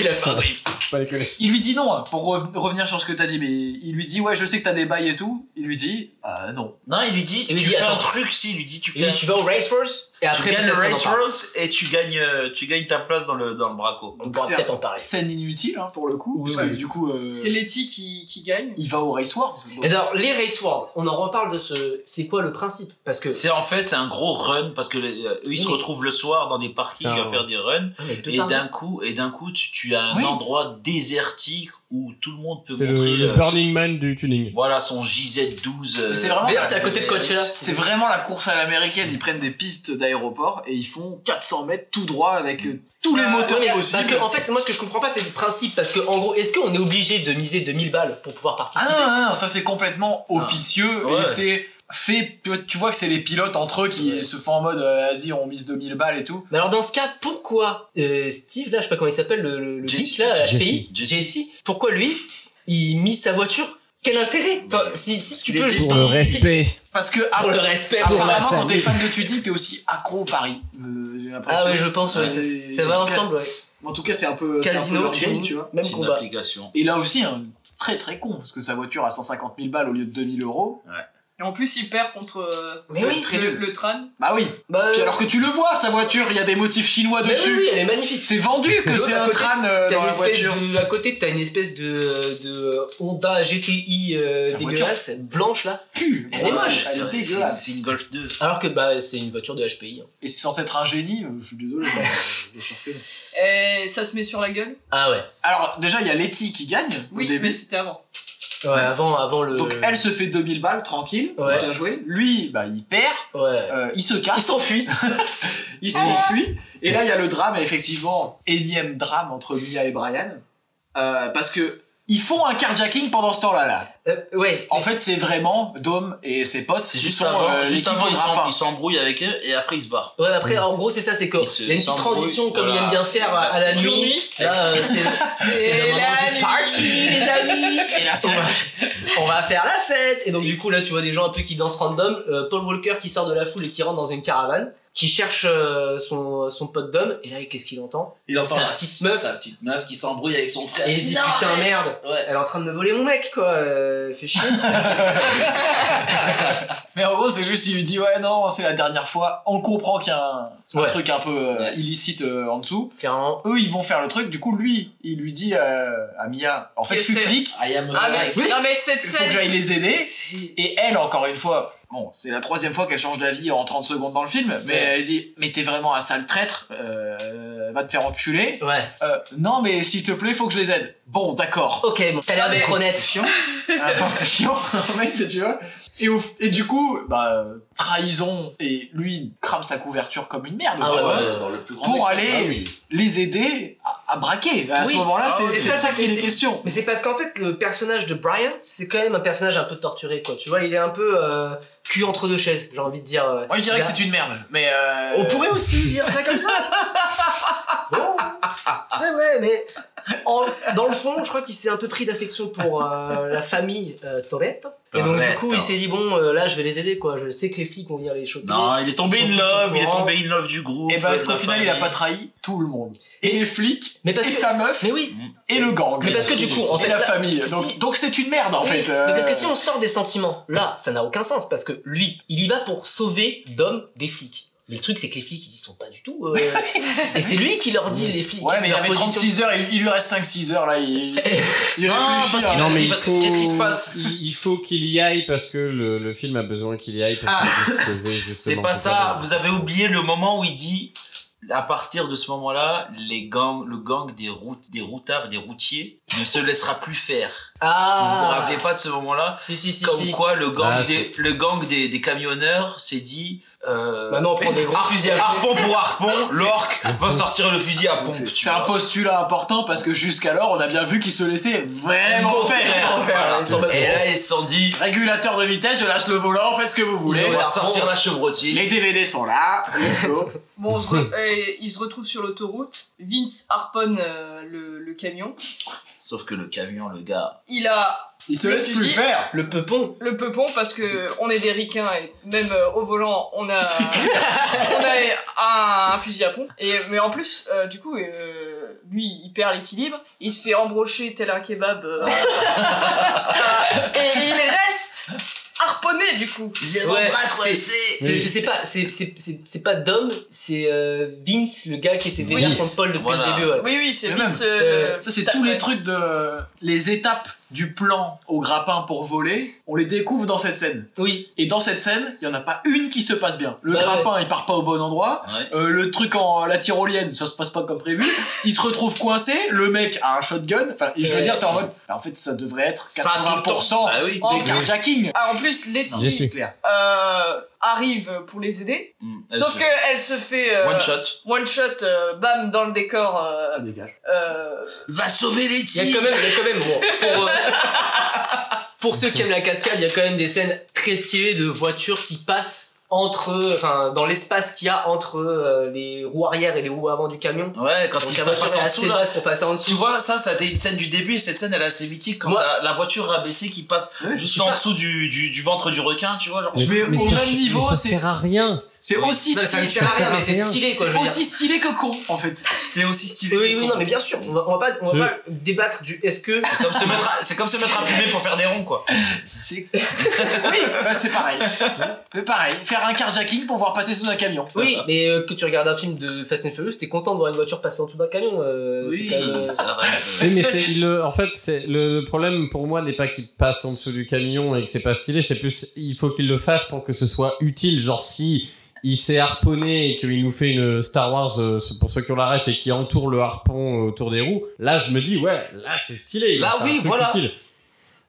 B: Il a fait un drift.
K: pas déconner.
J: Il lui dit non, hein, pour rev- revenir sur ce que t'as dit, mais il lui dit ouais, je sais que t'as des bails et tout. Il lui dit ah non.
E: Non, il lui dit,
B: Il lui
E: tu
B: dit,
E: fais
B: attends.
E: un truc, si, il lui dit, tu fais
B: Il
E: un
B: dit tu vas au Race Wars et après
E: tu gagnes le
B: peut-être on en
E: Race
B: parle.
E: Wars et tu gagnes, euh, tu gagnes ta place dans le, dans le braco.
B: On pourra
J: C'est-
B: peut-être en parler.
J: Scène inutile hein, pour le coup,
B: Oui,
J: parce que
B: oui.
J: du coup, euh,
A: C'est Letty qui, qui gagne.
J: il va au Race Wars. donc-
B: Et alors, les Race Wars, on en reparle de ce. C'est quoi le principe Parce que.
E: C'est en fait, c'est un gros run parce que les- euh, eux, ils se
B: Oui.
E: retrouvent le soir dans des parkings
K: C'est un-
E: à faire des runs.
B: Ah, mais de
E: Et
B: par-
E: d'un coup, et d'un coup, tu, tu as un
J: Oui.
E: endroit désertique où tout le monde peut
K: C'est le,
E: montrer,
K: le
E: euh,
K: Burning Man du tuning.
E: voilà, son JZ12. euh,
J: C'est vraiment-
B: D'ailleurs, c'est à côté de Coachella.
J: C'est vraiment la course à l'américaine, ils prennent des pistes d'aéroport et ils font 400 mètres tout droit avec euh, tous les moteurs
B: Ouais, mais
J: possibles.
B: Parce que, en fait, moi, ce que je comprends pas, c'est le principe. Parce que, en gros, est-ce qu'on est obligé de miser 2000 balles pour pouvoir
J: Ah
B: participer
J: non, non, non, ça c'est complètement officieux et
E: Ouais.
J: c'est fait. tu- Tu vois que c'est les pilotes entre eux qui se font en mode euh, vas-y, on mise 2000 balles et tout.
B: Mais alors, dans ce cas, pourquoi euh, Steve, là, je sais pas comment il s'appelle, le, le, le
E: Jesse.
B: geek, là,
E: Jesse.
B: HPI,
E: Jesse.
B: Jesse, pourquoi lui, il mise sa voiture Quel intérêt Enfin, Si, si tu
E: qu'il
B: peux
E: est
B: juste.
E: pour
B: participer. Ah,
J: Parce que
B: Pour le respect, pour la
J: apparemment, quand
B: famille.
J: t'es fan de tuning, t'es aussi accro au Paris. Euh, j'ai l'impression.
B: Ah ouais, je pense, ouais, c'est- ça va ensemble, ouais.
J: En tout cas, c'est un peu. c'est un peu
B: Casino,
J: leur
B: tu,
J: game, tu vois.
B: même
E: C'est une
B: combat.
E: application.
J: Et là aussi, hein, très très con, parce que sa voiture à 150 000 balles au lieu de 2000 euros.
E: Ouais.
M: Et en plus, il perd contre euh,
B: Mais
M: le,
B: oui,
M: tra-
B: nul.
M: le Tran.
J: Bah oui. Puis alors que tu le vois, sa voiture, il y a des motifs chinois
B: Mais
J: dessus.
B: oui, oui, elle est magnifique.
J: C'est vendu que
B: L'autre,
J: c'est
B: à
J: un
B: côté,
J: tran euh,
B: t'as
J: dans
B: une
J: la
B: espèce
J: voiture.
B: de- à côté, t'as une espèce de, de Honda GTI euh,
J: Sa
B: dégueulasse,
J: voiture
B: blanche là.
J: Pue,
B: elle est moche,
J: elle est dégueulasse.
B: une Golf 2. Alors que bah c'est une voiture de HPI. hein.
J: Et c'est censé être un génie, euh, je suis désolé.
B: [laughs]
J: mais, euh, bien sûr que non.
M: Et ça se met sur la gueule
B: Ah ouais.
J: Alors déjà, il y a Letty qui gagne au
M: Oui,
J: début.
M: mais euh, c'était avant.
B: Ouais, avant, avant le.
J: Donc elle se fait 2000 balles tranquille,
B: Ouais.
J: bien joué. Lui, bah il perd, Euh, il se casse, il
B: s'enfuit,
J: [laughs] il
E: Ah.
J: s'enfuit. Et là il y a le drame, effectivement, énième drame entre Mia et Brian, Euh, parce que ils font un carjacking pendant ce temps-là. Là.
B: euh, ouais.
J: En fait c'est vraiment Dome et ses potes.
E: C'est
J: qui
E: juste
J: sont,
E: avant,
J: euh,
E: juste
J: l'équipe
E: avant,
J: au
E: ils
J: grappin.
E: s'en- ils s'embrouillent avec eux et après ils se barrent.
B: Ouais, après, en gros, c'est ça, c'est que il y a une petite
E: s'embrouillent,
B: transition comme
E: voilà.
B: il aime bien faire à- à la
E: Jour
B: nuit.
E: nuit.
B: Là, euh, c'est- [laughs] c'est le
M: C'est
B: moment
M: la
B: du
M: nuit,
B: party, les [laughs] amis.
J: Et là,
B: on va, on va faire la fête. Et donc, du coup, là, tu vois des gens un peu qui dansent random. Euh, Paul Walker qui sort de la foule et qui rentre dans une caravane, qui cherche euh, son, son pote d'homme. Et là, qu'est-ce qu'il entend
E: Il entend
B: Sa
E: la
B: petite
E: petite meuf, sa petite meuf qui s'embrouille avec son frère.
B: Et il se dit
E: Non,
B: putain
E: arrête
B: merde, elle est en train de me voler mon mec quoi, euh, fais [laughs] chier.
J: Mais en gros c'est juste il lui dit ouais non c'est la dernière fois. On comprend qu'il y a un, un
B: Ouais.
J: truc un peu euh, illicite euh, en dessous. Eux ils vont faire le truc. Du coup lui il lui dit euh, à Mia en fait je suis
M: Yes,
J: flic.
E: I am a
M: Ah, mais,
E: flic.
M: non, mais cette
J: Il faut que
M: scène.
J: j'aille les aider. Et elle, encore une fois, bon, c'est la troisième fois qu'elle change d'avis en 30 secondes dans le film, mais
B: Ouais.
J: elle dit Mais t'es vraiment un sale traître, euh, va te faire enculer.
B: Ouais.
J: Euh, non, mais s'il te plaît, faut que je les aide. Bon,
B: [laughs]
J: d'accord. Ah,
B: Ok, bon, t'as l'air d'être honnête.
J: Enfin, c'est chiant, [laughs] mec, tu vois. Et, au- et du coup, bah, trahison, et lui, il crame sa couverture comme une merde,
B: Ah
J: tu
B: ouais,
J: vois,
B: ouais,
E: dans le plus grand
J: pour
E: écart.
J: aller
E: Ah oui.
J: les aider à, à braquer. À ce
B: Oui.
J: moment-là,
B: Ah
J: c'est
B: ouais,
J: c'est ça, qu'il est question.
B: [laughs] Mais c'est parce qu'en fait, le personnage de Brian, c'est quand même un personnage un peu torturé, quoi. Tu vois, il est un peu euh, cul entre deux chaises, j'ai envie de dire. euh,
J: Moi, je dirais
B: il
J: que
B: a-
J: c'est une merde, mais. euh,
B: On pourrait aussi dire ça comme ça. bon, c'est vrai, mais en- dans le fond, je crois qu'il s'est un peu pris d'affection pour euh, la famille euh, Toretto. Et donc du coup, il s'est dit bon, euh, là, je vais les aider, quoi. Je sais que les flics vont venir les choper.
E: Non, il est tombé
B: Ils
E: in
B: sont tous
E: love,
B: au
E: il est
B: courant.
E: tombé in love du groupe.
J: Et ben, parce
E: de
J: qu'au
E: la
J: final, il a
E: famille.
J: pas trahi tout le monde. Et les flics,
B: Mais parce
J: et
B: que-
J: sa meuf,
B: Mais oui.
J: et le gang.
B: Mais parce que du coup, en
J: Et
B: fait,
J: la
B: là,
J: famille.
B: si-
J: Donc, donc c'est une merde en
B: Oui,
J: fait.
B: mais parce que
J: euh,
B: si on sort des sentiments, là, ça n'a aucun sens parce que lui, il y va pour sauver d'hommes des flics. Mais le truc, c'est que les flics, ils y sont pas du tout. euh, et c'est lui qui leur dit les flics.
J: Ouais, mais il
B: leur
J: avait
B: position.
J: 36 heures, il, il lui reste 5-6 heures là, il,
B: [laughs]
J: il
E: Non,
J: réfléchit. hein.
E: parce
J: à-
E: qu'il
K: Non,
E: a
K: mais
E: dit,
K: il
E: parce que
K: faut-
E: qu'est-ce qui se passe
K: Il il faut qu'il y aille parce que le, le film a besoin qu'il y aille pour qu'il puisse sauver
E: Ah.
K: justement.
E: C'est pas
K: ses
E: ça,
K: amis.
E: vous avez oublié le moment où il dit à partir de ce moment-là, les gangs, le gang des routes, des routards et des routiers ne se laissera plus faire. Vous vous
B: Ah
E: rappelez pas de ce moment-là
B: Si, si, si.
E: Comme
B: si.
E: quoi le gang
J: Bah,
K: Ah,
E: des le gang des, des camionneurs s'est dit euh,
B: Maintenant, Bah on
E: [laughs]
B: prend des gros
E: har-
B: fusils à
E: harpon pour harpon, l'orque va sortir le fusil à pompe. tu
J: C'est un
E: vois.
J: postulat important parce que jusqu'alors, on a bien vu qu'il se laissait vraiment
E: Bon,
J: faire.
E: voilà.
B: ils sont pas
E: Et
B: gros.
E: là ils se sont dit
J: Régulateur de vitesse, je lâche le volant, faites ce que vous
E: on
J: voulez.
E: va sortir la chevrotine.
J: Les DVD sont là. let's go.
M: Bon, on se re- et ils se retrouvent sur l'autoroute. Vince harponne euh, le, le camion.
E: Sauf que le camion, le gars.
M: Il a
J: Il se
M: Le
J: laisse plus
M: fusil.
J: faire.
B: Le peupon.
M: le peupon parce que on est des ricains et même euh, au volant, on a, on a un, un fusil à pompe. Et, mais en plus, euh, du coup, euh, lui, il perd l'équilibre. Il se fait embrocher tel un kebab. euh, et il reste harponné, du coup.
E: J'ai
B: Ouais,
E: mon bras
B: c'est-
E: coincé.
B: C'est- Je sais pas, c'est c'est- c'est- c'est pas Dom, c'est euh, Vince, le gars qui était vénère
K: Oui.
B: contre Paul depuis
E: Voilà.
B: le début. ouais.
M: Oui, oui, c'est
J: Mais
M: Vince.
J: même,
M: euh,
J: Ça, c'est
M: ta-
J: tous les trucs de. Les étapes du plan au grappin pour voler, on les découvre dans cette scène.
B: Oui.
J: Et dans cette scène, il n'y en a pas une qui se passe bien. Le
B: Bah
J: grappin, il part pas au bon endroit.
E: Ouais.
J: Euh, le truc en la tyrolienne, ça se passe pas comme prévu. Il se retrouve coincé. Le mec a un shotgun. Enfin, et je veux
B: Ouais.
J: dire, t'es en mode. bah, en fait, ça devrait être
E: Ça, tout le temps.
J: 80%
E: Bah
B: Oh.
E: oui.
J: des carjackings.
M: Ah, en plus,
K: Bien
M: Letty
K: sûr.
J: Clair.
M: euh, arrive pour les aider.
E: Mm, elle
M: Sauf
E: se-
M: qu'elle se fait euh,
E: One shot.
M: one shot, euh, bam, dans le décor. euh,
B: Ah,
J: Ça dégage.
M: euh,
E: Va sauver les
B: Il y a quand même, il y a quand même, bon, pour, euh, [laughs] pour ceux qui aiment la cascade, il y a quand même des scènes très stylées de voitures qui passent entre, enfin, dans l'espace qu'il y a entre euh, les roues arrière et les roues avant du camion.
E: Ouais, quand
B: Donc,
E: il
B: la
E: ça
B: voiture
E: passe
B: est
E: en
B: assez
E: dessous là.
B: basse pour passer en dessous.
E: Tu vois, ça, ça a été une scène du début et cette scène elle est assez mythique quand
B: Moi-
E: t'as la voiture rabaissée qui passe
B: je
E: juste
B: suis
E: en
B: pas-
E: dessous du, du, du ventre du requin, tu vois. Genre,
J: Mais au
K: ça-
J: même niveau,
K: mais ça
J: c'est-
K: sert à rien.
J: C'est
B: Oui.
J: aussi
B: Non, mais ça
J: stylé.
B: ne sert à rien, mais c'est stylé, quoi, je
J: C'est
B: veux dire.
J: aussi stylé que con, en fait. C'est aussi stylé.
B: Oui, oui, non, mais bien sûr, on va, on va pas, on va pas débattre du est-ce que. C'est
E: comme se mettre à- c'est comme se mettre à fumer pour faire des ronds, quoi.
J: [laughs] C'est. oui, bah, c'est pareil. Mais pareil, faire un carjacking pour voir passer sous un camion.
B: Oui, mais euh, que tu regardes un film de Fast and Furious, t'es content de voir une voiture passer en dessous d'un camion. euh,
E: Oui,
B: c'est quand même, euh,
E: c'est vrai.
K: Oui, mais c'est le, en fait, c'est le, le problème pour moi n'est pas qu'il passe en dessous du camion et que c'est pas stylé, c'est plus il faut qu'il le fasse pour que ce soit utile. Genre si il s'est harponné et qu'il nous fait une Star Wars euh, pour ceux qui ont la ref et qui entoure le harpon euh, autour des roues, là je me dis ouais, là c'est stylé. il va
E: Là,
K: faire un
E: oui,
K: truc
E: voilà.
K: utile.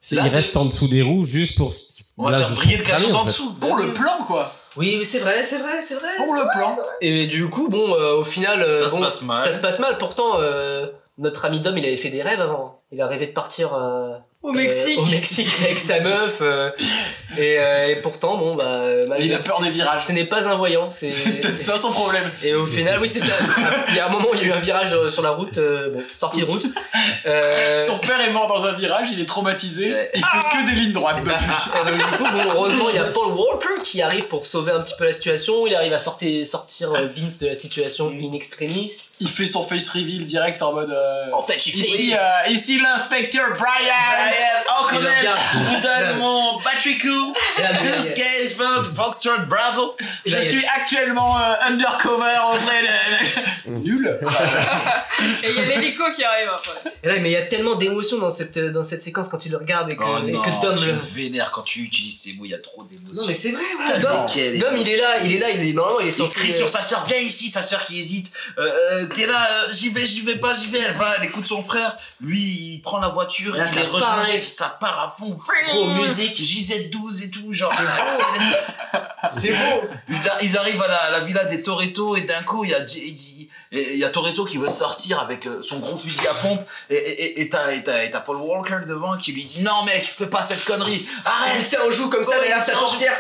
K: C'est-
E: Là,
K: il
E: c'est-
K: reste en dessous des roues juste pour.
E: On va
K: là,
E: faire
K: je
E: briller le
K: trouve ça
E: camion
K: laid, en
E: d'en
K: fait.
E: dessous.
J: Pour le plan, quoi.
B: Oui, oui, c'est vrai, c'est vrai, c'est vrai.
J: Pour le [laughs] plan.
B: Et du coup, bon, euh, au final, euh,
E: Ça se
B: bon,
E: passe mal.
B: ça se passe mal. Pourtant, euh, notre ami Dom, il avait fait des rêves avant. Il a rêvé de partir euh,
A: Au Mexique.
B: au Mexique avec sa meuf. euh, et, euh, et pourtant, bon, bah, euh,
J: Mais il a peur des
B: ce-
J: virages.
B: Ce n'est pas un voyant. C'est
J: [laughs] Peut-être ça son problème.
B: Et au final, oui, c'est ça. Il y a un moment, il y a eu un virage euh, sur la route, euh, bon, sortie de route. Euh,
J: Son père est mort dans un virage, il est traumatisé, il fait que des lignes droites depuis.
B: Et donc, du coup, bon, heureusement, il y a Paul Walker qui arrive pour sauver un petit peu la situation. Il arrive à sortir, sortir euh, Vince de la situation in extremis.
J: Il fait son face reveal direct en mode.
B: En fait, je fais-
J: Ici, euh, ici l'inspecteur Brian.
B: euh,
E: oh, quand
J: Il
E: même,
J: regarde.
E: je vous donne mon battery coup.
B: Là, là,
E: 12 gauge 20 Foxtrot Bravo. Là, il y
J: Je
E: a-
J: suis actuellement euh, undercover auprès de. Nul.
M: Et il y a l'hélico qui arrive après.
B: Et là, mais il y a tellement d'émotions dans cette, dans cette séquence quand il le regarde et que,
E: Oh
B: et
E: non,
B: que Dom
E: tu
B: le-
E: me vénères quand tu utilises ces mots, il y a trop d'émotions.
B: Non, mais c'est vrai, ouais,
E: Ah,
B: Dom,
E: quelle
B: Dom, il est là, il est là, il est normalement, il est
E: Il
B: censé.
E: crie sur sa sœur, viens ici, sa sœur qui hésite. Euh, euh, T'es là, euh, j'y vais, j'y vais pas, j'y vais. Elle va, elle écoute son frère. Lui, il prend la voiture,
B: Là,
E: il
B: ça
E: les rejoint,
B: part, hein.
E: ça part à fond.
B: Gros musique.
E: JZ12 et tout, genre. ça accélère. C'est beau. Ils, a- ils arrivent à la, la villa des Toretto et d'un coup, il y a J- J- et il y a Toretto qui veut sortir avec euh, son gros fusil à pompe et- et et- et t'as et t'as- et t'as Paul Walker devant qui lui dit non mec fais pas cette connerie arrête
B: Ça, on joue comme ça
E: Ouais,
B: derrière sa
E: tiens, on joue-
B: portière.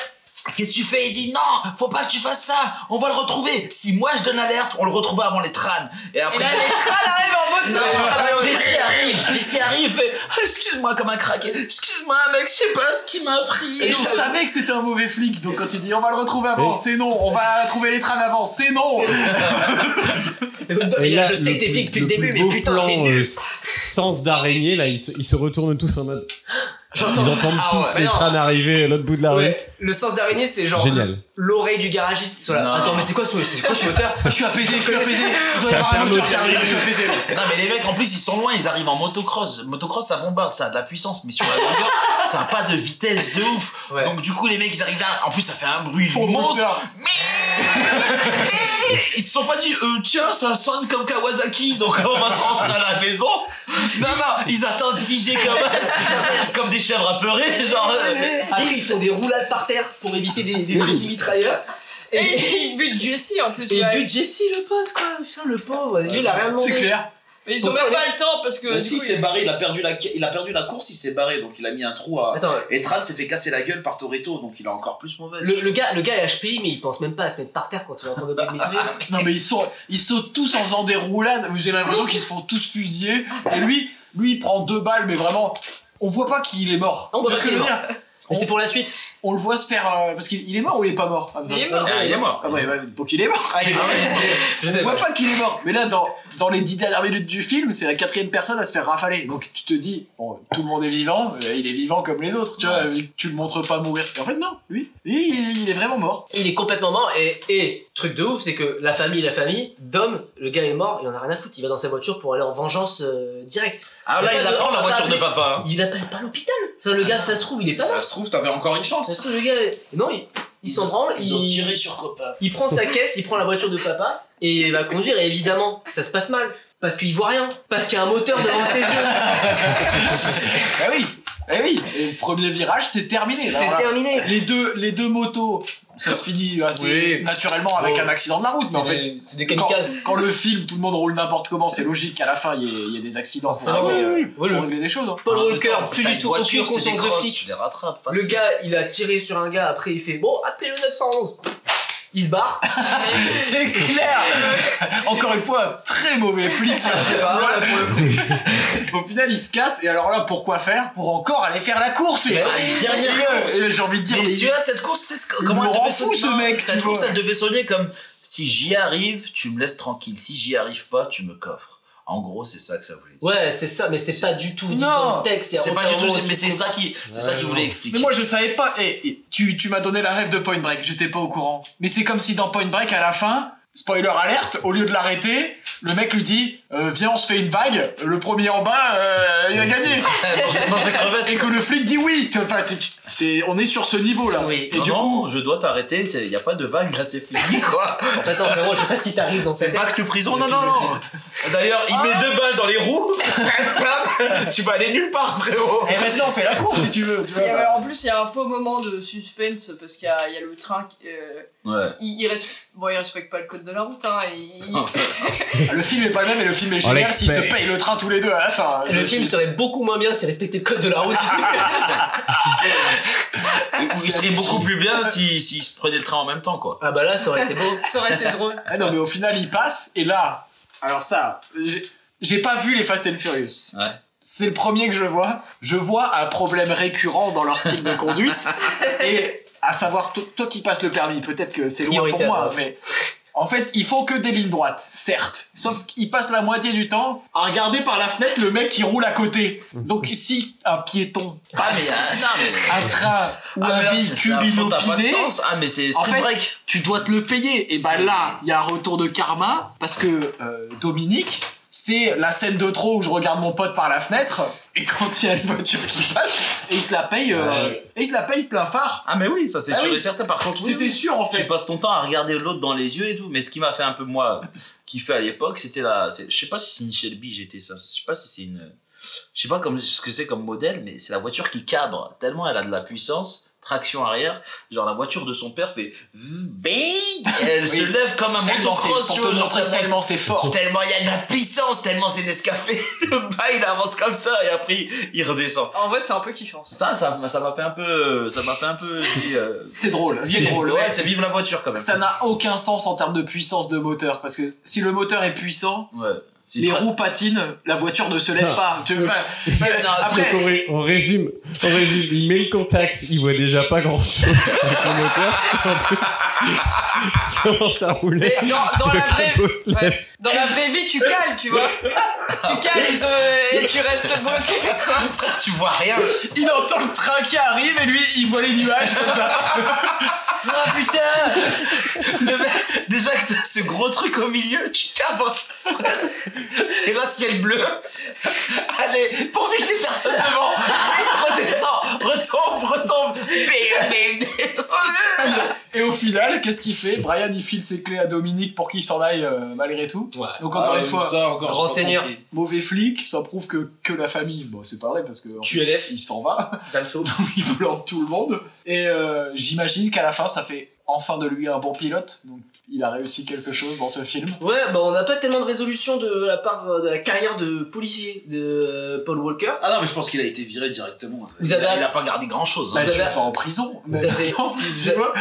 E: Qu'est-ce que tu fais Il dit non, faut pas que tu fasses ça, on va le retrouver. Si moi je donne l'alerte, on le retrouve avant les tranes. Et après.
M: Et là, les crânes arrivent en mode.
E: Non,
A: euh,
E: Jesse arrive, Jesse arrive, fait, Ah, [laughs] excuse-moi comme un craqué, excuse-moi mec, je sais pas ce qui m'a pris.
J: Et on savait que c'était un mauvais flic, donc quand il dit on va le retrouver avant, c'est non, on va trouver les trames avant, c'est non.
K: Et là,
B: je sais que t'es
K: plus-
B: flic depuis le début,
K: plus
B: mais
K: beau
B: putain,
K: plan,
B: t'es nul.
K: euh, sens d'araignée, là, ils se, ils se retournent tous en mode. Ils
B: J'entends-
K: entendent
B: Ah
K: tous
B: ouais, mais
K: les
B: non.
K: trains arriver à l'autre bout de la
B: Ouais, le sens d'araignée, c'est genre.
K: rue. Génial.
B: L'oreille du garagiste, ils sont là.
E: Non.
B: Attends, mais c'est quoi ce c'est quoi ce moteur
J: Je suis apaisé, je suis apaisé. Il doit y
K: Ça
J: avoir
K: fait
J: un
K: un
J: auteur
K: mot
J: qui arrive, je suis apaisé.
E: Non mais les mecs en plus ils sont loin, ils arrivent en motocross. Motocross ça bombarde, ça a de la puissance, mais sur la longueur [laughs] ça a pas de vitesse de ouf.
B: Ouais.
E: Donc du coup les mecs ils arrivent là, en plus ça fait un bruit
J: Fond de
E: monstre.
J: moteur.
E: Ils se sont pas dit euh, tiens ça sonne comme Kawasaki donc on va se rentrer à la maison. Non non ils attendent figés comme [laughs] comme des chèvres apeurées genre. euh, mais-
B: Après, ils font des roulades par terre pour éviter des, des fusils mitrailleurs.
M: Et
B: Et,
M: il bute Jesse en plus.
B: et
M: ouais.
B: but Jesse, le pote, quoi. Putain, le pauvre. Lui, il a rien demandé.
J: C'est clair.
M: Mais ils ont
B: Donc,
M: même
B: allez.
M: pas le temps parce que.
E: Bah,
M: du
E: si, il
M: coup,
E: s'est
M: il-
E: barré, il a perdu la, il a perdu la course, il s'est barré, donc il a mis un trou à.
B: Attends,
E: Et Tran s'est fait casser la gueule par Toretto, donc il est encore plus mauvais.
B: le, le gars, le gars est HPI, mais il pense même pas à se mettre par terre quand il est en train de débiter.
J: Non mais ils sont, ils sautent tous en faisant des roulades. J'ai l'impression qu'ils se font tous fusiller. Et lui, lui il prend deux balles, mais vraiment, on voit pas qu'il est mort.
B: On voit
J: Parce
B: pas
J: que
B: qu'il est
J: le
B: mort.
J: dire,
B: Mais c'est pour la suite.
J: on le voit se faire, euh, parce qu'il il est mort ou il est pas mort Hamza
M: Il est mort.
E: Ah, il est mort.
J: Ah ouais, ouais, donc il est mort.
B: il est mort.
J: Ah ouais.
B: Je
J: on
B: sais
J: voit
B: pas.
J: pas qu'il est mort. Mais là, dans, dans les dix dernières minutes du film, c'est la quatrième personne à se faire rafaler. Donc tu te dis, bon, tout le monde est vivant, euh, il est vivant comme les autres. Tu vois, euh, tu le montres pas mourir. Et en fait, non, lui, lui, il, il est vraiment mort.
B: Il est complètement mort et, et truc de ouf, c'est que la famille, la famille, Dom, le gars est mort, il en a rien à foutre, il va dans sa voiture pour aller en vengeance euh, directe.
E: Ah
B: là, il apprend la voiture de
E: papa. hein.
B: Il appelle pas l'hôpital. Enfin, le gars, ça se trouve, il est pas mort.
E: Ah. Ça se trouve, t'avais encore une
B: Ça se
E: chance.
B: trouve, le gars, est- non, il, il s'en branle,
E: Ils ont
B: il-
E: tiré sur Copa.
B: Il prend sa caisse, il prend la voiture de papa et il va conduire et évidemment ça se passe mal parce qu'il voit rien, parce qu'il y a un moteur devant
E: [laughs]
B: ses yeux.
J: Ah oui, ah oui. Et le premier virage, c'est terminé. là,
B: C'est
J: voilà.
B: terminé.
J: Les deux, les deux motos, ça se finit assez
B: Oui.
J: naturellement avec
B: Bon.
J: un accident de la route, mais en fait.
B: c'est des
J: Quand,
B: kamikazes.
J: quand le film, tout le monde roule n'importe comment, c'est logique qu'à la fin, il y, ait- il y ait des accidents pour,
E: Ah
B: Forcément,
J: régler,
B: oui,
J: euh,
B: oui. Voilà.
J: pour régler des choses. hein.
B: Paul Walker,
E: Putain,
B: plus
E: une
B: du tout
E: Ah, voiture,
B: aucune
E: c'est des
B: conscience de
E: crosses,
B: flic.
E: Tu les rattrapes.
B: Le
E: facile.
B: gars, il a tiré sur un gars, après il fait bon, appelez le 911. Il
E: [laughs]
B: se barre.
J: C'est [laughs] clair Encore une fois, un très mauvais flic sur
B: C'est vraiment là pour le coup.
J: Au final, il se casse, et alors là, pourquoi faire Pour encore aller faire la course et-
E: Mais oui, dernière
J: Et, euh,
E: course.
J: et J'ai envie de dire.
E: Mais
J: il-
E: tu vois, cette course, c'est ce
J: il
E: comment
J: me
E: elle
J: rend
E: devait
J: fou,
E: sonner- hein.
J: ce mec,
E: Cette
J: tu
E: course,
J: vois.
E: elle devait sonner comme si j'y arrive, tu me laisses tranquille. Si j'y arrive pas, tu me coffres. En gros, c'est ça que ça voulait dire.
B: Ouais, c'est ça, mais c'est pas du tout dit dans le texte.
E: c'est pas du
B: vraiment-
E: tout. Mais c'est ça qui, c'est ça qu'il voulait expliquer.
J: Mais moi je savais pas. Eh, eh, tu tu m'as donné la rêve de Point Break, j'étais pas au courant. Mais c'est comme si dans Point Break à la fin, spoiler alerte, au lieu de l'arrêter, le mec lui dit euh, viens on se fait une vague, le premier en bas euh, il a gagné.
E: [laughs]
J: Et que le flic dit oui. Enfin t'es- c'est on est sur ce niveau là. Et
E: Non,
J: du
E: non,
J: coup
E: je dois t'arrêter. Il y a pas de vague là, c'est fini quoi.
B: Attends, frérot, je sais pas ce qui t'arrive dans
E: cette. [laughs] C'est back to prison. Non, non, non. D'ailleurs, il met deux balles dans les roues. [laughs] tu vas aller nulle part, frérot.
J: Et Eh, maintenant, on fait la course si tu veux. Tu vois,
A: Et
J: bah.
A: ouais, en plus, il y a un faux moment de suspense parce qu'il y, a il y a le train. qui- euh,
E: Ouais.
A: il, il res- bon, il respecte pas le code de la route. Hein, et il-
E: Ah.
A: [laughs]
J: le film est pas le même et le film est
B: On
J: génial s'ils se
B: l'expert.
J: payent le train tous les deux à la fin.
B: Le film serait beaucoup moins bien si respectait le code de la [laughs] route.
J: Ah,
E: Il serait beaucoup plus bien s'il si, se prenait le train en même temps, quoi.
B: Ah bah là, ça aurait été beau.
A: ça aurait été drôle.
J: Ah non, mais au final, il passe, et là, alors ça, j'ai- j'ai pas vu les Fast and Furious. C'est le premier que je vois. Je vois un problème récurrent dans leur style de
E: [laughs]
J: conduite, et à savoir, to- toi qui passes le permis, peut-être que c'est loin pour
B: Prioritaire,
J: moi,
B: ouais.
J: mais. En fait, ils font que des lignes droites, certes. Sauf qu'ils passent la moitié du temps à regarder par la fenêtre le mec qui roule à côté. Donc si un piéton passe, un train ou
E: euh, Ah, mais là,
J: un
E: c'est-
J: véhicule
E: c'est à fond, t'as pas de
J: inopiné,
E: chance. Ah, mais c'est
J: en
E: Spring
J: fait,
E: Break.
J: Tu dois te le payer. Et bah là, il y a un retour de karma parce que euh, Dominique, c'est la scène de trop où je regarde mon pote par la fenêtre et quand il y a une voiture qui passe, et il se la paye, euh,
E: Ouais.
J: et il se la paye plein phare.
E: Ah mais oui, ça c'est
J: Ah
E: sûr
J: oui.
E: et certain. Par contre, oui,
J: C'était
E: oui.
J: sûr, en fait.
E: Tu passes ton temps à regarder l'autre dans les yeux et tout. Mais ce qui m'a fait un peu moi kiffer à l'époque, c'était la. c'est- Je sais pas si c'est une Shelby GT ça. Je sais pas si c'est une. Je sais pas comme ce que c'est comme modèle, mais c'est la voiture qui cabre tellement elle a de la puissance. Traction arrière, genre la voiture de son père fait zzz, bing, et elle se
J: Oui.
E: lève comme un bout de
J: Tellement c'est-
E: crosse,
J: pour
E: tu
J: te
E: vois, genre
J: montrer tellement c'est fort.
E: tellement il y a de la puissance, tellement c'est Nescafé, [laughs] le bas il avance comme ça et après il- il redescend.
A: En vrai, c'est un peu kiffant.
E: Ça,
A: ça.
E: ça ça m'a fait un peu, ça m'a fait un peu. euh,
J: C'est drôle, c'est drôle.
E: Ouais, c'est vive la voiture quand même.
J: Ça n'a aucun sens en termes de puissance de moteur parce que si le moteur est puissant,
E: Ouais.
J: les roues patinent, la voiture ne se lève
K: Ah.
J: pas. [laughs] Tu- enfin,
K: Donc,
J: enfin, après,
K: on, ré- on résume, on résume, il met le contact, il voit déjà pas grand chose [laughs] avec le moteur, en plus, il commence à rouler.
A: [laughs] Mais dans- dans
K: le
A: la vraie-
K: capot se lève.
A: Dans la vraie vie, tu cales, tu vois. tu cales et, euh, et tu restes bloqué.
E: Frère, tu vois rien.
J: Il entend le train qui arrive et lui, il voit les nuages
E: [laughs]
J: comme ça.
E: Ah putain Le mec- Déjà que t'as ce gros truc au milieu, tu cabres C'est là ciel bleu Allez, pourvu que les personnes devant Redescends, retombe, retombe Bing, bing, bing.
J: Et au final, qu'est-ce qu'il fait Brian, il file ses clés à Dominique pour qu'il s'en aille euh, malgré tout. Donc encore
B: Ah,
J: une
B: mais
J: fois,
B: ça, encore, Grand j'ai pas seigneur. compris.
J: mauvais flic, ça prouve que, que la famille, bon c'est pas vrai parce que en fait,
B: QLF.
J: il s'en va, [laughs]
B: Damso.
J: Donc, il plante tout le monde. Et euh, j'imagine qu'à la fin, ça fait enfin de lui un bon pilote. Donc il a réussi quelque chose dans ce film.
B: Ouais, bah on n'a pas tellement de résolution de la part euh, de la carrière de policier de euh, Paul Walker.
E: Ah non, mais je pense qu'il a été viré directement.
B: Vous
E: il,
B: avez-
E: a, il a pas gardé hein. grand chose.
J: Bah,
B: Vous avez-
J: Enfin en prison.
B: Vous
J: Mais-
B: avez,
J: [laughs] Non,
B: vous [laughs]
J: tu
B: avez-
J: vois,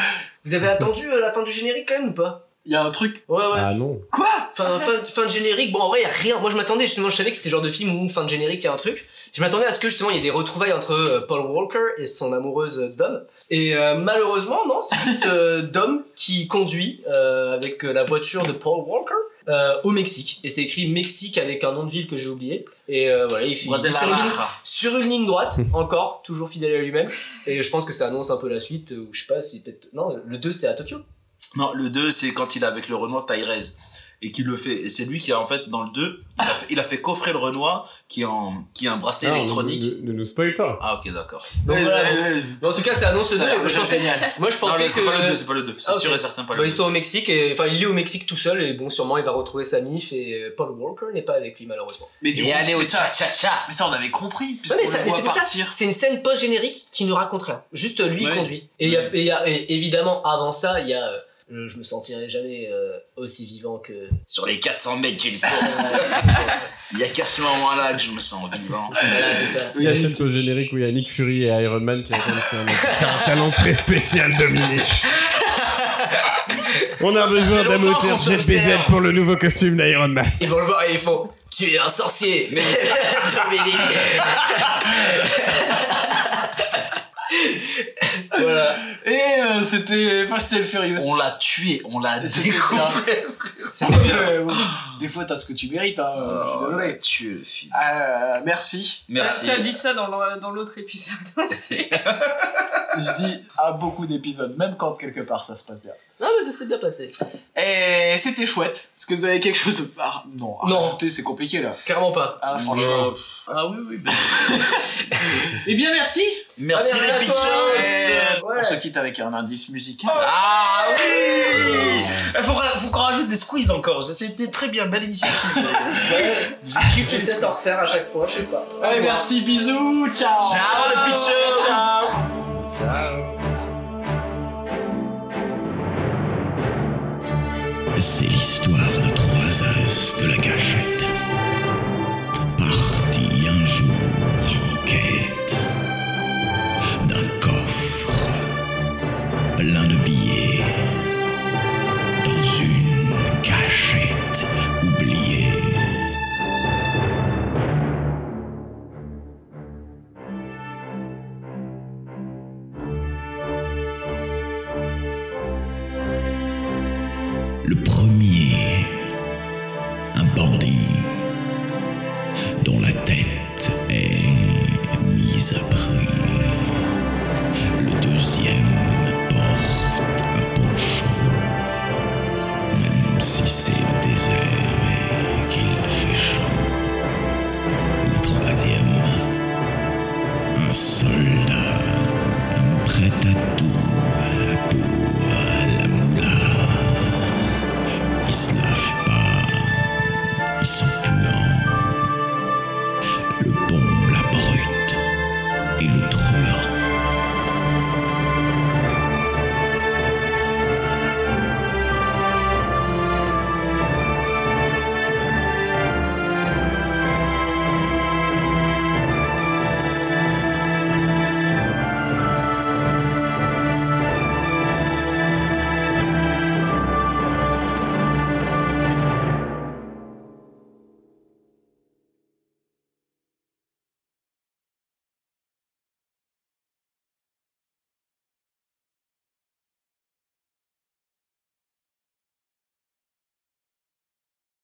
B: vous avez attendu euh, la fin du générique quand même ou pas
J: Il y a un truc.
B: Ouais, ouais.
K: Ah non.
B: Quoi fin, fin, fin de générique, bon en vrai y a rien. Moi je m'attendais justement, je savais que c'était le genre de film où fin de générique y a un truc. Je m'attendais à ce que justement il y ait des retrouvailles entre euh, Paul Walker et son amoureuse euh, Dom. Et euh, malheureusement non, c'est juste euh, Dom qui conduit euh, avec euh, la voiture de Paul Walker. euh, au Mexique et c'est écrit Mexique avec un nom de ville que j'ai oublié et euh, voilà il fait
E: Bah,
B: il est sur, une ligne,
E: Guadalajara.
B: sur une ligne droite encore toujours fidèle à lui-même et je pense que ça annonce un peu la suite euh, ou je sais pas si peut-être non le 2 c'est à Tokyo
E: Non, le 2, c'est quand il est avec le Renoir Tyrese. Et qu'il le fait. Et c'est lui qui a, en fait, dans le 2, il a fait, il a fait coffrer le Renoir qui est en, qui est un bracelet
K: Ah,
E: électronique.
K: Ne, ne- ne nous spoil pas.
E: Ah, ok, d'accord.
B: Donc voilà,
E: Ouais, ouais,
B: bon.
E: ouais.
B: Mais en tout cas, c'est annonce le
E: euh, Ça a
B: 2.
E: l'air
B: je pensais,
E: génial.
B: moi, je
E: Non,
B: pensais
E: le-
B: que
E: c'est pas le deux, c'est pas le deux. C'est
B: Ah,
E: sûr
B: ok.
E: et certain, pas le
B: Bah,
E: deux.
B: Ils sont au Mexique, et, enfin, il est au Mexique tout seul, et bon, sûrement, il va retrouver sa mif, et euh, Paul Walker n'est pas avec lui, malheureusement.
J: Mais du
E: Et
J: coup,
E: aller au
J: mais ça-
E: tcha-tcha-tcha.
J: Mais ça, on avait compris.
B: Ouais, mais
J: puisqu'on
B: ça-
J: le
B: mais
J: voit
B: c'est pour ça,
J: partir.
B: c'est une scène post-générique qui ne raconte rien. Juste euh, lui, il
J: Ouais.
B: conduit. Et, il y a- et il y a- et évidemment, avant ça, il y a. euh, le je me sentirai jamais euh, aussi vivant que. [laughs]
E: Sur les 400 mètres d'une course. Il y a qu'à ce moment-là que je me sens vivant.
B: Voilà, c'est ça.
K: Il y a cette au générique où il y a Nick Fury et Iron Man qui attendent. C'est un, [laughs] t'as un talent très spécial, Dominique. On a
E: Ça
K: besoin
E: fait
K: d'un
E: longtemps
K: moteur
E: qu'on
K: JBZ
E: t'observe.
K: pour le nouveau costume d'Iron Man.
B: Ils vont le voir et ils font Tu es un sorcier, mais [laughs] [laughs] Dominique.
E: voilà.
J: Et euh, c'était Fast and Furious.
E: On l'a tué, on l'a
J: découpé. C'était bien. Euh, bon, Des fois, t'as ce que tu mérites.
E: Oh, Euh,
J: Hein, je suis désolé.
E: Tué le film.
J: Euh, merci.
E: Merci.
A: Ah, T'as dit ça dans le- dans l'autre épisode aussi.
J: Je dis à beaucoup d'épisodes, même quand quelque part ça se passe bien.
B: Non, mais ça s'est bien passé.
J: Et c'était chouette. Est-ce que vous avez quelque chose à... Non, à
B: Non.
J: rajouter, c'est compliqué là.
B: Clairement pas.
J: Ah, franchement.
E: Non.
J: [laughs] Ah oui, oui. Eh bien, merci.
E: Merci, Allez, les à la Pixels. soirée.
J: On se quitte avec un indice musical.
E: Ah oui Il faut, ra- faut qu'on rajoute des squeezes encore. Ça, C'était très bien, belle initiative. J'ai kiffé les squeezes.
B: refaire à chaque fois, je sais pas.
J: Allez, merci, bisous, ciao.
E: Ciao, les Pixels.
J: Ciao.
K: C'est l'histoire de trois as de la gâchette. Partis un jour en quête d'un coffre plein de billets dans une cachette oubliée. Le premier, un bandit dont la tête est